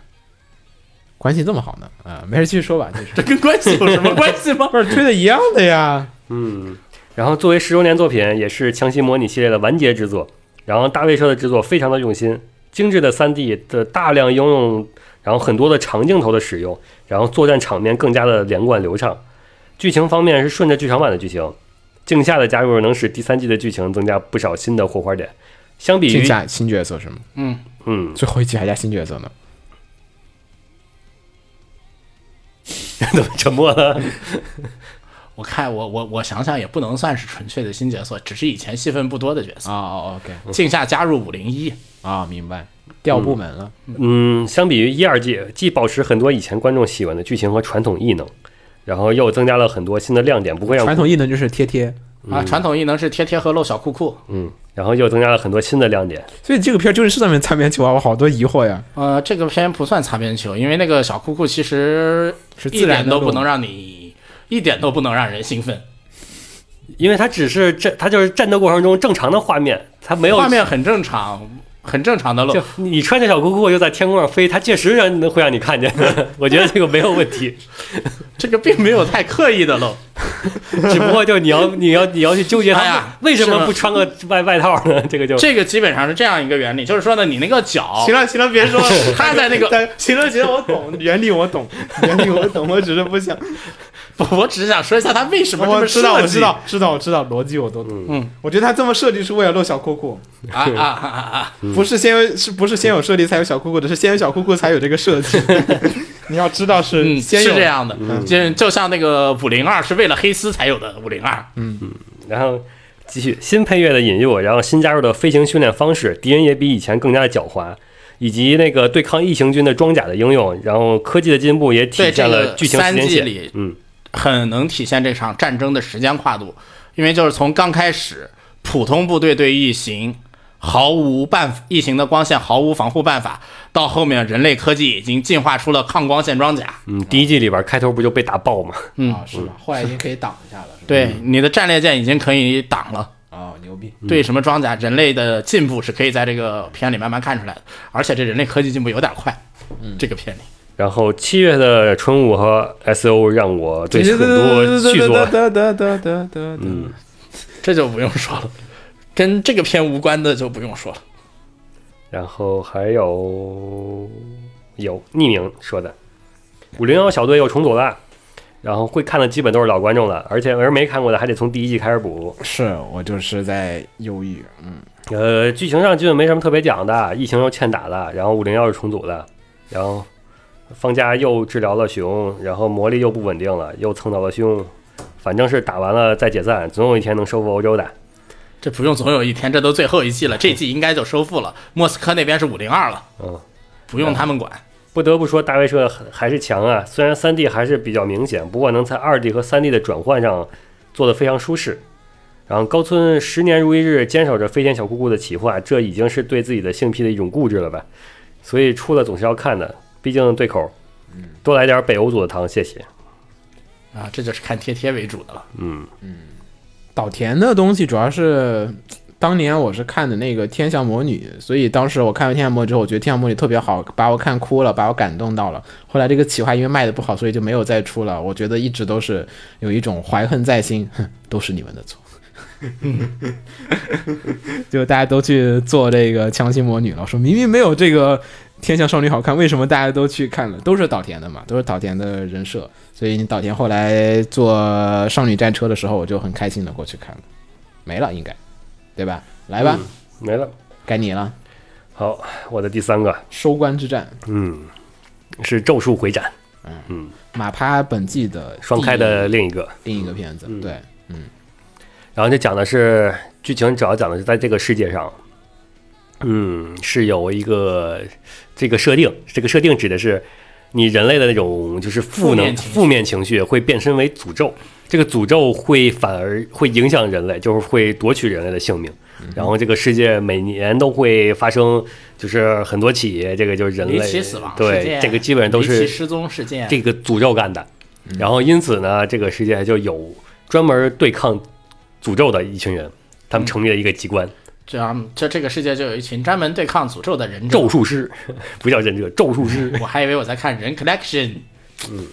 关系这么好呢？啊，没事，继续说 吧，就是
这跟关系有什么关系吗？
不是推的一样的 呀？
嗯，然后作为十周年作品，也是《枪心模拟》系列的完结之作。然后大卫社的制作非常的用心，精致的 3D 的大量应用，然后很多的长镜头的使用，然后作战场面更加的连贯流畅。剧情方面是顺着剧场版的剧情，镜下的加入能使第三季的剧情增加不少新的火花点。相比
新
于，
加新角色是吗？
嗯，
最后一集还加新角色呢？
怎么沉默了？
我看我我我想想也不能算是纯粹的新角色，只是以前戏份不多的角色。
啊哦，OK，
镜下加入五零一，
啊，明白，调部门了。
嗯，相比于一二季，既保持很多以前观众喜欢的剧情和传统异能，然后又增加了很多新的亮点，不会让
传统异能就是贴贴，
啊，传统异能是贴贴和露小裤裤。
嗯，然后又增加了很多新的亮点。
所以这个片儿究竟是上面擦边球啊，我好多疑惑呀。
呃，这个片不算擦边球，因为那个小裤裤其实
是
一
自然
点
的
都
露
不能让你一点都不能让人兴奋，
因为它只是战，它就是战斗过程中正常的画面，它没有
画。面很正常，很正常的露
就。你穿着小裤裤又在天空上飞，它确实让能会让你看见。 我觉得这个没有问 题，
这个并没有太刻意的露。
只不过就你要你要你要去纠结它、
哎呀
为什
是
么
吗
不穿个外外套呢？这 个就
这个基本上是这样一个原理，就是说呢，你那个脚，
了行了，别说了
他在那个
行了行了，我懂原理，我懂原理，我懂，我只是不想。
我 我只是想说一下他为什么这
我
么设
知
计。
道，我知道，知道，我知道，逻辑我都懂。嗯，我觉得他这么设计是为了露小裤裤，
啊啊啊啊啊！
不是先有，是不是先有设计才有小裤裤的？是先有小裤裤才有这个设计。你要知道是
嗯，
先
是
有
这样的，就就像那个五零二是为了黑丝才有的五零二，
然后继续新配乐的引诱，然后新加入的飞行训练方式，敌人也比以前更加的狡猾，以及那个对抗异形军的装甲的应用，然后科技的进步也体
对
现
这
了
个
剧情时
三
间
季
线。
里
嗯，
很能体现这场战争的时间跨度，因为就是从刚开始，普通部队对异形毫无办法，异形的光线毫无防护办法，到后面人类科技已经进化出了抗光线装甲，
嗯，第一季里边开头不就被打爆吗？
啊，是吧？后来已经可以挡一下了，是吧？
对你的战列舰已经可以挡了。
哦，牛逼！
对什么装甲，人类的进步是可以在这个片里慢慢看出来的，而且这人类科技进步有点快，这个片里。
然后七月的春武和 S O 让我对很多续作，
得得得得得得，
这就不用说了，跟这个片无关的就不用说了。
然后还有有匿名说的，五零幺小队又重组了，然后会看的基本都是老观众了，而且而没看过的还得从第一季开始补。
是我就是在忧郁，嗯，
呃，剧情上基本没什么特别讲的，疫情又欠打了，然后五零幺又重组了，然后方家又治疗了熊，然后魔力又不稳定了，又蹭到了凶，反正是打完了再解散，总有一天能收复欧洲的。
这不用，总有一天，这都最后一季了，这季应该就收复了。莫斯科那边是五零二了，
嗯，
不用他们管。
不得不说大卫社还是强啊，虽然三 D 还是比较明显，不过能在二 D 和三 D 的转换上做得非常舒适。然后高村十年如一日坚守着飞天小姑姑的企划，这已经是对自己的性癖的一种固执了吧？所以出了总是要看的，毕竟对口。多来点北欧组的糖，谢谢。
啊，这就是看贴贴为主的了。
嗯，
岛田的东西主要是。当年我是看的那个《天降魔女》，所以当时我看完《天降魔女》之后，我觉得《天降魔女》特别好，把我看哭了，把我感动到了。后来这个企划因为卖的不好，所以就没有再出了。我觉得一直都是有一种怀恨在心， 哼，都是你们的错。 就大家都去做这个强心魔女了，说明明没有这个天降少女好看，为什么大家都去看了？都是岛田的嘛，都是岛田的人设，所以你岛田后来做少女战车的时候，我就很开心的过去看了，没了应该，对吧？来吧，
嗯没了。
该你了，
好，我的第三个，
收官之战，
嗯，是《咒术回战
马趴本季的》
双开的嗯另一个。
另一个片子，对，
然后就讲的是剧情，主要讲的是在这个世界上，嗯，是有一个这个设定，这个设定指的是你人类的那种就是负
负
能
面情绪
负面情绪会变身为诅咒，这个诅咒会反而会影响人类，就是会夺取人类的性命。
嗯
然后这个世界每年都会发生，就是很多起这个就是人
离
类
奇死亡事
对
件，
这个基本上都
离
是
奇失踪事件。
这个诅咒干的。
嗯
然后因此呢，这个世界就有专门对抗诅咒的一群人，他
嗯
们成立了一个机关，
这样，这这个世界就有一群专门对抗诅咒的忍者。
咒术师， 不叫忍者，咒术师。
我还以为我在看人 collection，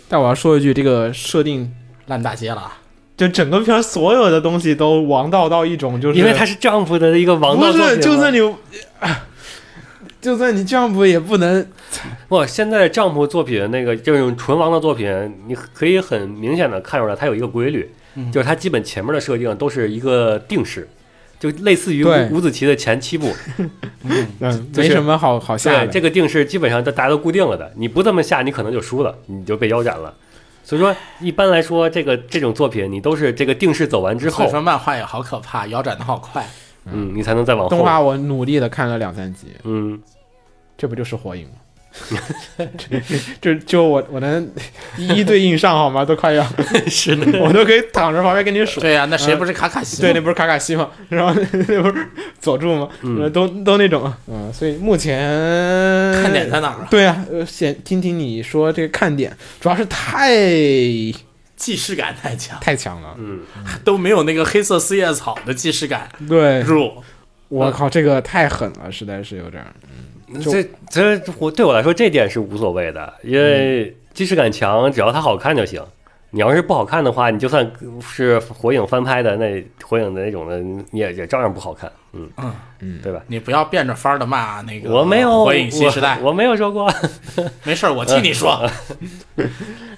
但我要说一句，这个设定。
烂大街了啊。
就整个片儿所有的东西都王道到一种，就是
因为他是丈夫的一个王道
不
作
是，
品
就
嘛
算你，啊就算你 Jump 也不能
哇，现在丈夫作品那个这种纯王道作品，你可以很明显的看出来，它有一个规律，
嗯
就是它基本前面的设定都是一个定式，就类似于
对
伍子棋的前七步，
嗯，
就
没
是
什么好好下
对，
的。
这个定式基本上都大家都固定了的，你不这么下，你可能就输了，你就被腰斩了。所以说，一般来说，这个这种作品，你都是这个定式走完之
所
后
以，说漫画也好可怕，腰斩的好快。
嗯，你才能再往后。
动画我努力的看了两三集，
嗯，
这不就是火影 吗？ 就就我我能一一对应上好吗？都快 要，
是的，嗯
我都可以躺着旁边跟你数。
对呀、那谁不是卡卡西吗？
对，那不是卡卡西吗？ 然后那不是佐助吗？
嗯
都都那种，嗯，所以目前
看点在哪儿啊？
对啊，呃，先听听你说这个看点，主要是太
既视感太强，
太强了。
都没有那个黑色四叶草的既视感
对，
弱。
我
嗯
靠，这个太狠了，实在是有点儿。
这这我对我来说这点是无所谓的，因为即视感强，只要它好看就行。你要是不好看的话，你就算是火影翻拍的那火影的那种的，你也也照样不好看。嗯嗯，对吧？
你不要变着法儿的骂那个
我没有
嗯火影新时代，
我我没有说过。
没事儿，我替你说。嗯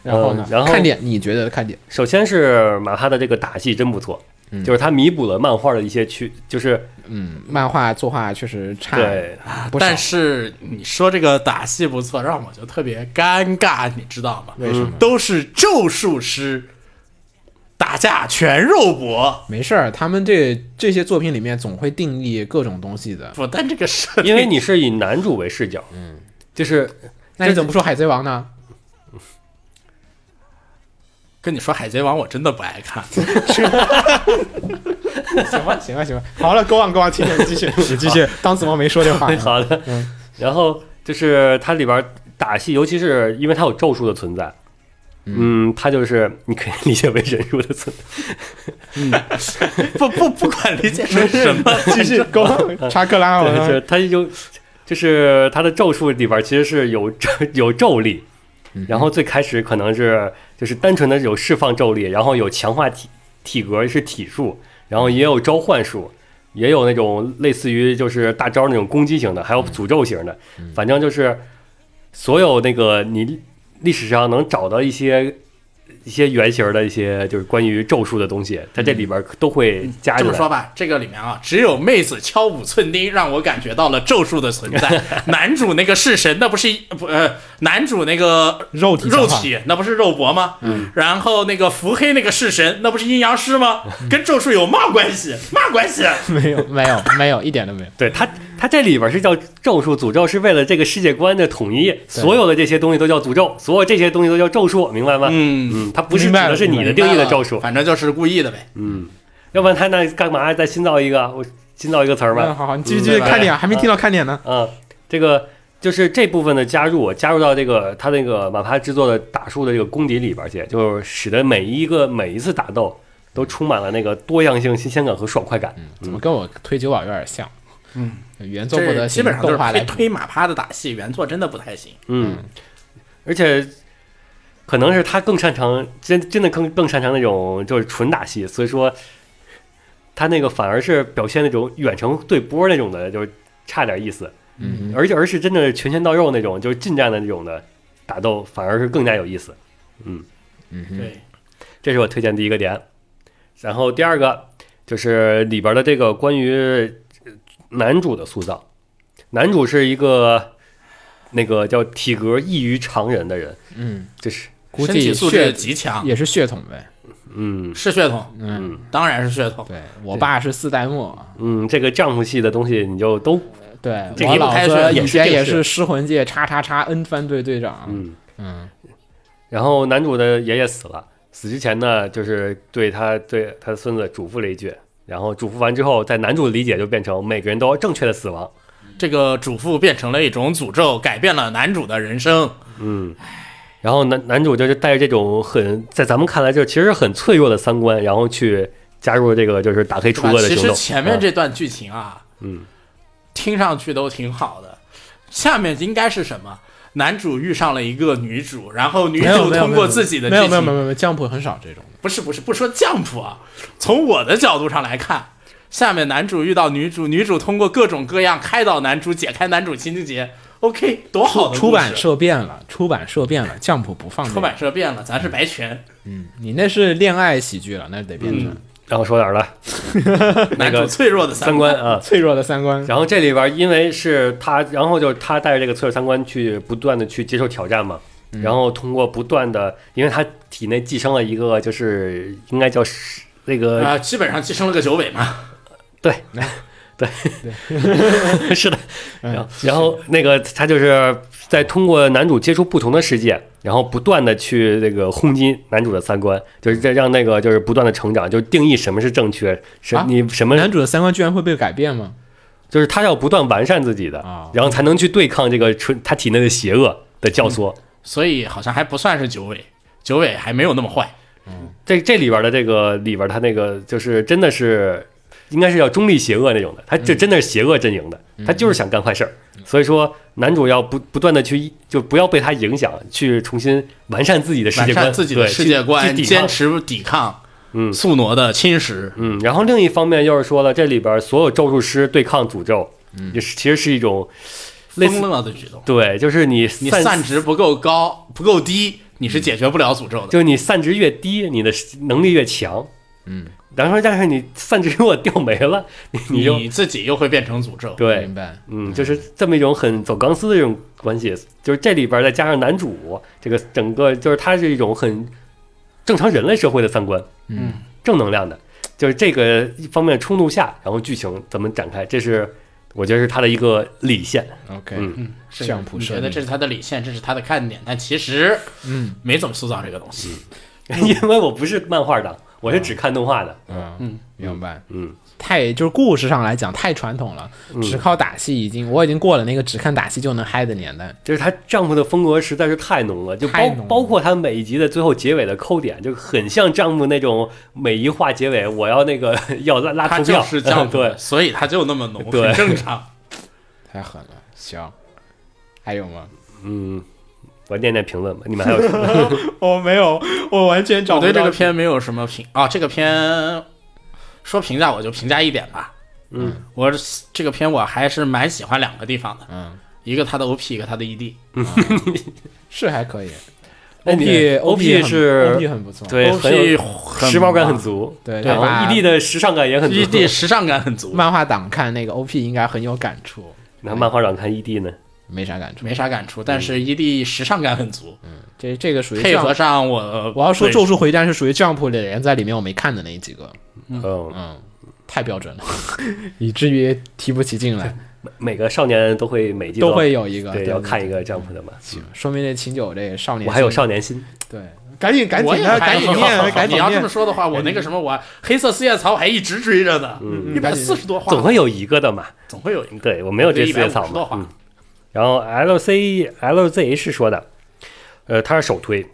然后呢？
嗯然后
看点，你觉得的看点？
首先是马哈的这个打戏真不错，就是他弥补了漫画的一些缺，就是
嗯，漫画作画确实差，
对
不少
但是你说这个打戏不错，让我就特别尴尬，你知道吗？为什么？都是咒术师打架全肉搏，
没事儿，他们这这些作品里面总会定义各种东西的。
不，但这个设定
因为你是以男主为视角，嗯，就是
那你怎么不说海贼王呢？
跟你说《海贼王》，我真的不爱看。
行吧，行吧，行吧，好了，go on go on，听你继续，你继续，当子墨没说这 话。
好的，然后就是它里边打戏，尤其是因为它有咒术的存在，嗯，它就是你可以理解为人术的存在。
不不不管理解成什么，
继续 go on，查克拉，
对，就是
我
它有，就是它的咒术里边其实是有咒 有咒力，然后最开始可能是就是单纯的有释放咒力，然后有强化体体格是体术，然后也有召唤术。也有那种类似于就是大招那种攻击型的，还有诅咒型的，反正就是所有那个你历史上能找到一些一些原型的一些就是关于咒术的东西，在这里边都会加
这
进
么
来。
说吧，这个里面啊，只有妹子敲五寸钉让我感觉到了咒术的存在。男主那个式神，那不是一不呃，男主那个
肉体
肉
强化
体，那不是肉搏吗？嗯。然后那个伏黑那个式神，那不是阴阳师 吗？跟咒术有嘛关系？嘛关系？啊
没有，没有，没有，一点 都没有。
对它，它这里边是叫咒术，诅咒是为了这个世界观的统一，所有的这些东西都叫诅咒，所有这些东西都叫咒术，明白吗？
嗯
嗯，它不是指
明白
的是你的定义的咒术，
反正就是故意的呗。
要不然它那干嘛再新造一个？我新造一个词儿吧。
嗯，好好，你继续继续看点，还没听到看点呢。
啊，这个就是这部分的加入，加入到这个他那个马帕制作的打术的这个功底里边去，就是使得每一个每一次打斗都充满了那个多样性、新鲜感和爽快感。
怎么跟我推九老有点像？嗯，原作不
这
得
基
行
本上都是
动画来
推
补
推马趴的打戏，原作真的不太行。
嗯，而且可能是他更擅长，真真的更更擅长那种就是纯打戏，所以说他那个反而是表现那种远程对波那种的，就是差点意思。
嗯，
而且而是真的拳拳到肉那种，就是近战的那种的打斗，反而是更加有意思。
嗯
对，
这是我推荐第一个点。然后第二个就是里边的这个关于呃男主的塑造，男主是一个那个叫体格异于常人的人，
嗯，
这是
估
身
计
体素质
血
极强，
也是血统呗。
嗯
是血统，
嗯，
当然是血统。
对我爸是四代目，
嗯，这个丈夫系的东西你就都
对
这
我
离不
老
开
哥
血
以
也是
前
这个
也
是
是尸魂界叉叉叉 N 番队队长。
嗯
嗯
然后男主的爷爷死了，死之前呢，就是对他对他的孙子嘱咐了一句，然后嘱咐完之后，在男主的理解就变成每个人都要正确的死亡。
这个主妇变成了一种诅咒，改变了男主的人生。
嗯，然后男男主就是带着这种很在咱们看来就是其实很脆弱的三观，然后去加入这个就是打黑
对
除
吧
恶的
啊其
行
实
动。啊
前面这段剧情啊，
嗯，
听上去都挺好的。下面应该是什么？男主遇上了一个女主，然后女
没有
主
没有
通
没有
过自己的
没
剧
有没有没
情，
有没有，江浦很少这种的。
不是不是不说 jump 啊，从我的角度上来看，下面男主遇到女主，女主通过各种各样开导男主，解开男主心结，OK，多好的故事
出版社变了，出版社变了，江浦不放这个
出版社变了，咱是白拳，
你那是恋爱喜剧了，那得变成
然后说哪儿了？
男主脆弱的
三观啊。
脆弱的三观。
然后这里边因为是他，然后就是他带着这个脆弱三观去不断的去接受挑战嘛。然后通过不断的，因为他体内寄生了一个，就是应该叫是那个
啊、基本上寄生了个九尾嘛，
对，对，对， 是的。
哎
然后，然后那个他就是在通过男主接触不同的世界，然后不断的去那个轰击男主的三观，就是在让那个就是不断的成长，就是定义什么是正确，什
啊
你什么
男主的三观居然会被改变吗？
就是他要不断完善自己的
啊，嗯
然后才能去对抗这个纯他体内的邪恶的教唆。
所以好像还不算是九尾，九尾还没有那么坏。
这这里边的这个里边，他那个就是真的是应该是叫中立邪恶那种的，他
嗯
这真的是邪恶阵营的，他就是想干坏事儿。所以说，男主要不不断的去就不要被他影响，去重新完善自己的世
完
界观，
善自己的
对
世
去
界
去
观，
抵
坚
抗
持抵抗，嗯，宿傩的侵蚀，
嗯，然后另一方面又是说了，这里边所有咒术师对抗诅咒，嗯，也是其实是一种类
疯
似
了的举动。
对，就是你
你
散
散值不够高，不够低，你是解决不了诅咒的。
就是你散值越低，你的能力越强，嗯，然后但是你散值如果掉没了，你你就
你自己又会变成诅咒。
对
明，白？
嗯，就是这么一种很走钢丝的这种关系，就是这里边再加上男主这个整个，就是他是一种很正常人类社会的三观，
嗯，
正能量的，就是这个一方面冲突下，然后剧情怎么展开，这是我觉得是他的一个理线，
，OK，
嗯
嗯，是
呃相扑
你觉
胜
得
利
这是他的理线，这是他的看点，但其实，
嗯，
没怎么塑造这个东
嗯
西。
因为我不是漫画党，我是只看动画的，
嗯，明白。
嗯，
太就是故事上来讲太传统了，只靠打戏已经我已经过了那个只看打戏就能嗨的年代。
就是她丈夫的风格实在是太浓了，就
太
包
浓了
包括她每一集的最后结尾的扣点，就很像丈夫那种每一话结尾我要那个 要拉拉
他
投
就
票，
是这样
对
的，所以他就那么浓，
对
很正 常。
太狠了，行，还有吗？
嗯我念念评论吧， 你们还有什么？
我没有，我完全
我对这个片没有什么评啊，这个片说评价我就评价一点吧。嗯，我这个片我还是蛮喜欢两个地方的，
嗯，
一个它的 OP，一个它的 E ED。
是还可以。
那
O
哎你
P
OP 是
O P 很不错，
对，很有
OP
时髦感很
很
足，
对
然后
把 E
ED 的时尚感 也很足。
，ED 时尚感很足，
漫画党看那个 O P 应该很有感触，
那漫画党看 ED 呢？
没啥感触。
没啥感触，但是
嗯
ED 时尚感很足，
这这个属于
啊
配合
Jump-
上我
我要说《咒术回战》是属于 Jump 的连载里面我没看的那几个，
嗯，
嗯，太标准了， 以至于提不起劲来，
每个少年都会每季
都会有一个
对要看一个丈夫的嘛。
行，说明这秦九这少年，
我还有少年心，
对，赶紧赶
我
紧
也
的，
还
赶紧念，赶 紧啊
你要这
念
么，说的话，我那个什么，我黑色四叶草我还一直追着呢，一百
嗯赶紧
四十多话，
嗯总会有一个的嘛。
总会有一个。
对我没有这
一
四
百
叶
五
草
十多
嘛。
话
嗯，然后 L C L Z H 说的，呃，他是首推，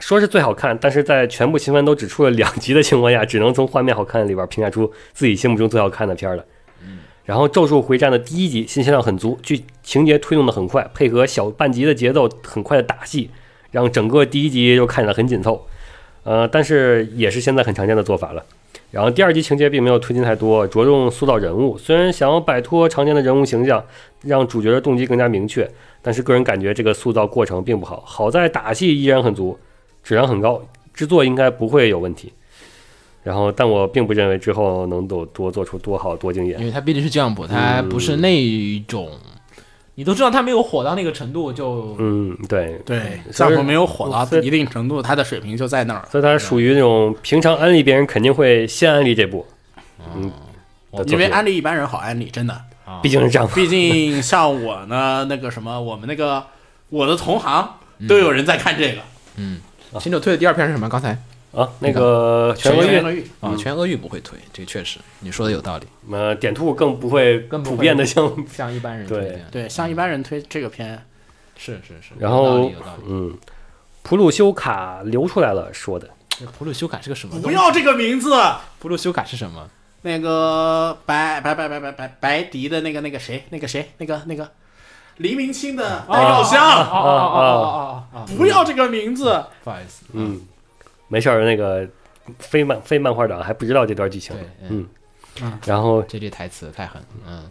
说是最好看，但是在全部新番都只出了两集的情况下，只能从画面好看里边评价出自己心目中最好看的片儿了。
嗯
然后《咒术回战》的第一集信息量很足，剧情节推动的很快，配合小半集的节奏很快的打戏，让整个第一集就看起来很紧凑。呃，但是也是现在很常见的做法了。然后第二集情节并没有推进太多，着重塑造人物。虽然想要摆脱常见的人物形象，让主角的动机更加明确，但是个人感觉这个塑造过程并不好。好在打戏依然很足，质量很高，制作应该不会有问题。然后，但我并不认为之后能有多做出多好多惊艳
因。为他毕竟是 Jump，他不是那种，你都知道他没有火到那个程度，就
嗯，对，
对，
所
丈
以
夫没有火到
所以
一定程度，他的水平就在那儿了。
所以它属于那种平常安利别人肯定会先安利这部，嗯，的
因
作
为
品
安利一般人好安利，真的。
毕竟是这样嘛。
毕竟像我呢，那个什么，我们那个我的同行
嗯
都有人在看这个。
秦九推的第二篇是什么？刚才
啊，那个全国
全
乐
国乐
啊，全阿玉不会推，这确实你说的有道理，
呃，点兔更不会
更不
普
会
遍 的像，
像一般人推
对
荐，
对，像一般人推这个片，
是是是，
然
有道
后
理有道理。
嗯，普鲁修卡流出来了说的，
这普鲁修卡是个什
嗯
么？
不，要这个名字。
普鲁修卡是什么？
那个白白白白白白白迪的那个那个谁，那个谁，那个那个黎明清的代表
哦
像，
啊
哦哦哦哦哦，
不要这个名字。
不好意思，
嗯，没事儿，那个非漫非漫画党还不知道这段剧情
对，
嗯，然后
这句台词太狠，嗯，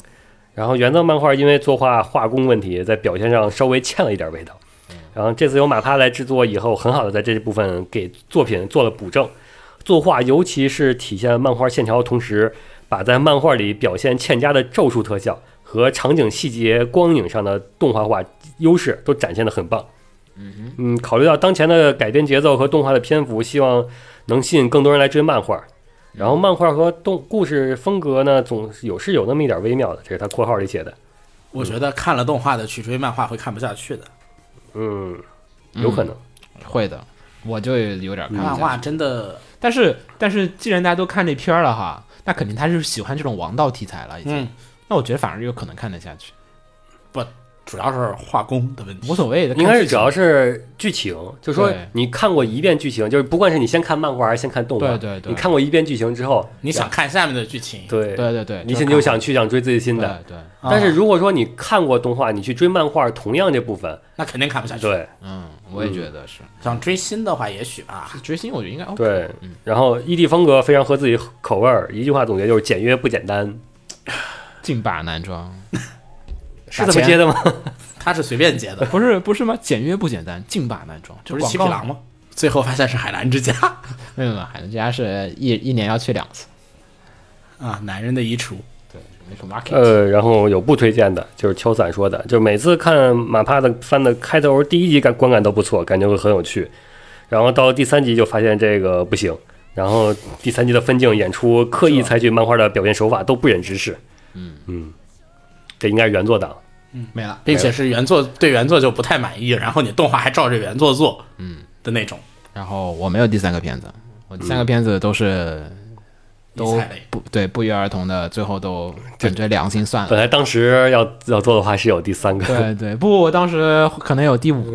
然后原作漫画因为作画画工问题，在表现上稍微欠了一点味道。然后这次由马趴来制作以后，很好的在这部分给作品做了补正。作画尤其是体现漫画线条的同时，把在漫画里表现欠佳的咒术特效和场景细节光影上的动画化优势都展现得很棒。嗯，考虑到当前的改编节奏和动画的篇幅，希望能吸引更多人来追漫画。然后漫画和动故事风格呢，总是有是有那么一点微妙的，这是他括号里写的。
我觉得看了动画的去追漫画会看不下去的，
嗯，有可能。
嗯会的，我就有点看
漫
不下去。
画真的，
但是但是，既然大家都看这片儿了哈，那肯定他是喜欢这种王道题材了，已经。
嗯，
那我觉得反而有可能看得下去。
主要是画工的问题，无所谓的，
应该是主
主
要是剧情，就说
对
你看过一遍剧情，就是不管是你先看漫画还是先看动画，
对对对
你看过一遍剧情之后，
你想看下面的剧情，
对
对对对
你
就是
现在
看
就想去想追最新的
对。对，
啊
但是如果说你看过动画，你去追漫画，同样这部分，
那肯定看不下去。
对
嗯，我也觉得是。
想追新的话，也许啊吧，
追星我觉得应该哦 OK，
嗯对，然后异地风格非常合自己口味儿，一句话总结就是简约不简单，
劲霸男装，
是这么接的吗？
他是随便接 的，
不是不是吗？简约不简单，劲霸男装，这
不是
广
七匹
告
狼？吗？最后发现是海澜之家
没有没有，海伦之家是一一年要去两次，
啊，男人的衣橱。
对，那个 market，、
呃，然后有不推荐的，就是秋伞说的，就是每次看马帕的番的开头第一集感观感都不错，感觉会很有趣，然后到第三集就发现这个不行，然后第三集的分镜演出刻意采取漫画的表现手法都不忍直视。嗯嗯，这应该是原作党。
嗯
没了。
并且是原作对原作就不太满意，然后你动画还照着原作做，嗯的那种
然后我没有第三个片子，我第三个片子都是、
异
都
彩类
不对，不约而同的，最后都本着良心算
本
了。
来当时要要做的话是有第三个，
对对，不，我当时可能有 第五，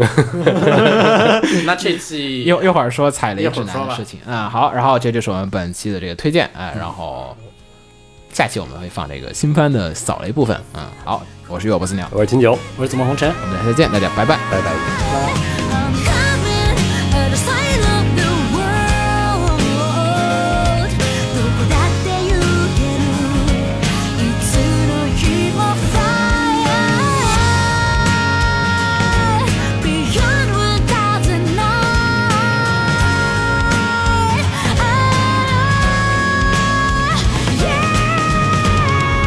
那这季
一一会儿说踩雷
一会
指
儿
南
说
的
吧
事情啊、好，然后这就是我们本期的这个推荐，哎、然后下期我们会放这个新番的扫雷部分，嗯，好，我是月不死鸟，
我是秦九，
我是怎么红尘？
我们下期再见，大家拜拜。
拜拜。
I'm coming at the sign of the world どこだって行けるいつの日も fire beyond a thousand nights Ah, yeah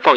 《放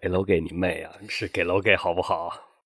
给楼给你妹啊，是给楼给好不好？